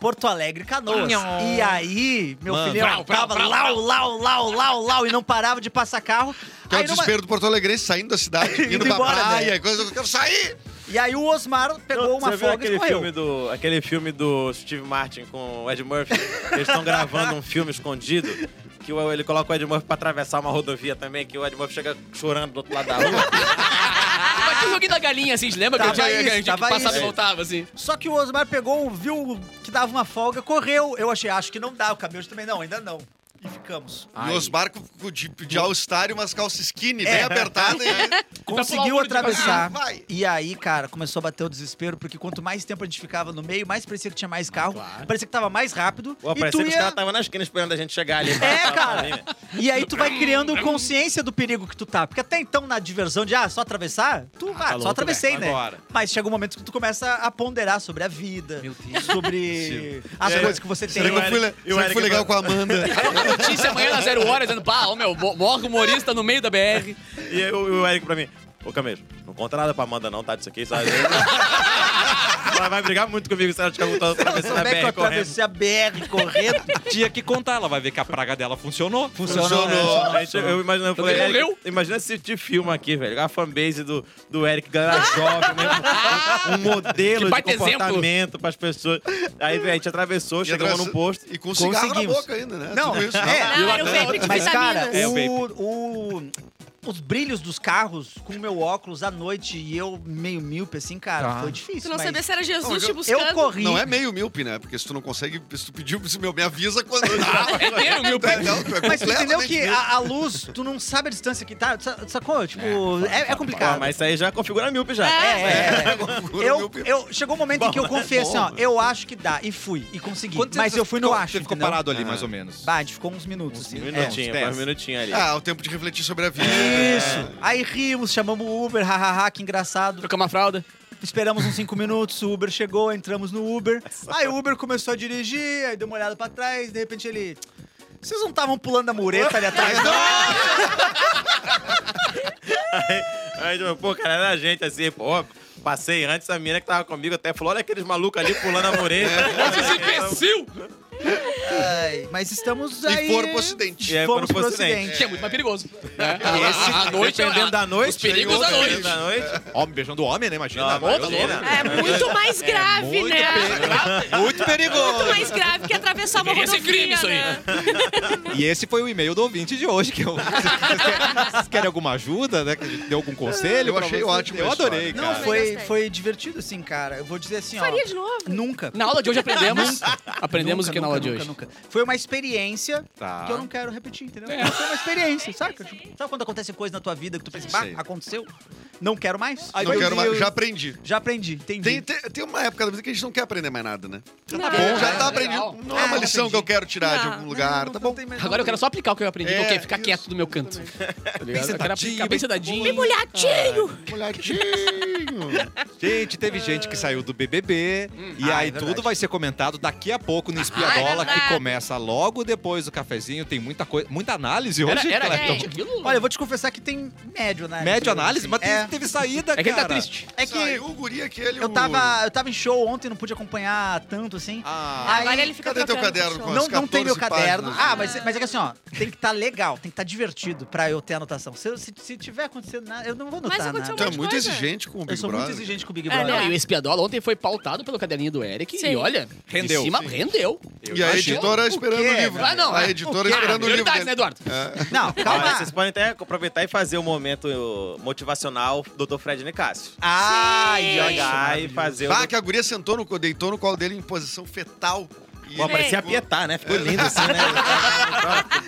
Speaker 3: Porto Alegre Canoas. E aí, meu
Speaker 1: Mano,
Speaker 3: filho,
Speaker 2: brau,
Speaker 3: eu
Speaker 2: brau,
Speaker 3: tava
Speaker 2: brau,
Speaker 3: lau, lau, lau, lau, lau, e não parava de passar carro.
Speaker 6: Que
Speaker 7: um
Speaker 6: é o
Speaker 3: Aí numa-
Speaker 6: desespero do Porto Alegre saindo
Speaker 3: [laughs]
Speaker 6: da cidade, indo,
Speaker 3: Indo
Speaker 6: pra
Speaker 3: embora,
Speaker 6: praia,
Speaker 3: né?
Speaker 6: coisa. Eu quero sair!
Speaker 3: E aí o Osmar pegou
Speaker 7: Não,
Speaker 3: uma
Speaker 7: Você viu
Speaker 3: folga e
Speaker 7: aquele
Speaker 3: correu.
Speaker 7: filme, do, aquele filme do Steve Martin com o Ed Murphy? Eles estão gravando um filme escondido que o- ele coloca o Ed Murphy pra atravessar uma rodovia também, que o Ed Murphy chega chorando do outro lado da rua.
Speaker 3: [laughs]
Speaker 2: Ah, Mas tinha o joguinho da galinha, assim, te lembra?
Speaker 3: Tava
Speaker 2: que eu tinha,
Speaker 3: isso,
Speaker 2: que a gente
Speaker 3: tava
Speaker 2: passava e
Speaker 3: isso.
Speaker 2: voltava, assim.
Speaker 3: Só que o Osmar pegou, viu que dava uma folga, correu. Eu achei, "Ah, acho que não dá, o cabelo também não, ainda não. E ficamos.
Speaker 6: E os barcos de, de all-star e umas calças skinny bem
Speaker 3: É.
Speaker 6: apertadas. E...
Speaker 7: Então,
Speaker 3: Conseguiu
Speaker 2: pular o muro de
Speaker 3: atravessar.
Speaker 6: barriga. Ah, vai.
Speaker 3: E aí, cara, começou a bater o desespero, porque quanto mais tempo a gente ficava no meio, mais parecia que tinha mais carro, parecia que tava mais rápido.
Speaker 7: Pô,
Speaker 3: e
Speaker 7: parecia
Speaker 3: tu
Speaker 7: que os
Speaker 3: ia...
Speaker 7: caras estavam na esquina esperando a gente chegar ali. né?
Speaker 3: [laughs]
Speaker 7: pra-
Speaker 3: É,
Speaker 7: pra- pra linha.
Speaker 3: cara. E aí tu vai criando consciência do perigo que tu tá. Porque até então, na diversão de, ah, só atravessar, tu,
Speaker 7: tá
Speaker 3: ah, só atravessei, né?
Speaker 1: Agora.
Speaker 3: Mas chega um momento que tu começa a ponderar sobre a vida, sobre as
Speaker 7: É.
Speaker 3: coisas que você tem.
Speaker 6: Será que eu fui, le-
Speaker 7: E o
Speaker 6: será que
Speaker 7: Eric
Speaker 6: fui legal com a
Speaker 7: Bana-
Speaker 6: Amanda?
Speaker 3: [laughs]
Speaker 2: Notícia amanhã na zero hora, dizendo, pá, ô meu, mo- morre humorista no meio da BR.
Speaker 7: E aí o, o Eric pra mim, ô Camejo, não conta nada pra Amanda não, tá? Disso
Speaker 3: [laughs]
Speaker 7: aqui, sabe? Ela vai brigar muito comigo se ela te perguntar pra ver se
Speaker 3: Como
Speaker 7: na
Speaker 3: é que eu
Speaker 7: BR correndo.
Speaker 3: atravessei a BR correndo?
Speaker 1: Tinha que contar, ela vai ver que a praga dela funcionou.
Speaker 6: Funcionou.
Speaker 7: A gente- eu imagino, eu falei,
Speaker 2: Ele
Speaker 7: Eric,
Speaker 2: morreu?
Speaker 7: imagina esse tipo de filme aqui, velho. A fanbase do, do Eric, galera jovem mesmo. Um modelo
Speaker 2: Que
Speaker 7: de
Speaker 2: baita exemplo.
Speaker 7: comportamento pras pessoas. Aí, velho, a gente atravessou,
Speaker 6: E
Speaker 7: chegamos
Speaker 6: atravessa-
Speaker 7: num posto.
Speaker 6: E com cigarro na
Speaker 3: Conseguimos.
Speaker 6: boca ainda, né?
Speaker 3: Não,
Speaker 6: Tudo isso.
Speaker 3: é.
Speaker 4: Não, era o vape de
Speaker 3: Mas, cara,
Speaker 4: vitaminas.
Speaker 1: É, o
Speaker 3: o, o- os brilhos dos carros com o meu óculos à noite e eu meio míope, assim, cara, foi difícil.
Speaker 4: Tu não
Speaker 3: mas
Speaker 4: sabia se era
Speaker 6: Não, mas
Speaker 4: Jesus
Speaker 6: eu-
Speaker 4: te
Speaker 6: eu
Speaker 4: buscando.
Speaker 3: Eu corri.
Speaker 6: Não é meio míope, né? Porque se tu não consegue, se tu pediu, se meu, me avisa quando.
Speaker 3: [laughs]
Speaker 6: Ah,
Speaker 2: É dele, meu
Speaker 6: tu é- não, tu é
Speaker 3: Mas tu entendeu
Speaker 6: completamente
Speaker 3: que
Speaker 6: míope.
Speaker 3: a, a luz, tu não sabe a distância que tá, sa- sacou? Tipo, é, é
Speaker 7: Ah,
Speaker 3: complicado.
Speaker 7: mas isso aí já configura míope já.
Speaker 4: Ah,
Speaker 3: É, é, é. Eu,
Speaker 6: Míope.
Speaker 3: eu, chegou um momento em que eu confiei assim, ó, eu acho que dá, e fui, e consegui. Mas eu fui no acho,
Speaker 1: Você ficou Ah.
Speaker 3: entendeu?
Speaker 1: parado ali, mais ou menos.
Speaker 3: Bah, a gente ficou uns minutos, assim.
Speaker 7: Um
Speaker 3: é.
Speaker 7: minutinho,
Speaker 1: É,
Speaker 7: foi um
Speaker 1: uns
Speaker 7: minutinho ali.
Speaker 6: Ah, o tempo de refletir sobre a vida.
Speaker 3: Isso. Aí rimos, chamamos o Uber, hahaha, que engraçado.
Speaker 2: Trocar uma fralda.
Speaker 3: Esperamos uns 5 minutos, o Uber chegou, entramos no Uber. Aí o Uber começou a dirigir, aí deu uma olhada pra trás, de repente ele. Vocês não estavam pulando a mureta ali atrás? não?"
Speaker 7: Aí, tipo, pô, cara, era a gente assim, pô. Passei antes, a mina que tava comigo até falou: olha aqueles malucos ali pulando a mureta.
Speaker 2: Esses imbecil!
Speaker 3: Ai, mas estamos
Speaker 6: E
Speaker 3: aí.
Speaker 6: foram pro Ocidente.
Speaker 2: É,
Speaker 7: E aí
Speaker 3: Fomos
Speaker 7: foram pro
Speaker 3: pro
Speaker 7: Ocidente.
Speaker 3: Ocidente.
Speaker 2: Que é muito mais perigoso. né?
Speaker 7: E esse,
Speaker 2: A- a- a noite,
Speaker 7: dependendo
Speaker 2: a-
Speaker 7: da noite,
Speaker 2: Os perigos da
Speaker 7: dependendo
Speaker 2: noite.
Speaker 7: da noite.
Speaker 1: Homem beijando homem, né? Imagina.
Speaker 7: Não,
Speaker 1: Amanda,
Speaker 7: imagina.
Speaker 1: louca.
Speaker 4: É muito mais grave,
Speaker 1: muito
Speaker 4: né?
Speaker 1: Muito perigoso.
Speaker 4: Muito mais grave que atravessar uma
Speaker 2: Deveria ser
Speaker 4: rodovia,
Speaker 2: crime isso aí.
Speaker 4: né?
Speaker 1: E esse foi o e-mail do ouvinte de hoje. Que eu... vocês, querem, vocês querem alguma ajuda, né? Que a gente Deu algum conselho?
Speaker 6: Eu
Speaker 1: pra
Speaker 6: achei
Speaker 1: vocês?
Speaker 6: ótimo
Speaker 1: Eu
Speaker 6: essa
Speaker 1: adorei,
Speaker 6: história.
Speaker 3: Não,
Speaker 1: cara.
Speaker 3: foi,
Speaker 4: gostei.
Speaker 3: foi divertido, sim, cara. Eu vou dizer assim, ó.
Speaker 4: Faria de novo.
Speaker 3: Nunca.
Speaker 2: Na aula de hoje aprendemos. aprendemos
Speaker 3: Nunca,
Speaker 2: o que na aula de hoje. É.
Speaker 3: Nunca, nunca. Foi uma experiência
Speaker 1: Tá.
Speaker 3: que eu não quero repetir, entendeu? Foi uma experiência, saca? Tipo, sabe quando acontece coisa na tua vida que tu pensa, bah,
Speaker 6: Sei.
Speaker 3: aconteceu? Não quero mais.
Speaker 6: Não
Speaker 3: Meu
Speaker 6: quero mais.
Speaker 3: Deus.
Speaker 6: Já aprendi.
Speaker 3: Já aprendi, entendi.
Speaker 6: Tem, tem, tem uma época da vida que a gente não quer aprender mais nada, né?
Speaker 4: Não,
Speaker 6: Bom, já
Speaker 2: é,
Speaker 6: tá
Speaker 2: é
Speaker 6: aprendido.
Speaker 2: legal.
Speaker 6: Não é
Speaker 3: Ah,
Speaker 6: uma
Speaker 3: já
Speaker 6: lição que eu
Speaker 3: aprendi.
Speaker 6: quero tirar de
Speaker 4: Não,
Speaker 6: algum
Speaker 4: não,
Speaker 6: lugar, tá bom?
Speaker 2: Agora eu quero só aplicar o que eu aprendi, que eu
Speaker 6: É,
Speaker 2: quero ficar
Speaker 6: isso,
Speaker 2: quieto do meu canto. Tá ligado? eu quero
Speaker 1: sentadinho,
Speaker 2: aplicar bem
Speaker 1: bem
Speaker 2: sedadinho.
Speaker 4: Molhadinho!
Speaker 6: Olhadinho.
Speaker 1: Gente, teve gente que saiu do BBB e
Speaker 3: Ah,
Speaker 1: aí
Speaker 3: é verdade.
Speaker 1: tudo vai ser comentado daqui a pouco no
Speaker 4: é
Speaker 1: Espiadola,
Speaker 4: verdade.
Speaker 1: que começa logo depois do cafezinho. Tem muita coisa, muita análise
Speaker 2: Era,
Speaker 1: hoje,
Speaker 2: era,
Speaker 1: Clepton.
Speaker 2: gente, aquilo.
Speaker 3: Olha, eu vou te confessar que tem médio, né?
Speaker 1: Médio análise, mas
Speaker 3: é.
Speaker 1: teve, teve saída,
Speaker 2: é que ele
Speaker 1: cara.
Speaker 2: tá triste.
Speaker 3: É que
Speaker 6: Saiu o guri aquele.
Speaker 3: eu
Speaker 6: o-
Speaker 3: tava, eu tava em show ontem, não pude acompanhar tanto, assim.
Speaker 6: Ah,
Speaker 4: Agora ele fica
Speaker 6: Cadê teu
Speaker 4: trocando
Speaker 6: caderno
Speaker 4: de
Speaker 6: com
Speaker 4: show.
Speaker 6: as
Speaker 3: não, não tem meu
Speaker 6: 14
Speaker 3: caderno.
Speaker 6: páginas,
Speaker 3: Ah,
Speaker 6: né?
Speaker 3: mas, mas é que assim, ó, tem que estar legal, tem que estar divertido pra eu ter anotação. Se, se, se tiver acontecendo nada, eu não vou anotar
Speaker 4: aconteceu
Speaker 6: Tu
Speaker 3: nada.
Speaker 6: é
Speaker 4: monte de
Speaker 6: muito
Speaker 4: coisa.
Speaker 6: exigente com o Big
Speaker 3: Eu sou
Speaker 6: Brother.
Speaker 3: muito exigente com o Big
Speaker 4: É,
Speaker 3: Brother.
Speaker 2: Não, e o espiadola ontem foi pautado pelo caderninho do Eric.
Speaker 4: Sim.
Speaker 2: E olha,
Speaker 1: Rendeu.
Speaker 2: em cima rendeu.
Speaker 6: E a
Speaker 2: Achou?
Speaker 6: editora esperando o
Speaker 3: quê?
Speaker 6: livro.
Speaker 2: Ah, não,
Speaker 6: A
Speaker 2: é.
Speaker 6: editora
Speaker 3: O quê?
Speaker 6: esperando o livro.
Speaker 2: Prioridades, né,
Speaker 6: dele.
Speaker 2: Eduardo?
Speaker 3: Não,
Speaker 7: Calma,
Speaker 3: calma.
Speaker 7: vocês podem até aproveitar e fazer o momento motivacional Dr. Fred Nicásio.
Speaker 3: Ai, ai,
Speaker 7: Jogar
Speaker 3: ai.
Speaker 7: e fazer
Speaker 6: Bah,
Speaker 7: o...
Speaker 6: que a guria sentou no co- deitou no colo dele em posição fetal. E
Speaker 7: Pô,
Speaker 3: é
Speaker 7: parecia a Pietá, né? Ficou lindo assim, né? [laughs]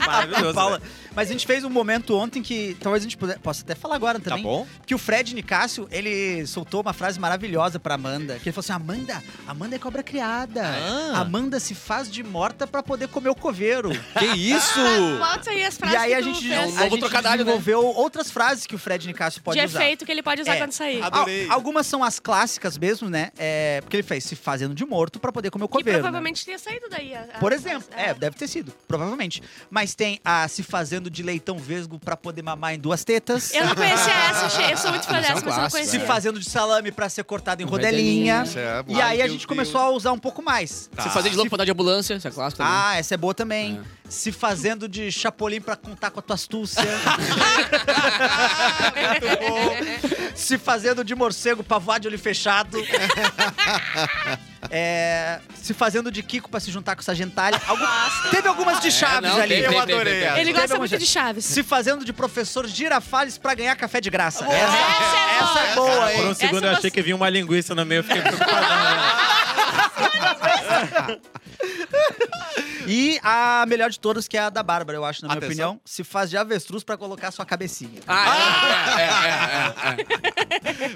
Speaker 3: [laughs]
Speaker 7: Maravilhoso.
Speaker 3: Paula.
Speaker 7: né?
Speaker 3: Mas a gente fez um momento ontem que talvez a gente puder, possa até falar agora
Speaker 1: Tá
Speaker 3: também.
Speaker 1: bom?
Speaker 3: Que o Fred Nicásio, ele soltou uma frase maravilhosa pra Amanda. Que ele falou assim: Amanda, Amanda é cobra criada.
Speaker 1: Ah.
Speaker 3: Amanda se faz de morta pra poder comer o coveiro.
Speaker 1: Que
Speaker 2: [laughs]
Speaker 1: isso?
Speaker 4: Bota aí as frases
Speaker 3: e aí
Speaker 4: que
Speaker 3: a
Speaker 4: tu
Speaker 3: gente,
Speaker 4: fez.
Speaker 2: É um novo
Speaker 3: a gente
Speaker 2: trocadalho, né?
Speaker 3: desenvolveu outras frases que o Fred Nicásio pode
Speaker 4: de
Speaker 3: usar.
Speaker 4: efeito que ele pode usar
Speaker 3: É.
Speaker 4: quando sair.
Speaker 1: A-
Speaker 3: Al-
Speaker 1: Adorei.
Speaker 3: algumas são as clássicas mesmo, né? É, porque ele fez se fazendo de morto pra poder comer o
Speaker 4: Que
Speaker 3: coveiro. né?
Speaker 4: provavelmente Ah, tenha saído daí. a- a-
Speaker 3: Por exemplo,
Speaker 4: a-
Speaker 3: é, deve ter sido, provavelmente. Mas tem a se fazendo de leitão vesgo pra poder mamar em duas tetas.
Speaker 4: Eu
Speaker 3: [laughs]
Speaker 4: não conhecia essa, achei- eu sou muito fã
Speaker 2: Isso é um
Speaker 4: dessa, mas eu não
Speaker 2: clássico,
Speaker 4: conhecia.
Speaker 3: Se fazendo de salame pra ser cortado em
Speaker 2: Um
Speaker 3: rodelinha.
Speaker 2: rodelinha.
Speaker 6: É,
Speaker 3: E aí
Speaker 6: meu
Speaker 3: a gente
Speaker 6: Deus.
Speaker 3: começou a usar um pouco mais.
Speaker 2: Se fazer de louco pra andar de ambulância, essa classe também.
Speaker 3: Ah, essa é boa também. Se fazendo de chapolim pra contar com a tua
Speaker 2: [laughs]
Speaker 3: astúcia. Se fazendo de morcego pra voar de olho fechado. É, se fazendo de Kiko pra se juntar com essa gentalha. Algu- Teve algumas de chaves
Speaker 2: É, não, tem,
Speaker 3: ali.
Speaker 2: tem, tem, tem, tem.
Speaker 4: Ele
Speaker 3: Teve
Speaker 4: gosta
Speaker 3: algumas
Speaker 4: muito de Chaves.
Speaker 3: Se fazendo de professor girafales pra ganhar café de graça. Essa,
Speaker 4: Essa
Speaker 3: essa é boa,
Speaker 7: Por
Speaker 3: hein?
Speaker 7: um segundo eu
Speaker 4: você-
Speaker 7: achei que vinha uma linguiça no meio, eu fiquei preocupado. né?
Speaker 3: E a melhor de todas, que é a da Bárbara, eu acho, na minha
Speaker 1: Atenção.
Speaker 3: opinião. Se faz de avestruz pra colocar sua cabecinha.
Speaker 2: Ah, é, é, é,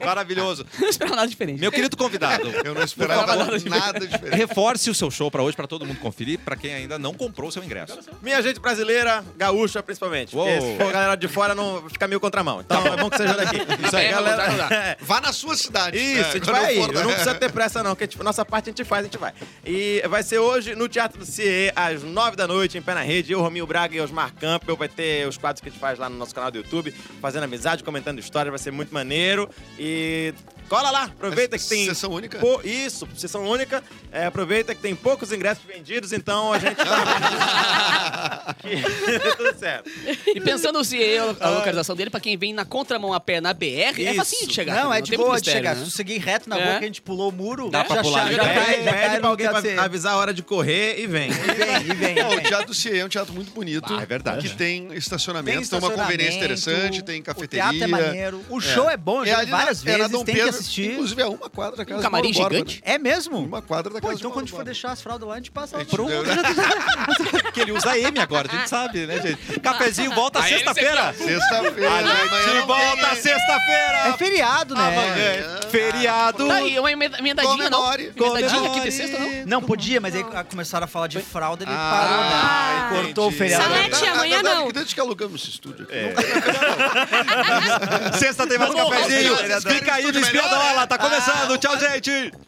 Speaker 2: é, é.
Speaker 1: Maravilhoso.
Speaker 2: [laughs] Não esperava nada diferente.
Speaker 1: Meu querido convidado,
Speaker 6: Eu não esperava nada
Speaker 2: [laughs]
Speaker 6: diferente.
Speaker 1: reforce o seu show pra hoje, pra todo mundo conferir, pra quem ainda não comprou o seu ingresso.
Speaker 7: [laughs] Minha gente brasileira, gaúcha principalmente.
Speaker 1: Uou.
Speaker 7: Porque se for a galera de fora, não fica meio contramão. Então é bom que seja daqui. Isso
Speaker 2: É, não dá, não
Speaker 7: [laughs]
Speaker 2: dá.
Speaker 6: Vá na sua cidade. É,
Speaker 7: Isso, a gente vai aí. Eu não precisa ter pressa, não, que tipo, nossa parte a gente faz, a gente vai. E vai ser hoje no Teatro do CIE, às nove da noite, em Pé na Rede. Eu, Rominho Braga e Osmar Campbell. Vai ter os quadros que a gente faz lá no nosso canal do YouTube, fazendo amizade, comentando histórias. Vai ser muito maneiro. E cola lá, aproveita que tem.
Speaker 6: Sessão única?
Speaker 7: Pô, isso, sessão única. É, aproveita que tem poucos ingressos vendidos, então a gente. tá- [laughs] Que- Tudo certo.
Speaker 2: E pensando se eu, a localização dele, pra quem vem na contramão a pé na BR, é
Speaker 7: Isso.
Speaker 2: facinho de chegar.
Speaker 3: Não, é de
Speaker 2: tem muito
Speaker 3: boa de
Speaker 2: mistério,
Speaker 3: chegar.
Speaker 2: né?
Speaker 3: Se eu seguir reto na
Speaker 2: É.
Speaker 3: rua que a gente pulou o muro,
Speaker 1: Dá pra
Speaker 3: já
Speaker 1: pular,
Speaker 3: chega-
Speaker 1: já
Speaker 3: já
Speaker 1: cai,
Speaker 3: cai,
Speaker 7: Pede,
Speaker 3: já cai
Speaker 7: pede
Speaker 3: no
Speaker 7: pra alguém
Speaker 3: lugar
Speaker 7: pra
Speaker 3: certo.
Speaker 6: [laughs]
Speaker 7: avisar a hora de correr e vem.
Speaker 3: E vem, e vem,
Speaker 6: Não,
Speaker 3: e
Speaker 6: o
Speaker 3: vem.
Speaker 6: Teatro do Cie é um teatro muito bonito.
Speaker 1: Ah, é verdade.
Speaker 6: Que tem estacionamento, tem, uma
Speaker 3: né? estacionamento,
Speaker 6: conveniência interessante, tem cafeteria.
Speaker 3: O teatro é maneiro. O show é, bom, eu já vi várias
Speaker 6: era
Speaker 3: vezes, tem que assistir.
Speaker 6: Inclusive, é uma quadra da casa de
Speaker 2: camarim
Speaker 6: Mauro Borba,
Speaker 2: gigante?
Speaker 6: né?
Speaker 3: É mesmo?
Speaker 6: Uma quadra da
Speaker 3: Pô,
Speaker 6: casa
Speaker 3: então
Speaker 6: de Mauro
Speaker 3: quando a gente for
Speaker 6: Borba.
Speaker 3: deixar as fraldas lá, a gente passa lá.
Speaker 6: gente
Speaker 3: Pronto,
Speaker 6: deu, né?
Speaker 3: já tá-
Speaker 1: Porque ele usa M agora, a gente sabe, né, gente? Cafezinho volta
Speaker 2: Aí ele
Speaker 1: sexta-feira.
Speaker 6: Sexta-feira. amanhã
Speaker 1: De
Speaker 6: não tem, né?
Speaker 1: volta
Speaker 6: hein?
Speaker 3: É
Speaker 1: sexta-feira.
Speaker 3: feriado,
Speaker 6: Ah,
Speaker 1: Amanhã
Speaker 3: né?
Speaker 1: é feriado.
Speaker 2: Tá aí, uma emenda- emendadinha, não?
Speaker 6: Comemore,
Speaker 2: Emendadinha aqui de sexta, não?
Speaker 3: Não, podia, mas aí ah, começaram a falar de fralda, ele parou, né?
Speaker 6: Ah,
Speaker 3: Aí Cortou o
Speaker 6: entendi.
Speaker 3: feriado.
Speaker 4: Salete,
Speaker 6: Na verdade-
Speaker 4: amanhã
Speaker 6: na verdade,
Speaker 4: não.
Speaker 6: tá, que Desde que alugamos esse estúdio aqui.
Speaker 1: É.
Speaker 6: não
Speaker 1: Sexta tem mais
Speaker 2: Tá bom,
Speaker 1: cafezinho.
Speaker 6: vamos lá.
Speaker 1: Fica aí no
Speaker 6: Tudo melhor.
Speaker 1: Espiadola. Tá começando. Tchau, gente.